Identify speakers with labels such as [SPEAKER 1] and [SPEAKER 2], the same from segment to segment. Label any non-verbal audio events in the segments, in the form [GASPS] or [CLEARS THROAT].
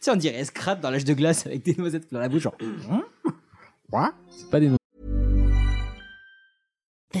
[SPEAKER 1] sais, on dirait Scrap dans l'âge de glace avec des noisettes dans la bouche. Genre,
[SPEAKER 2] Quoi
[SPEAKER 1] c'est pas des noisettes.
[SPEAKER 3] The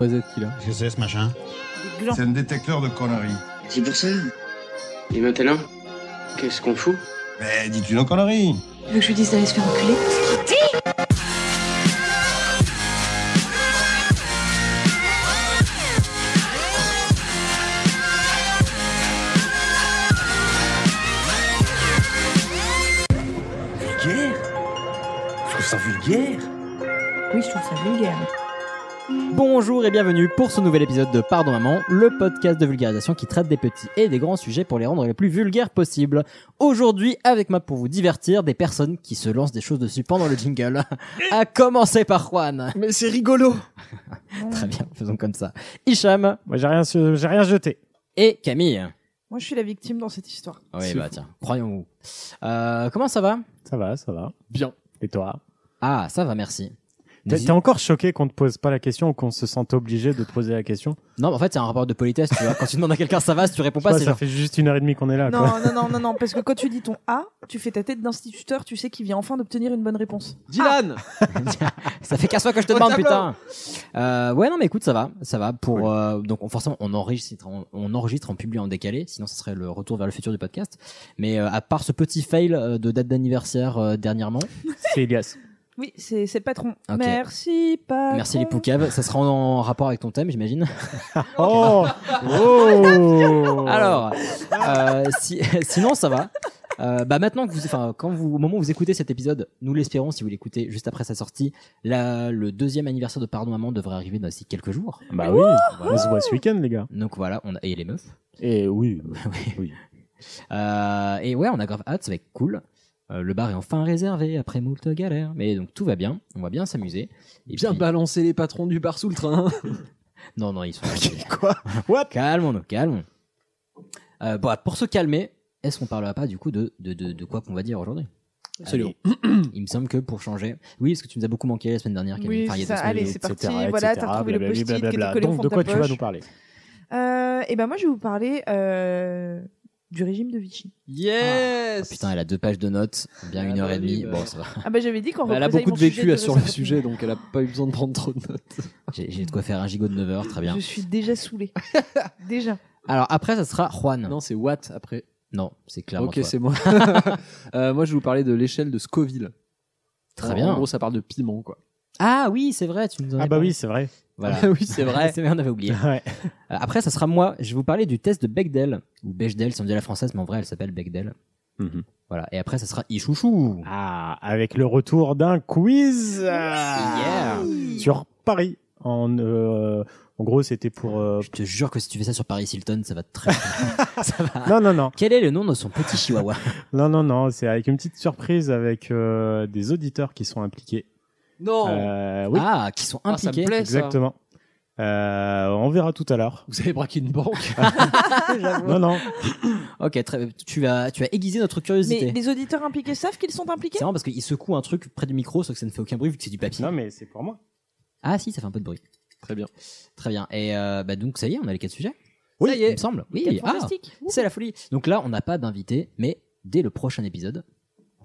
[SPEAKER 1] noisettes qu'il a.
[SPEAKER 2] Qu'est-ce que c'est ce machin
[SPEAKER 4] Des glands.
[SPEAKER 5] C'est un détecteur de conneries.
[SPEAKER 6] C'est pour ça. Et maintenant, qu'est-ce qu'on fout
[SPEAKER 5] Mais dis-tu nos conneries
[SPEAKER 4] Tu veux que je lui dise d'aller se faire enculer
[SPEAKER 7] Vulgaire Je trouve ça vulgaire
[SPEAKER 4] Oui, je trouve ça vulgaire.
[SPEAKER 1] Bonjour et bienvenue pour ce nouvel épisode de Pardon Maman, le podcast de vulgarisation qui traite des petits et des grands sujets pour les rendre les plus vulgaires possibles. Aujourd'hui, avec moi pour vous divertir, des personnes qui se lancent des choses dessus pendant le jingle. à commencer par Juan.
[SPEAKER 8] Mais c'est rigolo.
[SPEAKER 1] [LAUGHS] Très bien, faisons comme ça. Hicham
[SPEAKER 9] Moi, j'ai rien, su- j'ai rien jeté.
[SPEAKER 1] et Camille.
[SPEAKER 8] Moi, je suis la victime dans cette histoire.
[SPEAKER 1] Oui,
[SPEAKER 9] C'est
[SPEAKER 1] bah
[SPEAKER 9] fou.
[SPEAKER 1] tiens, croyons-vous. Euh, comment ça va
[SPEAKER 9] Ça va, ça va.
[SPEAKER 8] Bien.
[SPEAKER 9] Et toi
[SPEAKER 1] Ah, ça va, merci.
[SPEAKER 9] T'es
[SPEAKER 1] N'hési-
[SPEAKER 9] t'es encore choqué qu'on te pose pas la question ou qu'on se sente obligé de te poser la question
[SPEAKER 1] Non, mais en fait, c'est un rapport de politesse, tu vois. Quand tu demandes à quelqu'un ça va, si tu réponds
[SPEAKER 9] Je sais
[SPEAKER 1] pas,
[SPEAKER 9] pas,
[SPEAKER 1] c'est
[SPEAKER 9] Ça
[SPEAKER 1] genre.
[SPEAKER 9] fait juste une heure et demie qu'on est là. Ah, quoi.
[SPEAKER 8] [LAUGHS] Non, non, non, non, non, parce que quand tu dis ton A, tu fais ta tête d'instituteur, tu sais qu'il vient enfin d'obtenir une bonne réponse.
[SPEAKER 4] Dylan
[SPEAKER 1] [LAUGHS] ça fait 15 fois que je te
[SPEAKER 4] Au
[SPEAKER 1] demande,
[SPEAKER 4] tableau.
[SPEAKER 1] putain. Euh, ouais, non, mais écoute, ça va, ça va. Pour euh, donc on- forcément, on enregistre, on, on enregistre en publie en décalé, sinon ça serait le retour vers le futur du podcast. Mais euh, à part ce petit fail euh, de date d'anniversaire euh, dernièrement,
[SPEAKER 9] C'est Elias.
[SPEAKER 8] Oui, c'est c'est le patron.
[SPEAKER 1] Ok.
[SPEAKER 8] Merci, patron.
[SPEAKER 1] merci les poucaves, ça sera en, en rapport avec ton thème, j'imagine.
[SPEAKER 9] Oh Oh
[SPEAKER 1] Alors, euh, si- [LAUGHS] sinon ça va. Euh, bah maintenant que vous, enfin quand vous, au moment où vous écoutez cet épisode, nous l'espérons si vous l'écoutez juste après sa sortie, la, le deuxième anniversaire de Pardon Maman devrait arriver dans d'ici quelques jours.
[SPEAKER 9] Bah oui, on se voit ce week-end, les gars.
[SPEAKER 1] Donc voilà, on a et les meufs.
[SPEAKER 9] Et
[SPEAKER 1] [LAUGHS]
[SPEAKER 9] oui.
[SPEAKER 1] Oui.
[SPEAKER 9] Oui.
[SPEAKER 1] Euh, et ouais, on a grave hâte, ça va être cool. Euh, le bar est enfin réservé après moult galères. Mais donc tout va bien, on va bien s'amuser. Et
[SPEAKER 8] Bien
[SPEAKER 1] puis-
[SPEAKER 8] balancer les patrons du bar sous le train.
[SPEAKER 1] Non, non, ils
[SPEAKER 9] [LAUGHS]
[SPEAKER 1] sont.
[SPEAKER 8] Quoi
[SPEAKER 1] calmons-nous, calmons. Euh, bon, pour se calmer, est-ce qu'on parlera pas du coup de, de, de, de quoi qu'on va dire aujourd'hui
[SPEAKER 8] Absolument.
[SPEAKER 1] Allez. Ah, [CLEARS THROAT] Il me semble que pour changer. Oui, parce que tu nous as beaucoup manqué la semaine dernière, Camille.
[SPEAKER 8] Oui,
[SPEAKER 1] Enfin, il y a
[SPEAKER 8] c'est
[SPEAKER 1] deux
[SPEAKER 8] ça.
[SPEAKER 1] semaines,
[SPEAKER 8] Allez,
[SPEAKER 1] oui.
[SPEAKER 8] c'est parti.
[SPEAKER 9] Etc.,
[SPEAKER 8] Voilà,
[SPEAKER 9] etc.,
[SPEAKER 8] t'as retrouvé le
[SPEAKER 9] blablabla,
[SPEAKER 8] post-it qui était
[SPEAKER 9] blablabla.
[SPEAKER 8] collé au
[SPEAKER 9] Donc,
[SPEAKER 8] fond
[SPEAKER 9] de
[SPEAKER 8] de
[SPEAKER 9] quoi
[SPEAKER 8] ta
[SPEAKER 9] tu vas
[SPEAKER 8] poche.
[SPEAKER 9] nous parler
[SPEAKER 8] Euh, et ben moi, je vais vous parler euh, du régime de Vichy.
[SPEAKER 1] Ah,
[SPEAKER 4] Yes
[SPEAKER 1] Putain, elle a deux pages de notes, bien
[SPEAKER 4] Ah,
[SPEAKER 1] une heure
[SPEAKER 4] bah
[SPEAKER 1] et
[SPEAKER 4] oui,
[SPEAKER 1] demie.
[SPEAKER 4] bah.
[SPEAKER 1] Bon, ça va.
[SPEAKER 8] Ah bah j'avais dit qu'on
[SPEAKER 4] Elle a
[SPEAKER 8] représailles mon
[SPEAKER 4] beaucoup de
[SPEAKER 8] sujet,
[SPEAKER 4] vécu hein,
[SPEAKER 8] je
[SPEAKER 4] sur le
[SPEAKER 8] serai
[SPEAKER 4] sujet, donc elle a pas eu besoin de prendre trop de notes.
[SPEAKER 1] J'ai j'ai de quoi faire un gigot de 9 heures, très bien.
[SPEAKER 8] Je [LAUGHS] suis déjà saoulée. déjà.
[SPEAKER 1] Alors après, ça sera Juan. Non,
[SPEAKER 4] Non, c'est Watt après.
[SPEAKER 1] c'est clairement.
[SPEAKER 4] ok,
[SPEAKER 1] toi.
[SPEAKER 4] c'est moi. [LAUGHS] Euh, moi, je vais vous parler de l'échelle de Scoville.
[SPEAKER 1] Très
[SPEAKER 4] En-
[SPEAKER 1] bien.
[SPEAKER 4] En gros, ça part de piment, quoi.
[SPEAKER 1] Ah oui, c'est vrai, tu nous en as
[SPEAKER 9] Ah bah
[SPEAKER 1] parlé.
[SPEAKER 9] oui, c'est vrai.
[SPEAKER 1] Voilà.
[SPEAKER 4] oui, [LAUGHS] c'est vrai.
[SPEAKER 1] [LAUGHS] C'est vrai, on avait oublié.
[SPEAKER 9] [LAUGHS] Ouais.
[SPEAKER 1] Euh, Après, ça sera moi. Je vais vous parler du test de Bechdel. Ou Bechdel, si on dit à la française, mais en vrai, elle s'appelle Bechdel.
[SPEAKER 9] Mhm.
[SPEAKER 1] Voilà. Et après, ça sera Ichouchou.
[SPEAKER 9] Ah, avec le retour d'un quiz euh,
[SPEAKER 1] Yeah.
[SPEAKER 9] sur Paris. En, euh, en gros, c'était pour... euh,
[SPEAKER 1] Je te jure que si tu fais ça sur Paris Hilton, ça va te très
[SPEAKER 4] [LAUGHS]
[SPEAKER 1] bien. ça va.
[SPEAKER 9] Non, non, non.
[SPEAKER 1] Quel est le nom de son petit chihuahua
[SPEAKER 9] Non, non, non, c'est avec une petite surprise avec euh, des auditeurs qui sont impliqués.
[SPEAKER 8] Oh.
[SPEAKER 4] Non
[SPEAKER 9] Euh, oui,
[SPEAKER 1] Ah, qui sont
[SPEAKER 4] Ah, ça me
[SPEAKER 1] impliqués.
[SPEAKER 4] plaît. ça.
[SPEAKER 9] exactement. Euh, on verra tout à l'heure.
[SPEAKER 4] Vous avez braqué une banque.
[SPEAKER 8] Ah,
[SPEAKER 9] Non, non,
[SPEAKER 1] ok, très... tu vas, tu as aiguisé notre
[SPEAKER 8] Mais
[SPEAKER 1] curiosité.
[SPEAKER 8] les auditeurs impliqués savent qu'ils sont impliqués
[SPEAKER 1] C'est marrant parce qu'il secoue un truc près du micro, sauf que ça ne fait aucun bruit vu que c'est du papier.
[SPEAKER 9] non, mais c'est pour moi.
[SPEAKER 1] Ah si, ça fait un peu de bruit.
[SPEAKER 4] Très bien.
[SPEAKER 1] Très bien. Et euh, bah, donc ça y est, on a les quatre sujets.
[SPEAKER 4] Oui.
[SPEAKER 1] il me semble. Oui. Ah,
[SPEAKER 8] Fantastique.
[SPEAKER 1] C'est la folie. Donc là, on n'a pas d'invité, mais dès le prochain épisode,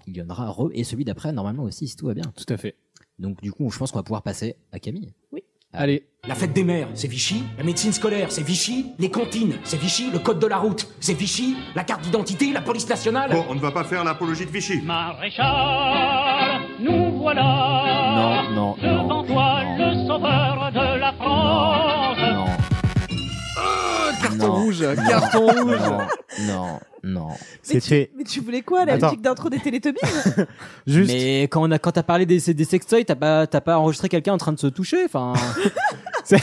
[SPEAKER 1] il y en aura un re et celui d'après, normalement aussi, si tout va bien.
[SPEAKER 4] Tout à fait.
[SPEAKER 1] Donc du coup, je pense qu'on va pouvoir passer à Camille. Ah.
[SPEAKER 4] [LAUGHS] Allez.
[SPEAKER 10] La fête des mères, c'est Vichy. La médecine scolaire, c'est Vichy. Les cantines, c'est Vichy. Le code de la route, c'est Vichy. La carte d'identité, la police nationale.
[SPEAKER 11] Bon, on ne va pas faire l'apologie de Vichy.
[SPEAKER 7] Maréchal, nous voilà
[SPEAKER 1] Non, non,
[SPEAKER 7] Devant toi, le sauveur de la France
[SPEAKER 1] non,
[SPEAKER 4] Ah, Carton
[SPEAKER 1] Ah, Non.
[SPEAKER 4] rouge, carton rouge.
[SPEAKER 1] non, non.
[SPEAKER 8] Mais
[SPEAKER 9] C'était
[SPEAKER 8] tu, mais tu voulais quoi, la
[SPEAKER 9] Attends.
[SPEAKER 8] musique d'intro des Télétobies
[SPEAKER 12] [LAUGHS]
[SPEAKER 9] juste.
[SPEAKER 1] Mais quand on a quand t'as parlé des, des sextoys, t'as pas t'as pas enregistré quelqu'un en train de se toucher, enfin.
[SPEAKER 12] T'es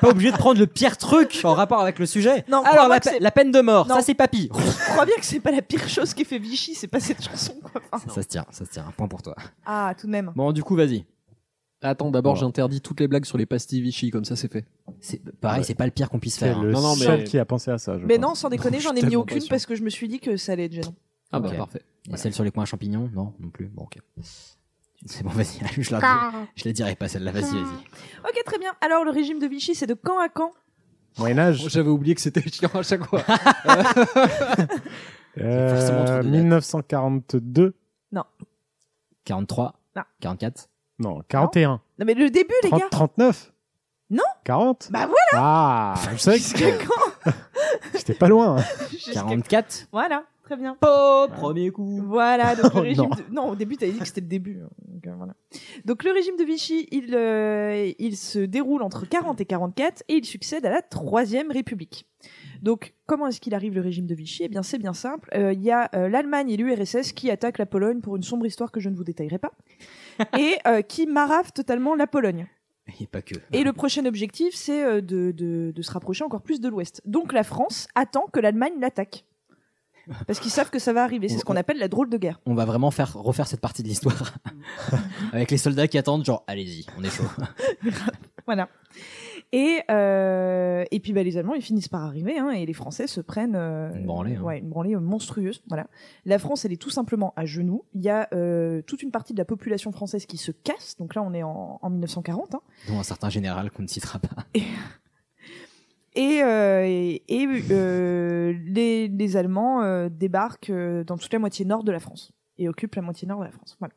[SPEAKER 12] pas obligé de prendre le pire truc en rapport avec le sujet.
[SPEAKER 8] Non, crois
[SPEAKER 12] Alors,
[SPEAKER 8] pas
[SPEAKER 12] la,
[SPEAKER 8] que c'est-
[SPEAKER 12] pe- la peine de mort,
[SPEAKER 8] Non.
[SPEAKER 12] ça c'est papy.
[SPEAKER 8] Je crois bien que c'est pas la pire chose qu'ait fait Vichy, c'est pas cette chanson quoi. Enfin,
[SPEAKER 12] ça se tient, ça se tient. Un point pour toi.
[SPEAKER 8] Ah, tout de même.
[SPEAKER 12] Bon, du coup, vas-y.
[SPEAKER 4] Attends, d'abord,
[SPEAKER 12] Voilà.
[SPEAKER 4] j'interdis toutes les blagues sur les pastilles Vichy, comme ça, c'est fait.
[SPEAKER 12] C'est pareil, c'est pas le pire qu'on puisse
[SPEAKER 9] C'est
[SPEAKER 12] faire. hein.
[SPEAKER 9] le
[SPEAKER 4] Non, non, mais-
[SPEAKER 9] seul qui a pensé à ça. Je
[SPEAKER 8] Mais
[SPEAKER 9] crois.
[SPEAKER 8] non, sans
[SPEAKER 4] [LAUGHS]
[SPEAKER 8] déconner, j'en ai
[SPEAKER 4] suis
[SPEAKER 8] mis
[SPEAKER 4] tellement
[SPEAKER 8] aucune
[SPEAKER 4] pas sûr.
[SPEAKER 8] parce que je me suis dit que ça allait être gênant.
[SPEAKER 4] Ah bah
[SPEAKER 12] Ok.
[SPEAKER 4] parfait.
[SPEAKER 12] Et celle sur les coins à champignons Non, non plus. Bon, ok. C'est bon, vas-y, [LAUGHS] je la,
[SPEAKER 8] Ah.
[SPEAKER 12] dirai- je la dirai pas celle-là, vas-y, vas-y.
[SPEAKER 8] Ok, très bien. Alors, le régime de Vichy, c'est de quand à quand
[SPEAKER 9] Moyen-Âge.
[SPEAKER 4] Oh, J'avais oublié que c'était chiant à chaque fois.
[SPEAKER 12] forcément
[SPEAKER 9] euh,
[SPEAKER 12] trop de dates.
[SPEAKER 9] 1942.
[SPEAKER 12] 43
[SPEAKER 8] Non.
[SPEAKER 12] 44
[SPEAKER 9] Non, 41.
[SPEAKER 8] Non, mais le début, les
[SPEAKER 9] 30,
[SPEAKER 8] gars
[SPEAKER 9] 39
[SPEAKER 8] Non.
[SPEAKER 9] 40
[SPEAKER 8] Bah voilà
[SPEAKER 9] Ah Je savais
[SPEAKER 8] Jusqu'à
[SPEAKER 9] que
[SPEAKER 8] quand
[SPEAKER 9] [LAUGHS] j'étais pas loin.
[SPEAKER 8] [LAUGHS]
[SPEAKER 9] hein.
[SPEAKER 8] Jusqu'à-
[SPEAKER 12] 44
[SPEAKER 8] Voilà, très bien.
[SPEAKER 12] Oh, premier coup
[SPEAKER 8] Voilà, donc
[SPEAKER 12] [LAUGHS]
[SPEAKER 8] le
[SPEAKER 12] Oh,
[SPEAKER 8] régime.
[SPEAKER 12] non.
[SPEAKER 8] de- Non, au début, tu avais dit que c'était le début. hein. Donc, euh, voilà. Donc, le régime de Vichy, il, euh, il se déroule entre 40 et 44 et il succède à la Troisième République. Donc, comment est-ce qu'il arrive le régime de Vichy Eh bien, c'est bien simple. Euh, Il y a euh, l'Allemagne et l'URSS qui attaquent la Pologne pour une sombre histoire que je ne vous
[SPEAKER 12] [LAUGHS]
[SPEAKER 8] détaillerai pas et euh, qui marave totalement la Pologne.
[SPEAKER 12] Et pas que.
[SPEAKER 8] Et le prochain objectif, c'est euh, de, de- de se rapprocher encore plus de l'Ouest. Donc la France attend que l'Allemagne l'attaque. Parce qu'ils savent que ça va arriver. C'est ce qu'on appelle la drôle de guerre.
[SPEAKER 12] On va vraiment faire refaire cette partie de l'histoire [LAUGHS] avec les soldats qui attendent, genre allez-y, on est chaud.
[SPEAKER 8] Voilà. Et, euh, et puis bah, les Allemands, ils finissent par arriver. hein, et les Français se prennent. euh,
[SPEAKER 12] Une branlée, hein.
[SPEAKER 8] ouais, une branlée euh, monstrueuse. Voilà. La France, elle est tout simplement à genoux. Il y a euh, toute une partie de la population française qui se casse. Donc là, on est en, en 1940. hein.
[SPEAKER 12] Dont un certain général qu'on ne citera pas.
[SPEAKER 8] Et, euh, et, et, euh, les, les Allemands euh, débarquent euh, dans toute la moitié nord de la France et occupent la moitié nord de la France. Voilà.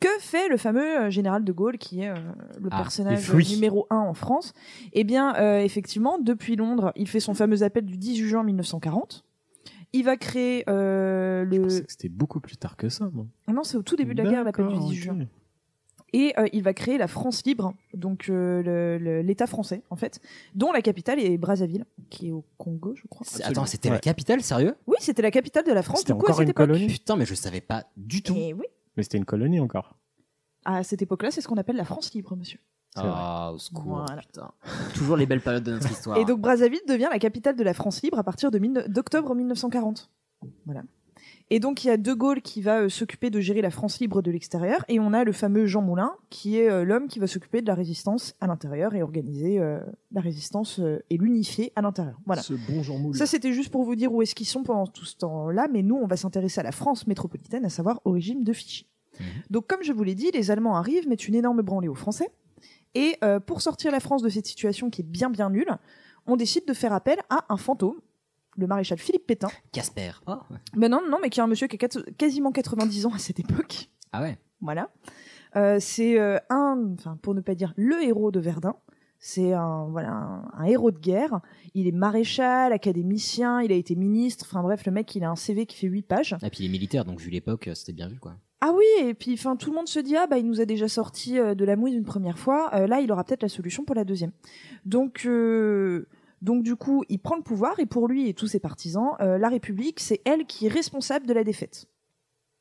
[SPEAKER 8] Que fait le fameux euh, général de Gaulle, qui est euh, le
[SPEAKER 12] Ah,
[SPEAKER 8] personnage
[SPEAKER 9] il fuit.
[SPEAKER 8] numéro un en France Eh bien, euh, effectivement, depuis Londres, il fait son fameux appel du 18 juin 1940. Il va créer euh,
[SPEAKER 9] Je
[SPEAKER 8] le.
[SPEAKER 9] pensais que c'était beaucoup plus tard que ça. Moi.
[SPEAKER 8] Ah non, c'est au tout début de la guerre, l'appel du
[SPEAKER 9] D'accord,
[SPEAKER 8] 18
[SPEAKER 9] ok.
[SPEAKER 8] juin. Et euh, il va créer la France libre, donc euh, le- le- l'État français, en fait, dont la capitale est Brazzaville, qui est au Congo, je crois.
[SPEAKER 12] C'est-
[SPEAKER 9] Absolument.
[SPEAKER 12] Attends, c'était la
[SPEAKER 9] Ouais.
[SPEAKER 12] capitale, sérieux
[SPEAKER 8] Oui, c'était la capitale de la France.
[SPEAKER 9] C'était
[SPEAKER 8] du coup, à
[SPEAKER 9] encore
[SPEAKER 8] cette
[SPEAKER 9] une
[SPEAKER 8] époque.
[SPEAKER 9] colonie
[SPEAKER 12] Putain, mais je savais pas du tout.
[SPEAKER 8] Eh oui,
[SPEAKER 9] Mais c'était une colonie encore.
[SPEAKER 8] à cette époque-là, c'est ce qu'on appelle la France libre, monsieur.
[SPEAKER 9] C'est vrai.
[SPEAKER 12] Ah, au secours,
[SPEAKER 8] Voilà.
[SPEAKER 12] putain. Toujours les belles périodes de notre histoire.
[SPEAKER 8] Et donc Brazzaville devient la capitale de la France libre à partir de mille- d'octobre 1940. Voilà. Et donc il y a De Gaulle qui va euh, s'occuper de gérer la France libre de l'extérieur et on a le fameux Jean Moulin qui est euh, l'homme qui va s'occuper de la résistance à l'intérieur et organiser euh, la résistance euh, et l'unifier à l'intérieur. Voilà.
[SPEAKER 4] Ce bon Jean Moulin.
[SPEAKER 8] Ça c'était juste pour vous dire où est-ce qu'ils sont pendant tout ce temps-là, mais nous on va s'intéresser à la France métropolitaine, à savoir au régime de Vichy.
[SPEAKER 12] Mhm.
[SPEAKER 8] Donc comme je vous l'ai dit, les Allemands arrivent, mettent une énorme branlée aux Français. Et euh, pour sortir la France de cette situation qui est bien bien nulle, on décide de faire appel à un fantôme, le maréchal Philippe Pétain.
[SPEAKER 12] Casper. Ah, ouais.
[SPEAKER 8] Mais non, non, mais qui est un monsieur qui a quat- quasiment 90 ans à cette époque.
[SPEAKER 12] Ah ouais.
[SPEAKER 8] Voilà. Euh, c'est euh, un, enfin pour ne pas dire le héros de Verdun. C'est un voilà un, un héros de guerre. Il est maréchal, académicien, il a été ministre. Enfin bref, le mec, il a un CV qui fait 8 pages.
[SPEAKER 12] Et puis les militaires, donc vu l'époque, euh, c'était bien vu quoi.
[SPEAKER 8] Ah oui, et puis enfin tout le monde se dit ah bah il nous a déjà sorti euh, de la mouise une première fois, euh, là il aura peut-être la solution pour la deuxième. Donc euh, donc du coup il prend le pouvoir et pour lui et tous ses partisans, euh, la République c'est elle qui est responsable de la défaite.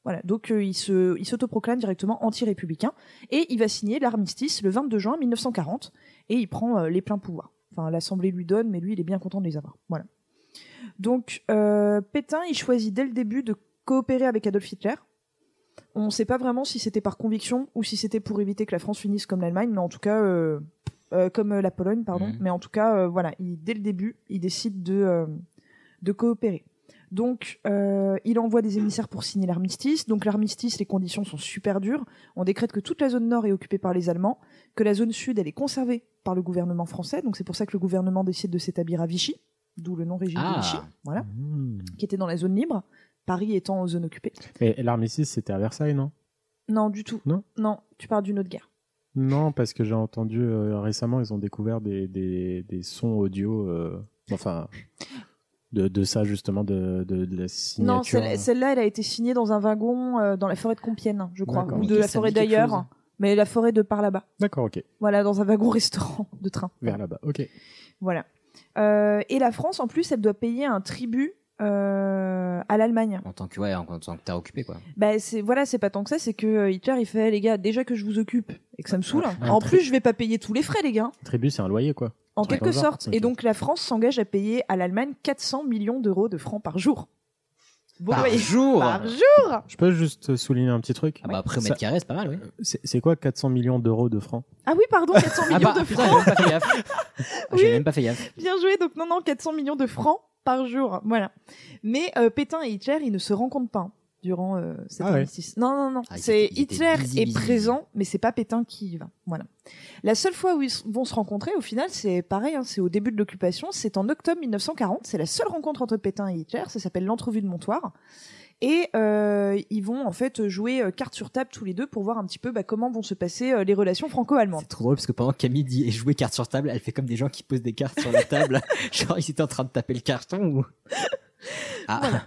[SPEAKER 8] Voilà, donc euh, il se il s'autoproclame directement anti-républicain et il va signer l'armistice le 22 juin 1940 et il prend euh, les pleins pouvoirs. Enfin l'Assemblée lui donne, mais lui il est bien content de les avoir. Voilà. Donc euh, Pétain il choisit dès le début de coopérer avec Adolf Hitler. On ne sait pas vraiment si c'était par conviction ou si c'était pour éviter que la France finisse comme l'Allemagne, mais en tout cas, euh, euh, comme euh, la Pologne, pardon.
[SPEAKER 12] Mhm.
[SPEAKER 8] Mais en tout cas, euh, voilà, il- dès le début, il décide de, euh, de coopérer. Donc, euh, il envoie des émissaires pour signer l'armistice. Donc, l'armistice, les conditions sont super dures. On décrète que toute la zone nord est occupée par les Allemands, que la zone sud, elle est conservée par le gouvernement français. Donc, c'est pour ça que le gouvernement décide de s'établir à Vichy, d'où le nom régime
[SPEAKER 12] Ah.
[SPEAKER 8] de Vichy, voilà,
[SPEAKER 9] Hmm.
[SPEAKER 8] qui était dans la zone libre, Paris étant en zone occupée.
[SPEAKER 9] Et l'armistice, c'était à Versailles, non
[SPEAKER 8] Non, du tout.
[SPEAKER 9] Non
[SPEAKER 8] tu parles d'une autre guerre.
[SPEAKER 9] Non, parce que j'ai entendu euh, récemment, ils ont découvert des, des, des sons audio. euh, enfin. De, de ça, justement, de, de, de la
[SPEAKER 8] Non,
[SPEAKER 9] signature.
[SPEAKER 12] euh.
[SPEAKER 9] hein.
[SPEAKER 8] celle- celle-là, elle a été signée dans un wagon euh, dans la forêt de Compiègne, je crois,
[SPEAKER 9] D'accord.
[SPEAKER 8] ou
[SPEAKER 9] Ok,
[SPEAKER 8] de la
[SPEAKER 12] ça me
[SPEAKER 8] forêt
[SPEAKER 12] dit quelque chose.
[SPEAKER 8] d'ailleurs, mais la forêt de par là-bas.
[SPEAKER 9] D'accord, ok.
[SPEAKER 8] Voilà, dans un wagon [LAUGHS] restaurant de train.
[SPEAKER 9] Vers là-bas, ok.
[SPEAKER 8] Voilà. Euh, et la France, en plus, elle doit payer un tribut euh, à l'Allemagne.
[SPEAKER 12] En tant que, ouais, en, en tant que t'as occupé, quoi.
[SPEAKER 8] Bah c'est voilà, c'est pas tant que ça, c'est que euh, Hitler il fait les gars, déjà que je vous occupe et que ça me saoule. hein.
[SPEAKER 9] Ouais,
[SPEAKER 8] en
[SPEAKER 9] très-
[SPEAKER 8] plus, je vais pas payer tous les frais les gars.
[SPEAKER 9] Tribu, c'est un loyer, quoi.
[SPEAKER 8] En
[SPEAKER 9] Ouais.
[SPEAKER 8] quelque
[SPEAKER 9] Dans le genre,
[SPEAKER 8] sorte.
[SPEAKER 9] ok.
[SPEAKER 8] Et donc la France s'engage à payer à l'Allemagne 400 millions d'euros de francs par jour. Vous
[SPEAKER 12] Par
[SPEAKER 8] voyez
[SPEAKER 12] jour
[SPEAKER 8] Par jour
[SPEAKER 9] Je peux juste souligner un petit truc
[SPEAKER 12] Ah bah après, au
[SPEAKER 9] Ça-
[SPEAKER 12] mètre carré, c'est pas mal, oui.
[SPEAKER 9] C'est c'est quoi 400 millions d'euros de francs
[SPEAKER 8] Ah oui, pardon, 400 millions
[SPEAKER 1] bah,
[SPEAKER 8] de
[SPEAKER 12] bah, putain, j'ai
[SPEAKER 8] francs.
[SPEAKER 12] même pas fait gaffe.
[SPEAKER 8] [LAUGHS]
[SPEAKER 12] J'ai même pas fait gaffe.
[SPEAKER 8] Bien joué. Donc non non, 400 millions de francs par jour. Voilà. Mais euh, Pétain et Hitler, ils ne se rencontrent pas hein, durant euh, cet
[SPEAKER 9] Ah ouais.
[SPEAKER 8] armistice. Non non non,
[SPEAKER 12] Ah, ils
[SPEAKER 8] c'est
[SPEAKER 12] étaient- ils étaient
[SPEAKER 8] Hitler
[SPEAKER 12] busy,
[SPEAKER 8] est
[SPEAKER 12] busy.
[SPEAKER 8] présent, mais c'est pas Pétain qui y va. Voilà. La seule fois où ils s- vont se rencontrer, au final, c'est pareil, hein, c'est au début de l'occupation, c'est en octobre 1940, c'est la seule rencontre entre Pétain et Hitler, ça s'appelle l'entrevue de Montoire. Et euh, ils vont en fait jouer euh, carte sur table tous les deux pour voir un petit peu bah, comment vont se passer euh, les relations franco-allemandes.
[SPEAKER 12] C'est trop drôle parce que pendant que Camille dit et jouer carte sur table, elle fait comme des gens qui posent des cartes sur la table. [LAUGHS] Genre, ils étaient en train de taper le carton ou. Ah,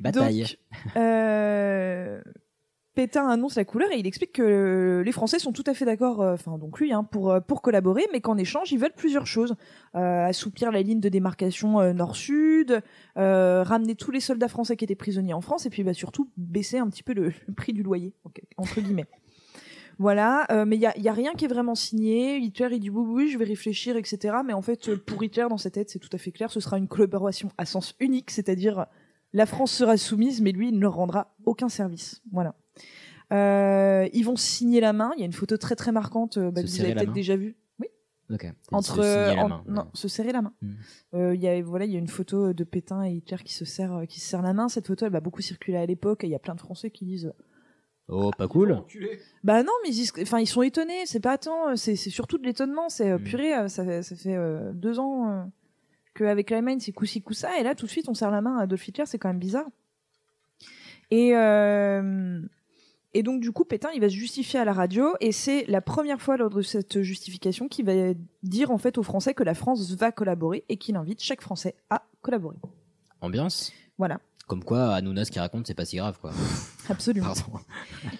[SPEAKER 12] bataille.
[SPEAKER 8] Donc, euh, Pétain annonce la couleur et il explique que les Français sont tout à fait d'accord, euh, enfin donc lui, hein, pour, euh, pour collaborer, mais qu'en échange, ils veulent plusieurs choses. Euh, assouplir la ligne de démarcation euh, nord-sud, euh, ramener tous les soldats français qui étaient prisonniers en France, et puis bah, surtout baisser un petit peu le, le prix du loyer, ok, entre guillemets. Voilà, euh, mais il n'y a, y a rien qui est vraiment signé. Hitler, il dit oui, oui, je vais réfléchir, etc. Mais en fait, euh, pour Hitler, dans sa tête, c'est tout à fait clair, ce sera une collaboration à sens unique, c'est-à-dire la France sera soumise, mais lui, il ne leur rendra aucun service. Voilà. Euh, ils vont se signer la main. Il y a une photo très très marquante euh, bah,
[SPEAKER 12] Se
[SPEAKER 8] que vous
[SPEAKER 12] serrer
[SPEAKER 8] avez
[SPEAKER 12] la
[SPEAKER 8] peut-être
[SPEAKER 12] main.
[SPEAKER 8] déjà vue. Oui.
[SPEAKER 12] Ok.
[SPEAKER 8] Entre
[SPEAKER 12] Se signer la
[SPEAKER 8] en-
[SPEAKER 12] main.
[SPEAKER 8] non, se serrer la main.
[SPEAKER 12] Mm.
[SPEAKER 8] Euh, Il y a voilà, il y a une photo de Pétain et Hitler qui se serrent euh, qui se serrent la main. Cette photo, elle va beaucoup circuler à l'époque. et Il y a plein de Français qui disent
[SPEAKER 12] Oh, pas cool.
[SPEAKER 8] bah non, mais ils, enfin, ils sont étonnés. C'est pas tant, euh, c'est c'est surtout de l'étonnement. C'est euh, purée, euh, ça, fait- ça fait euh, deux ans euh, qu'avec l'Allemagne, c'est coup-ci, coup-ça. Et là, tout de suite, on serre la main à Adolf Hitler. C'est quand même bizarre. Et, euh, et donc, du coup, Pétain, il va se justifier à la radio. Et c'est la première fois lors de cette justification qu'il va dire en fait aux Français que la France va collaborer et qu'il invite chaque Français à collaborer.
[SPEAKER 12] Ambiance.
[SPEAKER 8] Voilà,
[SPEAKER 12] Comme quoi, Hanouna, ce qu'il raconte, c'est pas si grave, quoi. [LAUGHS]
[SPEAKER 8] absolument.
[SPEAKER 12] Pardon.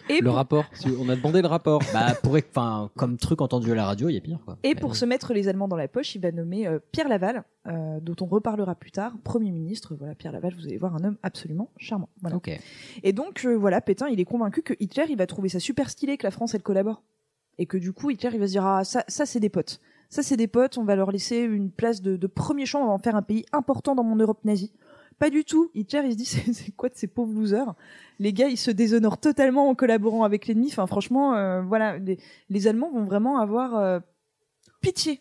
[SPEAKER 8] Et
[SPEAKER 4] Le rapport, si- on a demandé le rapport. [LAUGHS]
[SPEAKER 12] Bah, pour, enfin, comme truc entendu à la radio, il y a pire, quoi.
[SPEAKER 8] Et
[SPEAKER 12] Mais
[SPEAKER 8] pour
[SPEAKER 12] bon.
[SPEAKER 8] se mettre les Allemands dans la poche, il va nommer euh, Pierre Laval, euh, dont on reparlera plus tard, Premier ministre. Voilà, Pierre Laval, vous allez voir un homme absolument charmant. Voilà.
[SPEAKER 12] Ok.
[SPEAKER 8] Et donc, euh, voilà, Pétain, il est convaincu que Hitler, il va trouver ça super stylé que la France, elle collabore. Et que du coup, Hitler, il va se dire, ah, ça, ça c'est des potes. Ça, c'est des potes, on va leur laisser une place de, de premier champ, on va en faire un pays important dans mon Europe nazie. Pas du tout. Hitler, il se dit, [LAUGHS] c'est c'est quoi de ces pauvres losers Les gars, ils se déshonorent totalement en collaborant avec l'ennemi. Enfin, franchement, euh, voilà, les, les Allemands vont vraiment avoir euh, pitié.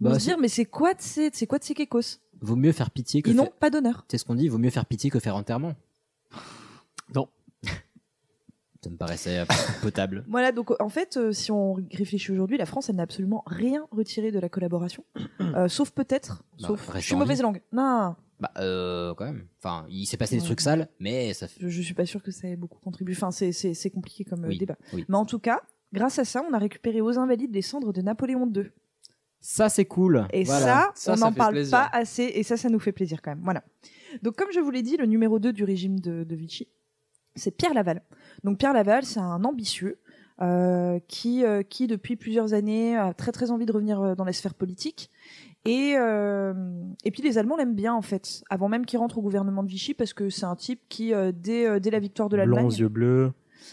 [SPEAKER 8] Ils vont
[SPEAKER 12] Bah,
[SPEAKER 8] se
[SPEAKER 12] c'est-
[SPEAKER 8] dire, mais c'est quoi de ces, c'est quoi de ces kekos
[SPEAKER 12] Vaut mieux faire pitié que.
[SPEAKER 8] Ils n'ont
[SPEAKER 12] faire-
[SPEAKER 8] pas d'honneur.
[SPEAKER 12] C'est ce qu'on dit, vaut mieux faire pitié que faire [LAUGHS] enterrement.
[SPEAKER 4] Non.
[SPEAKER 12] [LAUGHS] Ça me paraissait euh, potable.
[SPEAKER 8] Voilà, donc en fait, euh, si on réfléchit aujourd'hui, la France, elle n'a absolument rien retiré de
[SPEAKER 12] [CLEARS THROAT]
[SPEAKER 8] la collaboration, Euh, sauf peut-être,
[SPEAKER 12] Bah,
[SPEAKER 8] sauf je
[SPEAKER 12] reste
[SPEAKER 8] suis
[SPEAKER 12] en
[SPEAKER 8] mauvaise langue. Non,
[SPEAKER 12] Bah, euh, quand même. Enfin, il s'est passé des
[SPEAKER 8] Ouais.
[SPEAKER 12] trucs sales, mais ça fait.
[SPEAKER 8] je, je suis pas sûre que ça ait beaucoup contribué. Enfin, c'est- c'est c'est compliqué comme euh,
[SPEAKER 12] Oui,
[SPEAKER 8] débat.
[SPEAKER 12] oui.
[SPEAKER 8] Mais en tout cas, grâce à ça, on a récupéré aux Invalides les cendres de Napoléon II.
[SPEAKER 12] Ça, c'est cool.
[SPEAKER 8] Et ça,
[SPEAKER 4] Voilà. Ça,
[SPEAKER 8] on
[SPEAKER 4] ça
[SPEAKER 8] n'en
[SPEAKER 4] fait
[SPEAKER 8] parle
[SPEAKER 4] plaisir.
[SPEAKER 8] pas assez, et ça, ça nous fait plaisir quand même. Voilà. Donc, comme je vous l'ai dit, le numéro 2 du régime de, de Vichy, c'est Pierre Laval. Donc, Pierre Laval, c'est un ambitieux euh, qui, euh, qui, depuis plusieurs années, a très très envie de revenir euh, dans la sphère politique. Et, euh, et puis, les Allemands l'aiment bien, en fait, avant même qu'il rentre au gouvernement de Vichy, parce que c'est un type qui, euh, dès, euh, dès la victoire de
[SPEAKER 9] Blond
[SPEAKER 8] l'Allemagne.
[SPEAKER 9] aux yeux bleus.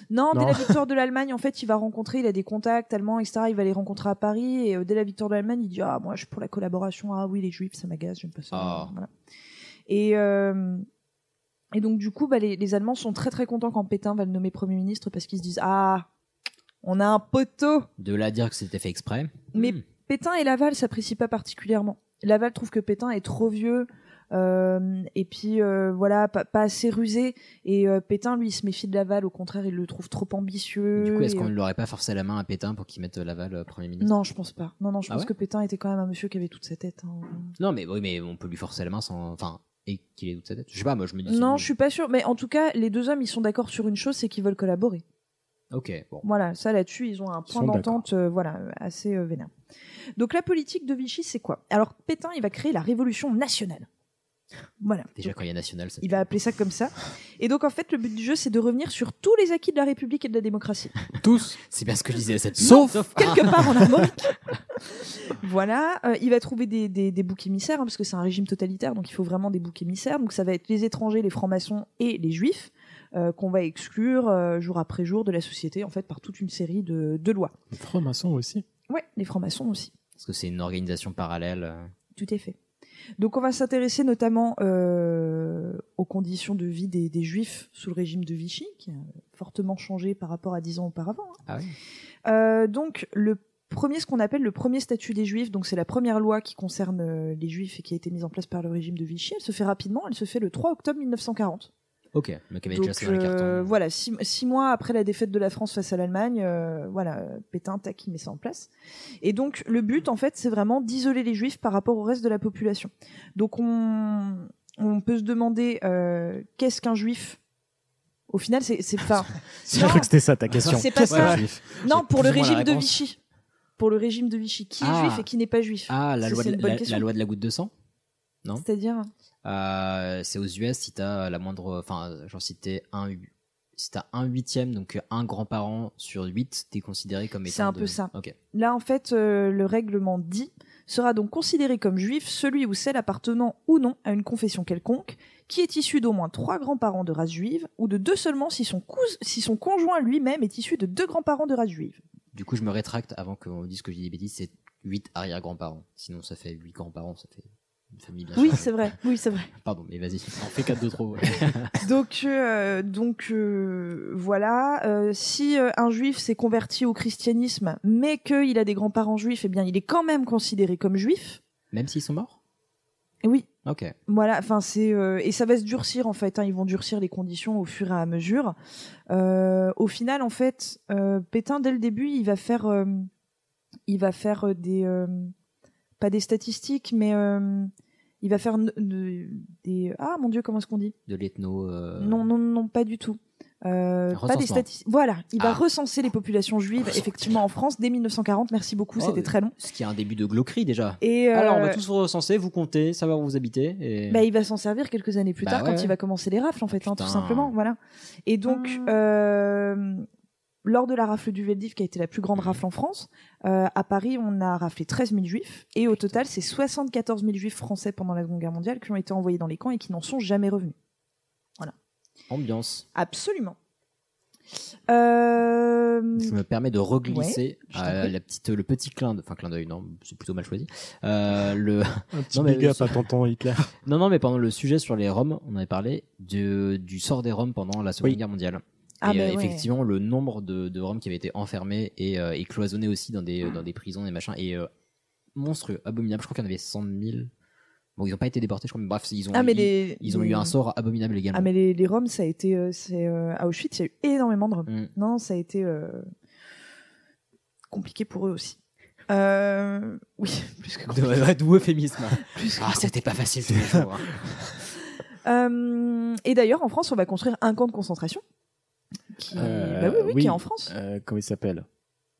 [SPEAKER 8] Non, dès
[SPEAKER 9] Non.
[SPEAKER 8] la victoire de l'Allemagne, en fait, il va rencontrer, il a des contacts allemands, etc. Il va les rencontrer à Paris. Et euh, dès la victoire de l'Allemagne, il dit Ah, moi, je suis pour la collaboration. Ah oui, les juifs, ça m'agace, j'aime pas ça.
[SPEAKER 12] Ah.
[SPEAKER 8] Voilà. Et, euh, et donc, du coup, bah, les, les Allemands sont très très contents quand Pétain va le nommer Premier ministre parce qu'ils se disent Ah, on a un poteau
[SPEAKER 12] De là à dire que c'était fait exprès.
[SPEAKER 8] Mais-
[SPEAKER 12] Hmm.
[SPEAKER 8] Pétain et Laval s'apprécient pas particulièrement. Laval trouve que Pétain est trop vieux. euh, et puis euh, voilà, pas, pas assez rusé. Et euh, Pétain, lui, il se méfie de Laval. Au contraire, il le trouve trop ambitieux.
[SPEAKER 12] Du coup, est-ce
[SPEAKER 8] et,
[SPEAKER 12] qu'on ne l'aurait pas forcé la main à Pétain pour qu'il mette Laval euh, Premier ministre
[SPEAKER 8] Non, je pense pas. Non, non, je
[SPEAKER 12] Ah
[SPEAKER 8] pense
[SPEAKER 12] ouais
[SPEAKER 8] que Pétain était quand même un monsieur qui avait toute sa tête. hein.
[SPEAKER 12] Non, mais oui, mais on peut lui forcer la main sans. Enfin, et qu'il ait toute sa tête. Je sais pas, moi je me dis.
[SPEAKER 8] Non, je suis pas sûre. Mais en tout cas, les deux hommes, ils sont d'accord sur une chose, c'est qu'ils veulent collaborer.
[SPEAKER 12] Ok, bon.
[SPEAKER 8] Voilà, ça là-dessus, ils ont un point
[SPEAKER 9] sont
[SPEAKER 8] d'entente, euh, voilà, euh, assez euh, vénère. Donc la politique de Vichy, c'est quoi Alors Pétain, il va créer la révolution nationale. Voilà.
[SPEAKER 12] Déjà, quand il y a national, ça.
[SPEAKER 8] Il va appeler ça comme ça. Et donc en fait, le but du jeu, c'est de revenir sur tous les acquis de la République et de la démocratie.
[SPEAKER 4] Tous,
[SPEAKER 8] [LAUGHS]
[SPEAKER 12] C'est bien ce que je disais à cette
[SPEAKER 4] sauf
[SPEAKER 8] Quelque part en harmonique. Voilà, euh, il va trouver des, des, des boucs émissaires, hein, parce que c'est un régime totalitaire, donc il faut vraiment des boucs émissaires. Donc ça va être les étrangers, les francs-maçons et les juifs, euh, qu'on va exclure euh, jour après jour de la société, en fait, par toute une série de, de lois.
[SPEAKER 9] Les francs-maçons [LAUGHS] aussi
[SPEAKER 8] Ouais, les francs-maçons aussi,
[SPEAKER 1] Parce que c'est une organisation parallèle. euh.
[SPEAKER 8] tout est fait. Donc on va s'intéresser notamment euh, aux conditions de vie des, des juifs sous le régime de Vichy, qui a fortement changé par rapport à dix ans auparavant. hein.
[SPEAKER 1] Ah oui.
[SPEAKER 8] Euh, donc le premier, ce qu'on appelle le premier statut des Juifs, donc c'est la première loi qui concerne euh, les Juifs et qui a été mise en place par le régime de Vichy. Elle se fait rapidement, elle se fait le 3 octobre 1940.
[SPEAKER 1] Ok, mais qui avait
[SPEAKER 8] Donc
[SPEAKER 1] déjà sur les
[SPEAKER 8] euh,
[SPEAKER 1] cartons.
[SPEAKER 8] voilà, six, six mois après la défaite de la France face à l'Allemagne, euh, voilà, euh, Pétain, tac, il met ça en place. Et donc le but, en fait, c'est vraiment d'isoler les Juifs par rapport au reste de la population. Donc on, on peut se demander euh, qu'est-ce qu'un Juif Au final, c'est c'est pas.
[SPEAKER 9] J'ai cru que c'était ça ta question.
[SPEAKER 8] C'est pas
[SPEAKER 9] Qu'est-ce
[SPEAKER 8] ça.
[SPEAKER 9] qu'un juif
[SPEAKER 1] [LAUGHS]
[SPEAKER 8] Non,
[SPEAKER 1] J'ai
[SPEAKER 8] pour le
[SPEAKER 1] plus ou moins la
[SPEAKER 8] régime de
[SPEAKER 1] réponse.
[SPEAKER 8] Vichy. Pour le régime de Vichy, qui est
[SPEAKER 1] Ah.
[SPEAKER 8] juif et qui n'est pas juif
[SPEAKER 1] Ah, la
[SPEAKER 8] Ça,
[SPEAKER 1] loi,
[SPEAKER 8] c'est
[SPEAKER 1] de,
[SPEAKER 8] une bonne
[SPEAKER 1] la,
[SPEAKER 8] question.
[SPEAKER 1] la loi de la goutte de sang Non
[SPEAKER 8] C'est-à-dire
[SPEAKER 1] Euh, C'est aux US si t'as la moindre. Enfin, genre si t'es un. Si t'as un huitième, donc euh, un grand-parent sur huit, t'es considéré comme étant.
[SPEAKER 8] C'est un
[SPEAKER 1] de-
[SPEAKER 8] peu ça.
[SPEAKER 1] Ok.
[SPEAKER 8] Là, en fait, euh, le règlement dit sera donc considéré comme juif celui ou celle appartenant ou non à une confession quelconque, qui est issu d'au moins trois grands-parents de race juive, ou de deux seulement si son, cous- si son conjoint lui-même est issu de deux grands-parents de race juive.
[SPEAKER 1] Du coup, je me rétracte avant qu'on me dise que j'ai des bêtises, c'est huit arrière-grands-parents. Sinon, ça fait huit grands-parents, ça fait une famille bien
[SPEAKER 8] Oui,
[SPEAKER 1] chargée.
[SPEAKER 8] c'est vrai. Oui, c'est vrai.
[SPEAKER 1] Pardon, mais vas-y, on fait quatre de
[SPEAKER 4] [LAUGHS]
[SPEAKER 1] trop. ouais.
[SPEAKER 8] [LAUGHS] Donc, euh, donc euh, voilà. Euh, si euh, un juif s'est converti au christianisme, mais qu'il a des grands-parents juifs, eh bien, il est quand même considéré comme juif.
[SPEAKER 1] Même s'ils sont morts
[SPEAKER 8] Et oui,
[SPEAKER 1] Ok.
[SPEAKER 8] Voilà, enfin c'est euh, et ça va se durcir en fait. hein, ils vont durcir les conditions au fur et à mesure. Euh, au final, en fait, euh, Pétain dès le début, il va faire, euh, il va faire euh, des euh, pas des statistiques, mais euh, il va faire n- de- des ah mon dieu comment est-ce qu'on dit
[SPEAKER 1] De l'ethno. euh,
[SPEAKER 8] Non non non pas du tout. Euh, pas des
[SPEAKER 1] Recensement.
[SPEAKER 8] statistiques. Voilà, il va
[SPEAKER 1] Ah.
[SPEAKER 8] recenser les populations juives effectivement en France dès 1940. Merci beaucoup,
[SPEAKER 1] Oh,
[SPEAKER 8] c'était très long.
[SPEAKER 1] Ce qui est un début de glauquerie déjà.
[SPEAKER 8] Et, euh,
[SPEAKER 1] Alors, Ah, on va tous vous recenser, vous compter, savoir où vous habitez. Et...
[SPEAKER 8] Bah, il va s'en servir quelques années plus
[SPEAKER 1] Bah
[SPEAKER 8] tard quand
[SPEAKER 1] ouais.
[SPEAKER 8] il va commencer les rafles, en fait, hein, tout
[SPEAKER 1] Putain.
[SPEAKER 8] simplement. Voilà. Et donc, euh, lors de la rafle du Veldiv, qui a été la plus grande
[SPEAKER 1] Mmh.
[SPEAKER 8] rafle en France, euh, à Paris, on a raflé 13 000 juifs. Et au total, c'est 74 000 juifs français pendant la Seconde Guerre mondiale qui ont été envoyés dans les camps et qui n'en sont jamais revenus.
[SPEAKER 1] Ambiance.
[SPEAKER 8] Absolument. Euh,
[SPEAKER 1] Je me permets de reglisser
[SPEAKER 8] Ouais, je t'en
[SPEAKER 1] euh,
[SPEAKER 8] prie.
[SPEAKER 1] la petite, le petit clin d'œil. Enfin, clin d'œil, non, c'est plutôt mal choisi. Euh, le... [LAUGHS]
[SPEAKER 9] Un petit
[SPEAKER 1] Non, mais
[SPEAKER 9] big up
[SPEAKER 1] ce-
[SPEAKER 9] à tonton Hitler.
[SPEAKER 1] Non, non, mais pendant le sujet sur les Roms, on avait parlé de- du sort des Roms pendant la Seconde
[SPEAKER 9] Oui.
[SPEAKER 1] Guerre mondiale.
[SPEAKER 8] Ah,
[SPEAKER 1] et
[SPEAKER 8] mais
[SPEAKER 1] euh,
[SPEAKER 8] ouais.
[SPEAKER 1] effectivement, le nombre de, de Roms qui avaient été enfermés et, euh, et cloisonnés aussi dans des, dans des prisons et machin est euh, monstrueux, abominable. Je crois qu'il y en avait 100 000. Bon, ils n'ont pas été déportés, je crois, mais bref, ils ont,
[SPEAKER 8] Ah, mais
[SPEAKER 1] ils,
[SPEAKER 8] les,
[SPEAKER 1] ils ont
[SPEAKER 8] les-
[SPEAKER 1] eu un sort abominable également.
[SPEAKER 8] Ah, mais les, les Roms, ça a été. euh, c'est, euh, à Auschwitz, il y a eu énormément de Roms.
[SPEAKER 1] Mm.
[SPEAKER 8] Non, ça a été euh, compliqué pour eux aussi. Euh, oui, [LAUGHS] plus que compliqué.
[SPEAKER 1] De- D'où euphémisme.
[SPEAKER 8] [LAUGHS] Plus que-
[SPEAKER 1] Ah, c'était pas facile tous les
[SPEAKER 8] [LAUGHS]
[SPEAKER 1] jours. hein.
[SPEAKER 8] Euh, et d'ailleurs, en France, on va construire un camp de concentration. Qui,
[SPEAKER 9] Euh,
[SPEAKER 8] bah oui, oui, qui
[SPEAKER 9] oui.
[SPEAKER 8] est en France.
[SPEAKER 9] [LAUGHS] Euh, Comment il s'appelle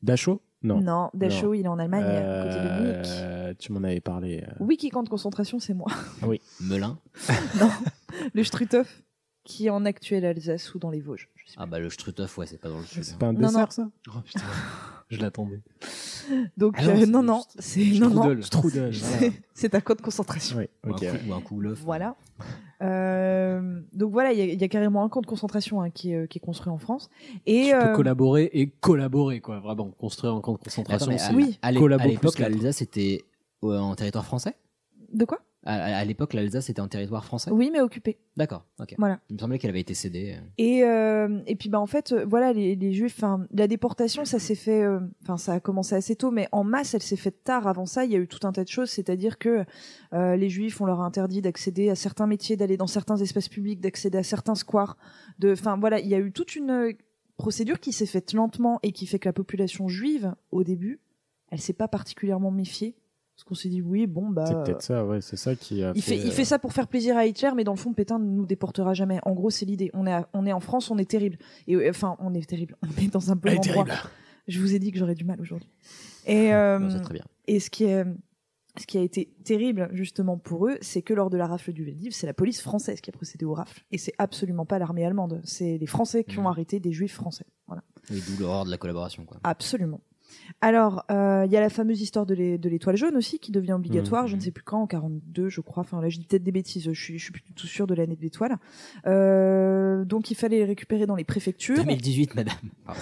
[SPEAKER 9] Dachau Non.
[SPEAKER 8] non, Dachau, il est en Allemagne, à côté de Munich.
[SPEAKER 9] Euh, tu m'en avais parlé. euh.
[SPEAKER 8] Oui, qui camp de concentration, c'est moi. [LAUGHS]
[SPEAKER 1] Melun.
[SPEAKER 8] non, le Struthof, qui est en actuelle Alsace ou dans les Vosges. je sais pas.
[SPEAKER 1] Ah, bah le Struthof, ouais, c'est pas dans le sud. hein.
[SPEAKER 9] C'est pas un
[SPEAKER 8] Non,
[SPEAKER 9] dessert,
[SPEAKER 8] non.
[SPEAKER 9] ça Oh putain, je l'attendais.
[SPEAKER 8] Donc,
[SPEAKER 9] Ah non,
[SPEAKER 8] euh,
[SPEAKER 9] c'est
[SPEAKER 8] non,
[SPEAKER 9] le
[SPEAKER 8] non, c'est non, non, [LAUGHS]
[SPEAKER 4] Strudel.
[SPEAKER 9] Strudel.
[SPEAKER 8] c'est- c'est un camp de concentration.
[SPEAKER 9] Oui,
[SPEAKER 1] Ou un
[SPEAKER 9] ok.
[SPEAKER 1] cou-
[SPEAKER 9] ouais.
[SPEAKER 1] Ou un coup l'œuf.
[SPEAKER 8] Voilà. Euh, donc voilà, il y, a- il y a carrément un camp de concentration hein, qui, est, euh, qui est construit en France. Et
[SPEAKER 4] Tu peux
[SPEAKER 8] euh,
[SPEAKER 4] collaborer et collaborer, quoi. Vraiment, construire un camp de
[SPEAKER 1] Attends,
[SPEAKER 4] concentration.
[SPEAKER 1] mais à,
[SPEAKER 4] c'est-
[SPEAKER 8] oui.
[SPEAKER 1] à l'é-
[SPEAKER 4] Collabo
[SPEAKER 1] à l'époque,
[SPEAKER 4] plus quatre.
[SPEAKER 1] l'Alsace était euh, en territoire français
[SPEAKER 8] de quoi
[SPEAKER 1] À, à- à l'époque, l'Alsace était en territoire français
[SPEAKER 8] Oui, mais occupé.
[SPEAKER 1] D'accord, ok.
[SPEAKER 8] Voilà.
[SPEAKER 1] Il me semblait qu'elle avait été cédée. euh.
[SPEAKER 8] Et, euh, et puis bah en fait, euh, voilà, les, les Juifs, enfin, la déportation, ça s'est fait, euh, enfin, ça a commencé assez tôt, mais en masse, elle s'est faite tard. Avant ça, il y a eu tout un tas de choses, c'est-à-dire que euh, les Juifs, on leur a interdit d'accéder à certains métiers, d'aller dans certains espaces publics, d'accéder à certains squares. De, enfin, voilà, il y a eu toute une euh, procédure qui s'est faite lentement et qui fait que la population juive, au début, elle s'est pas particulièrement méfiée, parce qu'on s'est dit oui, bon bah.
[SPEAKER 9] C'est peut-être ça, ouais, c'est ça qui a
[SPEAKER 8] Il fait, il
[SPEAKER 9] euh,
[SPEAKER 8] fait ça pour faire plaisir à Hitler, mais dans le fond, Pétain ne nous déportera jamais. En gros, c'est l'idée. On est, à- on est en France, on est terrible. Et euh, enfin, on est terrible. [LAUGHS] On est dans un bon
[SPEAKER 9] Elle est
[SPEAKER 8] endroit.
[SPEAKER 9] terrible.
[SPEAKER 8] Je vous ai dit que j'aurais du mal aujourd'hui. Et, euh,
[SPEAKER 1] Non, c'est très bien.
[SPEAKER 8] et ce qui est, ce qui a été terrible justement pour eux, c'est que lors de la rafle du Veldiv, c'est la police française qui a procédé aux rafles. Et c'est absolument pas l'armée allemande. C'est les Français qui
[SPEAKER 1] Mhm.
[SPEAKER 8] ont arrêté des Juifs français. Voilà.
[SPEAKER 1] Oui, d'où l'horreur de la collaboration, quoi.
[SPEAKER 8] Absolument. Alors, euh, il y a la fameuse histoire de l'é- de l'étoile jaune aussi qui devient obligatoire,
[SPEAKER 1] Mmh,
[SPEAKER 8] je ne sais plus quand, en 42 je crois, enfin là je dis peut-être des bêtises, je suis, je suis plus du tout sûre de l'année de l'étoile. Euh, donc il fallait les récupérer dans les préfectures.
[SPEAKER 1] 2018, madame. Pardon.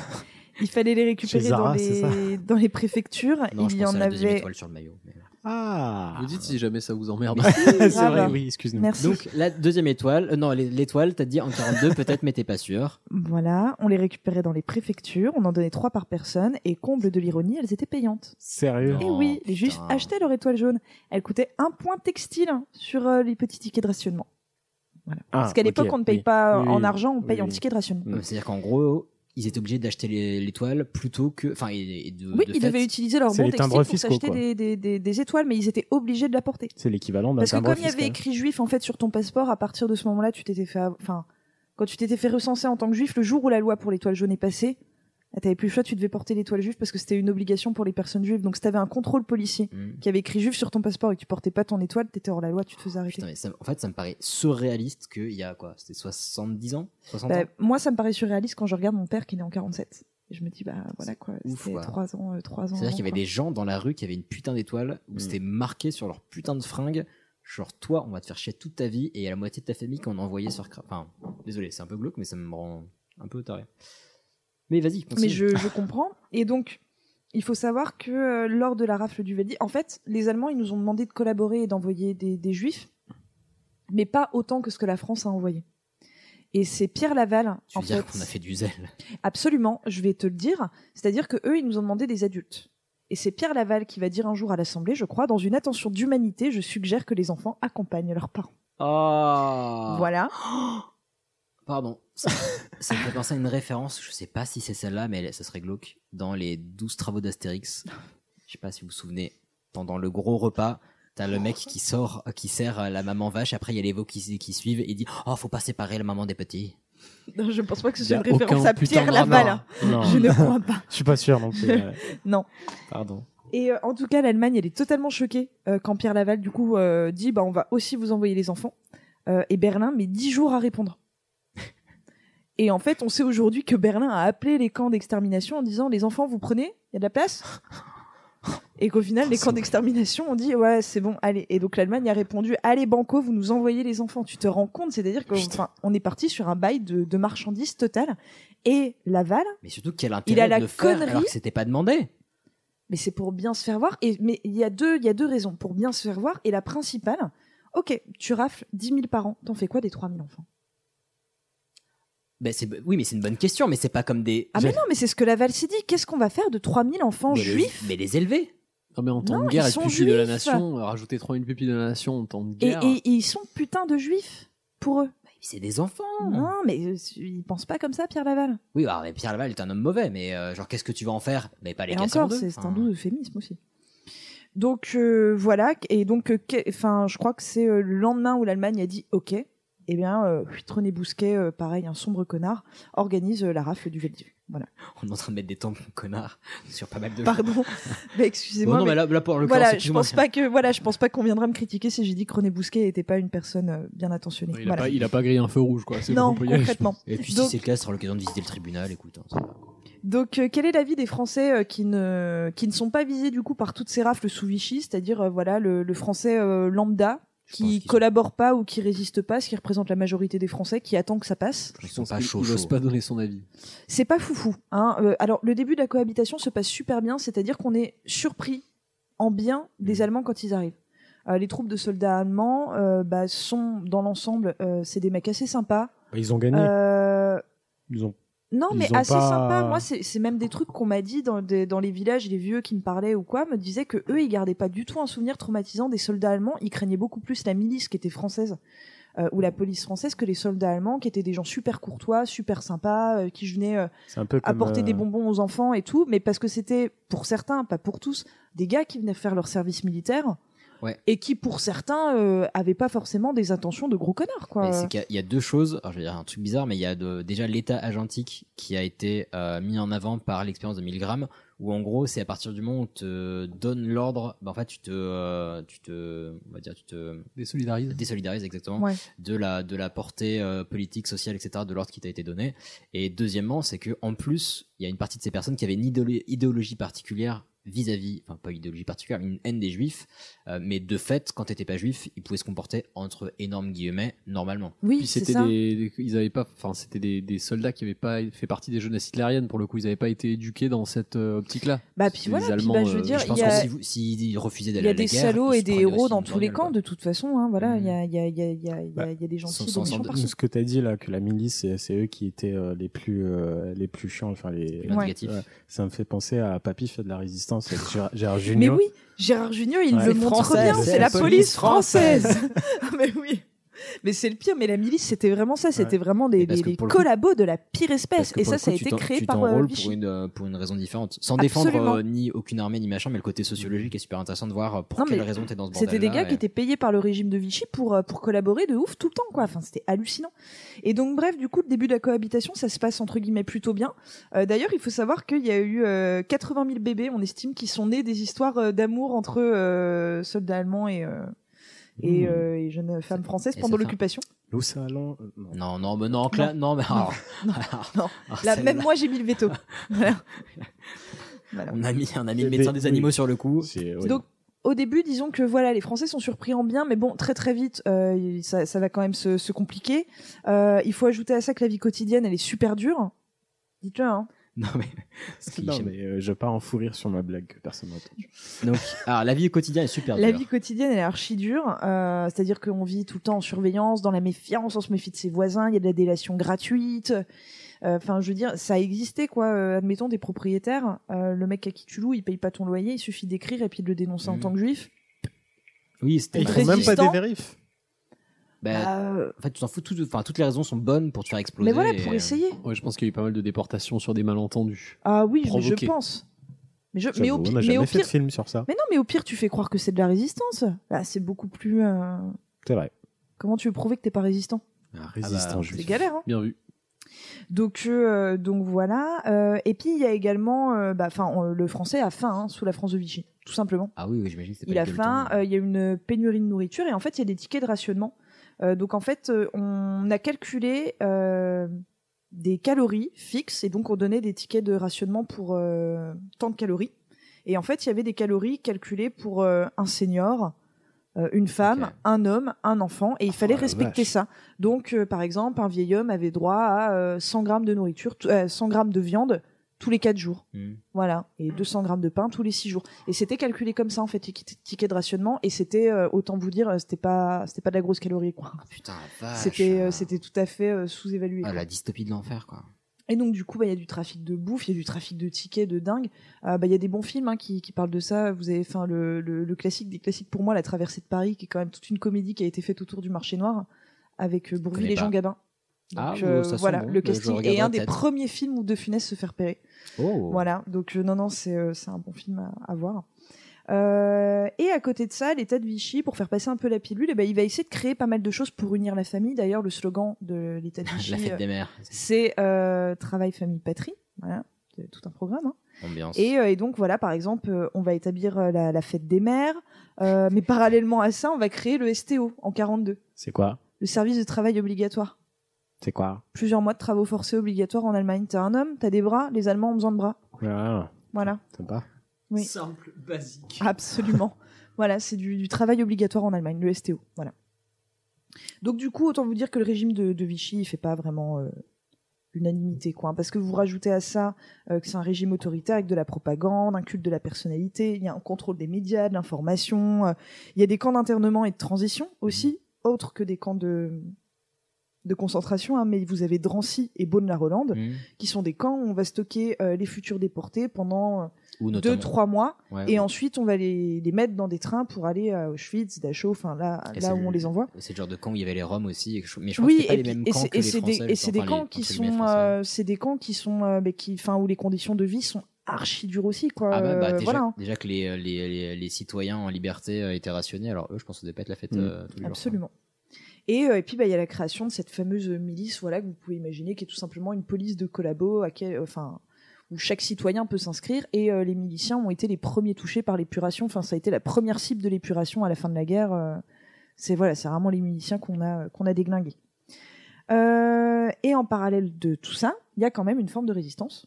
[SPEAKER 8] Il fallait les récupérer
[SPEAKER 1] Chez Zara,
[SPEAKER 8] dans,
[SPEAKER 1] c'est ça
[SPEAKER 8] les, dans les préfectures.
[SPEAKER 1] Non,
[SPEAKER 8] Bah, il
[SPEAKER 1] je
[SPEAKER 8] y
[SPEAKER 1] pensais
[SPEAKER 8] en
[SPEAKER 1] à la deuxième
[SPEAKER 8] avait.
[SPEAKER 1] étoile sur le maillot.
[SPEAKER 8] [LAUGHS]
[SPEAKER 1] mais-
[SPEAKER 9] Ah [LAUGHS]
[SPEAKER 4] Vous dites si jamais ça vous emmerde.
[SPEAKER 1] [LAUGHS]
[SPEAKER 8] Ah bah. Merci.
[SPEAKER 1] Donc la deuxième étoile, euh, non, l'é- l'étoile, t'as dit en 42, peut-être, mais t'es pas sûr.
[SPEAKER 8] Voilà, on les récupérait dans les préfectures, on en donnait trois par personne, et comble de l'ironie, elles étaient payantes.
[SPEAKER 9] Sérieux
[SPEAKER 1] Oh,
[SPEAKER 8] et oui, les juifs achetaient leur étoile jaune. Elle coûtait un point textile sur euh, les petits tickets de rationnement.
[SPEAKER 9] Ah,
[SPEAKER 8] Parce
[SPEAKER 1] Ah,
[SPEAKER 8] qu'à l'époque, on ne paye pas en argent, on paye en tickets de rationnement.
[SPEAKER 1] Euh, C'est-à-dire qu'en gros, ils étaient obligés d'acheter les- l'étoile plutôt que. Enfin, et- et de-
[SPEAKER 8] Oui,
[SPEAKER 1] de
[SPEAKER 8] ils
[SPEAKER 1] fait-
[SPEAKER 8] devaient utiliser leur bon textile pour s'acheter des, des- des- des étoiles, mais ils étaient obligés de la porter.
[SPEAKER 1] Ah,
[SPEAKER 9] C'est
[SPEAKER 1] bah,
[SPEAKER 9] l'équivalent d'un
[SPEAKER 8] Parce que
[SPEAKER 9] timbre
[SPEAKER 8] comme il y avait
[SPEAKER 9] fiscal.
[SPEAKER 8] écrit juif en fait sur ton passeport, à partir de ce moment-là, tu t'étais fait, av- enfin, quand tu t'étais fait recenser en tant que juif, le jour où la loi pour l'étoile jaune est passée, là, t'avais plus le choix, tu devais porter l'étoile juive parce que c'était une obligation pour les personnes juives. Donc si t'avais un contrôle policier
[SPEAKER 1] mm.
[SPEAKER 8] qui avait écrit juif sur ton passeport et que tu portais pas ton étoile, t'étais hors la loi, tu te faisais arrêter.
[SPEAKER 1] Putain, mais ça- en fait, ça me paraît surréaliste qu'il y a quoi C'était 70 ans 60
[SPEAKER 8] Bah,
[SPEAKER 1] ans
[SPEAKER 8] moi, ça me paraît surréaliste quand je regarde mon père qui est né en 47. Et je me dis, bah voilà quoi,
[SPEAKER 1] ouf,
[SPEAKER 8] c'était
[SPEAKER 1] quoi.
[SPEAKER 8] 3 ans, euh, trois ans.
[SPEAKER 1] C'est-à-dire qu'il y
[SPEAKER 8] avant,
[SPEAKER 1] avait
[SPEAKER 8] quoi.
[SPEAKER 1] des gens dans la rue qui avaient une putain d'étoile où c'était marqué sur leur putain de fringue. Genre, toi, on va te faire chier toute ta vie et à la moitié de ta famille qu'on a envoyé sur. Cra- Enfin, désolé, c'est un peu glauque, mais ça me rend un peu taré. Mais vas-y, continue.
[SPEAKER 8] Mais je, je comprends. Et donc, il faut savoir que euh, lors de la rafle du Veldiv, en fait, les Allemands, ils nous ont demandé de collaborer et d'envoyer des, des Juifs, mais pas autant que ce que la France a envoyé. Et c'est Pierre Laval,
[SPEAKER 1] Tu
[SPEAKER 8] en
[SPEAKER 1] veux dire
[SPEAKER 8] fait.
[SPEAKER 1] qu'on a fait du zèle
[SPEAKER 8] Absolument, je vais te le dire. C'est-à-dire que eux, ils nous ont demandé des adultes. Et c'est Pierre Laval qui va dire un jour à l'Assemblée, je crois, dans une attention d'humanité, je suggère que les enfants accompagnent leurs parents.
[SPEAKER 1] Ah
[SPEAKER 8] Voilà.
[SPEAKER 1] Pardon. Ça, ça me fait penser à une référence, je sais pas si c'est celle-là, mais elle- ça serait glauque, dans les 12 travaux d'Astérix. Je sais pas si vous vous souvenez, pendant le gros repas, t'as le mec qui sort, euh, qui sert euh, la maman vache, après il y a les veaux qui, qui suivent, et il dit « Oh, faut pas séparer la maman des petits
[SPEAKER 8] Non, je pense pas que ce
[SPEAKER 1] Y
[SPEAKER 8] soit
[SPEAKER 1] a
[SPEAKER 8] une référence
[SPEAKER 1] aucun
[SPEAKER 8] à
[SPEAKER 1] putain
[SPEAKER 8] Pierre
[SPEAKER 1] de
[SPEAKER 8] Laval.
[SPEAKER 1] rapport.
[SPEAKER 8] [LAUGHS] hein.
[SPEAKER 1] Non.
[SPEAKER 8] Je ne crois pas.
[SPEAKER 9] Je suis pas sûr non plus, ouais.
[SPEAKER 8] non.
[SPEAKER 9] Pardon.
[SPEAKER 8] Et euh, en tout cas, l'Allemagne, elle est totalement choquée euh, quand Pierre Laval, du coup, euh, dit bah, on va aussi vous envoyer les enfants. Euh, et Berlin met 10 jours à répondre. [LAUGHS] Et en fait, on sait aujourd'hui que Berlin a appelé les camps d'extermination en disant les enfants, vous prenez Il y a de la place Et qu'au final, les camps d'extermination ont dit ouais, c'est bon, allez. Et donc l'Allemagne a répondu allez, Banco, vous nous envoyez les enfants. Tu te rends compte C'est-à-dire qu'on est parti sur un bail de, de marchandises total. Et Laval, ».
[SPEAKER 1] Mais surtout, quel intérêt
[SPEAKER 8] a la
[SPEAKER 1] de le faire alors
[SPEAKER 8] connerie.
[SPEAKER 1] que c'était pas demandé
[SPEAKER 8] mais c'est pour bien se faire voir. Et, mais il y, a deux- il y a deux raisons. Pour bien se faire voir, et la principale, ok, tu rafles 10 000 par an, t'en fais quoi des 3 000 enfants
[SPEAKER 1] Ben, c'est- Oui, mais c'est une bonne question, mais c'est pas comme des...
[SPEAKER 8] Ah mais non, mais c'est ce que Laval s'est dit, qu'est-ce qu'on va faire de 3 000 enfants
[SPEAKER 1] mais les,
[SPEAKER 8] juifs
[SPEAKER 1] mais les Ben, élever
[SPEAKER 4] Non, mais en temps
[SPEAKER 8] Non,
[SPEAKER 4] de
[SPEAKER 8] ils
[SPEAKER 4] guerre, être
[SPEAKER 8] sont
[SPEAKER 4] pupille de la
[SPEAKER 8] juifs.
[SPEAKER 4] nation, euh, rajouter trois une pupille de la nation en temps de
[SPEAKER 8] et,
[SPEAKER 4] guerre.
[SPEAKER 8] et- et ils sont putain de juifs pour eux.
[SPEAKER 1] C'est des enfants
[SPEAKER 8] Non, mais euh, ils pensent pas comme ça, Pierre Laval.
[SPEAKER 1] Oui, bah, mais Pierre Laval est un homme mauvais, mais euh, genre, qu'est-ce que tu vas en faire Mais pas les
[SPEAKER 8] Et
[SPEAKER 1] casser en
[SPEAKER 8] encore,
[SPEAKER 1] deux. Hein.
[SPEAKER 8] c'est c'est un
[SPEAKER 1] Enfin,
[SPEAKER 8] doux euphémisme aussi. Donc euh, voilà, et donc, euh, que- enfin, je crois que c'est euh, le lendemain où l'Allemagne a dit OK, eh bien, euh, René Bousquet, euh, pareil, un sombre connard, organise euh, la rafle du Veldiv. Voilà.
[SPEAKER 1] On est en train de mettre des tampons connards sur pas mal de
[SPEAKER 8] [LAUGHS] Pardon. Mais excusez-moi.
[SPEAKER 1] Bon, non, mais là- là, pour le
[SPEAKER 8] voilà,
[SPEAKER 1] corps,
[SPEAKER 8] je
[SPEAKER 1] excuse-moi.
[SPEAKER 8] pense pas que voilà, je pense pas qu'on viendra me critiquer si j'ai dit que René Bousquet n'était pas une personne euh, bien attentionnée.
[SPEAKER 4] Il, a
[SPEAKER 8] Voilà.
[SPEAKER 4] pas, il a pas grillé un feu rouge, quoi. C'est
[SPEAKER 8] Non,
[SPEAKER 4] bon, on peut y aller, je
[SPEAKER 8] concrètement.
[SPEAKER 4] pense.
[SPEAKER 1] Et puis
[SPEAKER 8] Donc-
[SPEAKER 1] si c'est le cas, ce sera l'occasion de visiter le tribunal, écoute. hein, ça va.
[SPEAKER 8] Donc euh, quel est l'avis des Français euh, qui ne qui ne sont pas visés du coup par toutes ces rafles sous Vichy, c'est-à-dire euh, voilà le, le Français euh, lambda qui collabore pas ou qui résiste pas, ce qui représente la majorité des Français qui attend que ça passe.
[SPEAKER 1] Ils sont pas
[SPEAKER 4] Il-
[SPEAKER 1] chauds.
[SPEAKER 4] Il n'ose
[SPEAKER 1] chauds.
[SPEAKER 4] pas donner son avis.
[SPEAKER 8] c'est pas foufou. Hein. Euh, alors, le début de la cohabitation se passe super bien, c'est-à-dire qu'on est surpris en bien des
[SPEAKER 9] Mmh.
[SPEAKER 8] Allemands quand ils arrivent. Euh, les troupes de soldats allemands euh, bah, sont, dans l'ensemble, euh, c'est des mecs assez sympas.
[SPEAKER 9] [LAUGHS] Bah, ils ont gagné.
[SPEAKER 8] Euh,
[SPEAKER 9] Ils ont.
[SPEAKER 8] non,
[SPEAKER 9] Ils
[SPEAKER 8] mais
[SPEAKER 9] ont
[SPEAKER 8] assez
[SPEAKER 9] pas-
[SPEAKER 8] sympa. Moi, c'est c'est même des trucs qu'on m'a dit dans, des- dans les villages, les vieux qui me parlaient ou quoi, me disaient que eux, ils gardaient pas du tout un souvenir traumatisant des soldats allemands. Ils craignaient beaucoup plus la milice qui était française euh, ou la police française que les soldats allemands, qui étaient des gens super courtois, super sympas, euh, qui venaient euh,
[SPEAKER 9] C'est un peu comme,
[SPEAKER 8] apporter
[SPEAKER 9] euh,
[SPEAKER 8] des bonbons aux enfants et tout, mais parce que c'était pour certains, pas pour tous, des gars qui venaient faire leur service militaire.
[SPEAKER 1] Ouais.
[SPEAKER 8] Et qui, pour certains, euh, avaient pas forcément des intentions de gros connards, quoi.
[SPEAKER 1] Mais c'est qu'il y a- il y, a deux choses. Alors, je vais dire un truc bizarre, mais il y a de- déjà l'état agentique qui a été euh, mis en avant par l'expérience de Milgram, où en gros c'est à partir du moment où on te donne l'ordre, bah, en fait tu te, euh, tu te, on va dire tu te
[SPEAKER 4] désolidarises,
[SPEAKER 1] désolidarises exactement
[SPEAKER 8] Ouais.
[SPEAKER 1] de la de la portée euh, politique, sociale, etc. de l'ordre qui t'a été donné. Et deuxièmement, c'est que en plus il y a une partie de ces personnes qui avaient une idéolo- idéologie particulière vis-à-vis, enfin pas une idéologie particulière, mais une haine des juifs, Euh, mais de fait, quand t'étais pas juif, ils pouvaient se comporter entre énormes guillemets normalement.
[SPEAKER 8] Oui,
[SPEAKER 4] Puis
[SPEAKER 8] c'est
[SPEAKER 4] c'était
[SPEAKER 8] ça.
[SPEAKER 4] des, des- ils avaient pas, enfin c'était des, des soldats qui avaient pas fait partie des jeunesses hitlériennes pour le coup, ils avaient pas été éduqués dans cette euh, optique-là.
[SPEAKER 8] Bah, puis
[SPEAKER 4] C'était
[SPEAKER 8] voilà,
[SPEAKER 4] des
[SPEAKER 8] puis,
[SPEAKER 4] Allemands,
[SPEAKER 8] bah, je veux
[SPEAKER 4] euh,
[SPEAKER 8] dire,
[SPEAKER 1] je pense
[SPEAKER 8] il y a-
[SPEAKER 1] que si vous- s'ils refusaient
[SPEAKER 8] Il
[SPEAKER 1] d'aller
[SPEAKER 8] y
[SPEAKER 1] à
[SPEAKER 8] a
[SPEAKER 1] la
[SPEAKER 8] des
[SPEAKER 1] guerre,
[SPEAKER 8] salauds
[SPEAKER 1] ils
[SPEAKER 8] et
[SPEAKER 1] se
[SPEAKER 8] des
[SPEAKER 1] prenaient
[SPEAKER 8] héros
[SPEAKER 1] aussi
[SPEAKER 8] dans
[SPEAKER 1] une
[SPEAKER 8] tous les
[SPEAKER 1] bagnole,
[SPEAKER 8] camps,
[SPEAKER 1] quoi. Mmh. Bah,
[SPEAKER 8] de toute façon. hein, voilà, il y a- il y a il y a- il y a- il y a- il y a des
[SPEAKER 1] Sans-
[SPEAKER 8] gentils et
[SPEAKER 1] sans-
[SPEAKER 8] des méchants
[SPEAKER 1] sans-
[SPEAKER 8] partout.
[SPEAKER 9] Ce que tu as dit là, que la milice, c'est- c'est eux qui étaient euh, les plus euh, les plus chiants, enfin les.
[SPEAKER 1] Ouais.
[SPEAKER 9] Ouais. Ça me fait penser à Papy fait de la résistance avec
[SPEAKER 8] [LAUGHS]
[SPEAKER 9] Gérard, Gérard Jugnot.
[SPEAKER 8] Mais oui, Gérard Junior, il
[SPEAKER 9] Ouais.
[SPEAKER 8] le
[SPEAKER 9] C'est
[SPEAKER 8] montre
[SPEAKER 9] français,
[SPEAKER 8] bien,
[SPEAKER 9] c'est
[SPEAKER 8] c'est la
[SPEAKER 9] la police
[SPEAKER 8] police française. [LAUGHS] Ah, mais oui. Mais c'est le pire, mais la milice, c'était vraiment ça, c'était
[SPEAKER 9] Ouais.
[SPEAKER 8] vraiment des,
[SPEAKER 1] Et parce
[SPEAKER 8] des-
[SPEAKER 1] que
[SPEAKER 8] des
[SPEAKER 1] pour le coup-
[SPEAKER 8] collabos de la pire
[SPEAKER 1] Parce
[SPEAKER 8] espèce.
[SPEAKER 1] que
[SPEAKER 8] Et
[SPEAKER 1] pour
[SPEAKER 8] ça,
[SPEAKER 1] le
[SPEAKER 8] ça a
[SPEAKER 1] coup, tu
[SPEAKER 8] été
[SPEAKER 1] t'en-
[SPEAKER 8] créé
[SPEAKER 1] tu
[SPEAKER 8] par euh,
[SPEAKER 1] t'enrôles
[SPEAKER 8] Vichy.
[SPEAKER 1] pour une, euh, pour une raison différente. Sans
[SPEAKER 8] Absolument.
[SPEAKER 1] défendre euh, ni aucune armée ni machin, mais le côté sociologique est super intéressant de voir euh, pour
[SPEAKER 8] Non,
[SPEAKER 1] quelle
[SPEAKER 8] mais
[SPEAKER 1] raison t'es dans ce bordel.
[SPEAKER 8] C'était des gars qui étaient payés par le régime de Vichy pour, euh, pour collaborer de ouf tout le temps, quoi. Enfin, c'était hallucinant. Et donc, bref, du coup, le début de la cohabitation, ça se passe entre guillemets plutôt bien. Euh, D'ailleurs, il faut savoir qu'il y a eu euh, 80 000 bébés, on estime, qui sont nés des histoires euh, d'amour entre euh, soldats allemands et, euh, et, euh, et jeunes femmes françaises
[SPEAKER 1] Et
[SPEAKER 8] pendant
[SPEAKER 1] Mmh. ça fait-
[SPEAKER 8] l'occupation.
[SPEAKER 9] Lou Salon. euh, non.
[SPEAKER 1] Non, non, mais non, cla- non, mais alors,
[SPEAKER 8] [LAUGHS] Non,
[SPEAKER 1] alors,
[SPEAKER 8] non.
[SPEAKER 1] alors,
[SPEAKER 8] Là,
[SPEAKER 1] celle-là,
[SPEAKER 8] même moi, j'ai mis
[SPEAKER 1] [LAUGHS]
[SPEAKER 8] le veto. Voilà. Voilà.
[SPEAKER 1] On a mis, on a mis le
[SPEAKER 9] Mais-
[SPEAKER 1] médecin des
[SPEAKER 9] oui.
[SPEAKER 1] animaux sur le coup. [LAUGHS]
[SPEAKER 9] C'est- oui.
[SPEAKER 8] Donc, au début, disons que voilà, les Français sont surpris en bien, mais bon, très très vite, euh, ça, ça va quand même se, se compliquer. Euh, il faut ajouter à ça que la vie quotidienne, elle est super dure. Dites-le, hein.
[SPEAKER 1] Non,
[SPEAKER 8] [LAUGHS]
[SPEAKER 1] mais. ce qui-
[SPEAKER 9] Non, mais euh, je pars en fou rire sur ma blague que personne n'a entendue.
[SPEAKER 1] Donc, alors, la vie au quotidien est super
[SPEAKER 8] La
[SPEAKER 1] dure.
[SPEAKER 8] vie quotidienne, elle est archi dure. Euh, C'est-à-dire qu'on vit tout le temps en surveillance, dans la méfiance, on se méfie de ses voisins, il y a de la délation gratuite. Euh, Enfin, je veux dire, ça existait, quoi. Euh, admettons des propriétaires, euh, le mec à qui tu loues, il paye pas ton loyer, il suffit d'écrire et puis de le dénoncer en
[SPEAKER 1] Mhm.
[SPEAKER 8] tant que juif.
[SPEAKER 1] Oui, c'était.
[SPEAKER 9] Ils
[SPEAKER 1] bah,
[SPEAKER 9] font même pas
[SPEAKER 8] résistant.
[SPEAKER 9] des vérifs.
[SPEAKER 1] bah,
[SPEAKER 8] Euh,
[SPEAKER 1] En fait, tu t'en fous. tout- enfin, toutes les raisons sont bonnes pour te faire exploser.
[SPEAKER 8] mais voilà, pour
[SPEAKER 1] et- euh,
[SPEAKER 8] essayer.
[SPEAKER 4] Ouais, je pense qu'il y a eu pas mal de déportations sur des malentendus.
[SPEAKER 8] Ah oui, mais je
[SPEAKER 4] provoquer.
[SPEAKER 8] pense. Mais, je, mais,
[SPEAKER 9] J'avoue,
[SPEAKER 8] au, pi-
[SPEAKER 9] on n'a
[SPEAKER 8] mais, au
[SPEAKER 9] jamais fait
[SPEAKER 8] pire,
[SPEAKER 9] de film sur ça.
[SPEAKER 8] mais non, mais au pire, tu fais croire que c'est de la résistance. Là, c'est beaucoup plus. euh,
[SPEAKER 9] C'est vrai.
[SPEAKER 8] Comment tu veux prouver que t'es pas résistant
[SPEAKER 1] ah, bah,
[SPEAKER 9] Un
[SPEAKER 1] résistant
[SPEAKER 9] résistant
[SPEAKER 8] C'est
[SPEAKER 9] juif.
[SPEAKER 8] galère, hein
[SPEAKER 4] Bien vu.
[SPEAKER 8] donc, euh, donc voilà. Euh, et puis il y a également, euh, bah, 'fin, on- le français a faim hein, sous la France de Vichy, tout simplement.
[SPEAKER 1] Ah oui, oui, j'imagine que c'est pas
[SPEAKER 8] Il a
[SPEAKER 1] que le
[SPEAKER 8] faim,
[SPEAKER 1] temps.
[SPEAKER 8] euh, il y a une pénurie de nourriture et en fait il y a des tickets de rationnement. Euh, donc en fait euh, on a calculé euh, des calories fixes et donc on donnait des tickets de rationnement pour euh, tant de calories. Et en fait il y avait des calories calculées pour euh, un senior, euh, une femme,
[SPEAKER 1] Ok. Oh
[SPEAKER 8] un homme, un enfant et il fallait
[SPEAKER 9] la
[SPEAKER 8] respecter
[SPEAKER 9] vache.
[SPEAKER 8] ça. Donc euh, par exemple un vieil homme avait droit à euh, 100 grammes de nourriture, t- euh, 100 grammes de viande tous les quatre jours.
[SPEAKER 1] Mhm.
[SPEAKER 8] Voilà, et 200 grammes de pain tous les 6 jours. Et c'était calculé comme ça en fait, ticket ticket de rationnement. Et c'était, euh, autant vous dire, euh, c'était pas, c'était pas de la grosse calorie quoi.
[SPEAKER 1] Ah putain, la vache.
[SPEAKER 8] C'était, euh,
[SPEAKER 1] ah.
[SPEAKER 8] c'était tout à fait euh, sous-évalué.
[SPEAKER 1] Ah,
[SPEAKER 8] quoi.
[SPEAKER 1] la dystopie de l'enfer, quoi.
[SPEAKER 8] Et donc du coup, bah, il y a du trafic de bouffe, il y a du trafic de tickets de dingue. Euh, bah, Il y a des bons films hein, qui, qui parlent de ça. Vous avez, enfin, le, le, le classique des classiques pour moi, La Traversée de Paris, qui est quand même toute une comédie qui a été faite autour du marché noir avec euh, Bourvil
[SPEAKER 1] connais
[SPEAKER 8] et
[SPEAKER 1] pas.
[SPEAKER 8] Jean Gabin. Donc,
[SPEAKER 1] Ah,
[SPEAKER 8] euh,
[SPEAKER 1] ça sent
[SPEAKER 8] voilà,
[SPEAKER 1] bon,
[SPEAKER 8] le
[SPEAKER 1] bah, je
[SPEAKER 8] casting est
[SPEAKER 1] regarderai
[SPEAKER 8] un des
[SPEAKER 1] peut-être.
[SPEAKER 8] premiers films où De Funès se fait repérer.
[SPEAKER 1] Oh.
[SPEAKER 8] [LAUGHS] Voilà, donc euh, non, non, c'est euh, c'est un bon film à, à voir. Euh, et à côté de ça, l'État de Vichy, pour faire passer un peu la pilule, eh ben, il va essayer de créer pas mal de choses pour unir la famille. D'ailleurs, le slogan de l'État de
[SPEAKER 1] [LAUGHS]
[SPEAKER 8] Vichy,
[SPEAKER 1] La fête
[SPEAKER 8] euh,
[SPEAKER 1] des mères.
[SPEAKER 8] c'est euh, Travail, famille, patrie. Voilà, c'est tout un programme. hein.
[SPEAKER 1] Ambiance.
[SPEAKER 8] Et, euh, et donc, voilà, par exemple, euh, on va établir euh, la, la fête des mères, euh, mais parallèlement à ça, on va créer le STO en 42,
[SPEAKER 9] C'est quoi
[SPEAKER 8] le service de travail obligatoire.
[SPEAKER 9] C'est quoi
[SPEAKER 8] Plusieurs mois de travaux forcés obligatoires en Allemagne. T'as un homme, t'as des bras, les Allemands ont besoin de bras.
[SPEAKER 9] ah,
[SPEAKER 8] Voilà.
[SPEAKER 9] Sympa.
[SPEAKER 8] Oui.
[SPEAKER 10] Simple, basique.
[SPEAKER 8] Absolument. voilà, c'est du, du travail obligatoire en Allemagne, le STO. Voilà. Donc du coup, autant vous dire que le régime de, de Vichy, il fait pas vraiment euh, l'unanimité, quoi. hein, parce que vous rajoutez à ça euh, que c'est un régime autoritaire avec de la propagande, un culte de la personnalité, il y a un contrôle des médias, de l'information, euh, il y a des camps d'internement et de transition aussi, autres que des camps de de concentration, hein, mais vous avez Drancy et Beaune-la-Rolande,
[SPEAKER 1] Mhm.
[SPEAKER 8] qui sont des camps où on va stocker euh, les futurs déportés pendant
[SPEAKER 1] Ou
[SPEAKER 8] euh,
[SPEAKER 1] notamment.
[SPEAKER 8] deux, trois mois,
[SPEAKER 1] Ouais,
[SPEAKER 8] et
[SPEAKER 1] ou-
[SPEAKER 8] ensuite, on va les, les mettre dans des trains pour aller à Auschwitz, Dachau, enfin là,
[SPEAKER 1] Et
[SPEAKER 8] là
[SPEAKER 1] c'est
[SPEAKER 8] où
[SPEAKER 1] le-
[SPEAKER 8] on les envoie.
[SPEAKER 1] C'est le genre de camp où il y avait les Roms aussi. et que je- Mais je crois que
[SPEAKER 8] Oui,
[SPEAKER 1] c'était pas
[SPEAKER 8] et,
[SPEAKER 1] les
[SPEAKER 8] puis-
[SPEAKER 1] mêmes
[SPEAKER 8] et
[SPEAKER 1] camps
[SPEAKER 8] c'est-
[SPEAKER 1] que
[SPEAKER 8] et
[SPEAKER 1] les
[SPEAKER 8] c'est
[SPEAKER 1] Français.
[SPEAKER 8] des, et c'est des
[SPEAKER 1] enfin, les-
[SPEAKER 8] camps qui
[SPEAKER 1] entre guillemets,
[SPEAKER 8] sont,
[SPEAKER 1] français.
[SPEAKER 8] euh, c'est des camps qui sont, euh, mais qui, enfin, où les conditions de vie sont archi dures aussi, quoi.
[SPEAKER 1] Ah bah, bah,
[SPEAKER 8] Euh,
[SPEAKER 1] déjà,
[SPEAKER 8] voilà, hein.
[SPEAKER 1] déjà que les, les, les, les citoyens en liberté euh, étaient rationnés, alors eux, je pense que ça devait pas être la fête
[SPEAKER 9] Mm.
[SPEAKER 1] euh, tous les jours.
[SPEAKER 8] absolument. Et, euh, et puis, bah, il y a la création de cette fameuse milice, voilà, que vous pouvez imaginer, qui est tout simplement une police de collabos, à quel, enfin, où chaque citoyen peut s'inscrire et euh, les miliciens ont été les premiers touchés par l'épuration. Enfin, ça a été la première cible de l'épuration à la fin de la guerre. euh, c'est voilà, c'est vraiment les miliciens qu'on a qu'on a déglingués. Euh, et en parallèle de tout ça, il y a quand même une forme de résistance.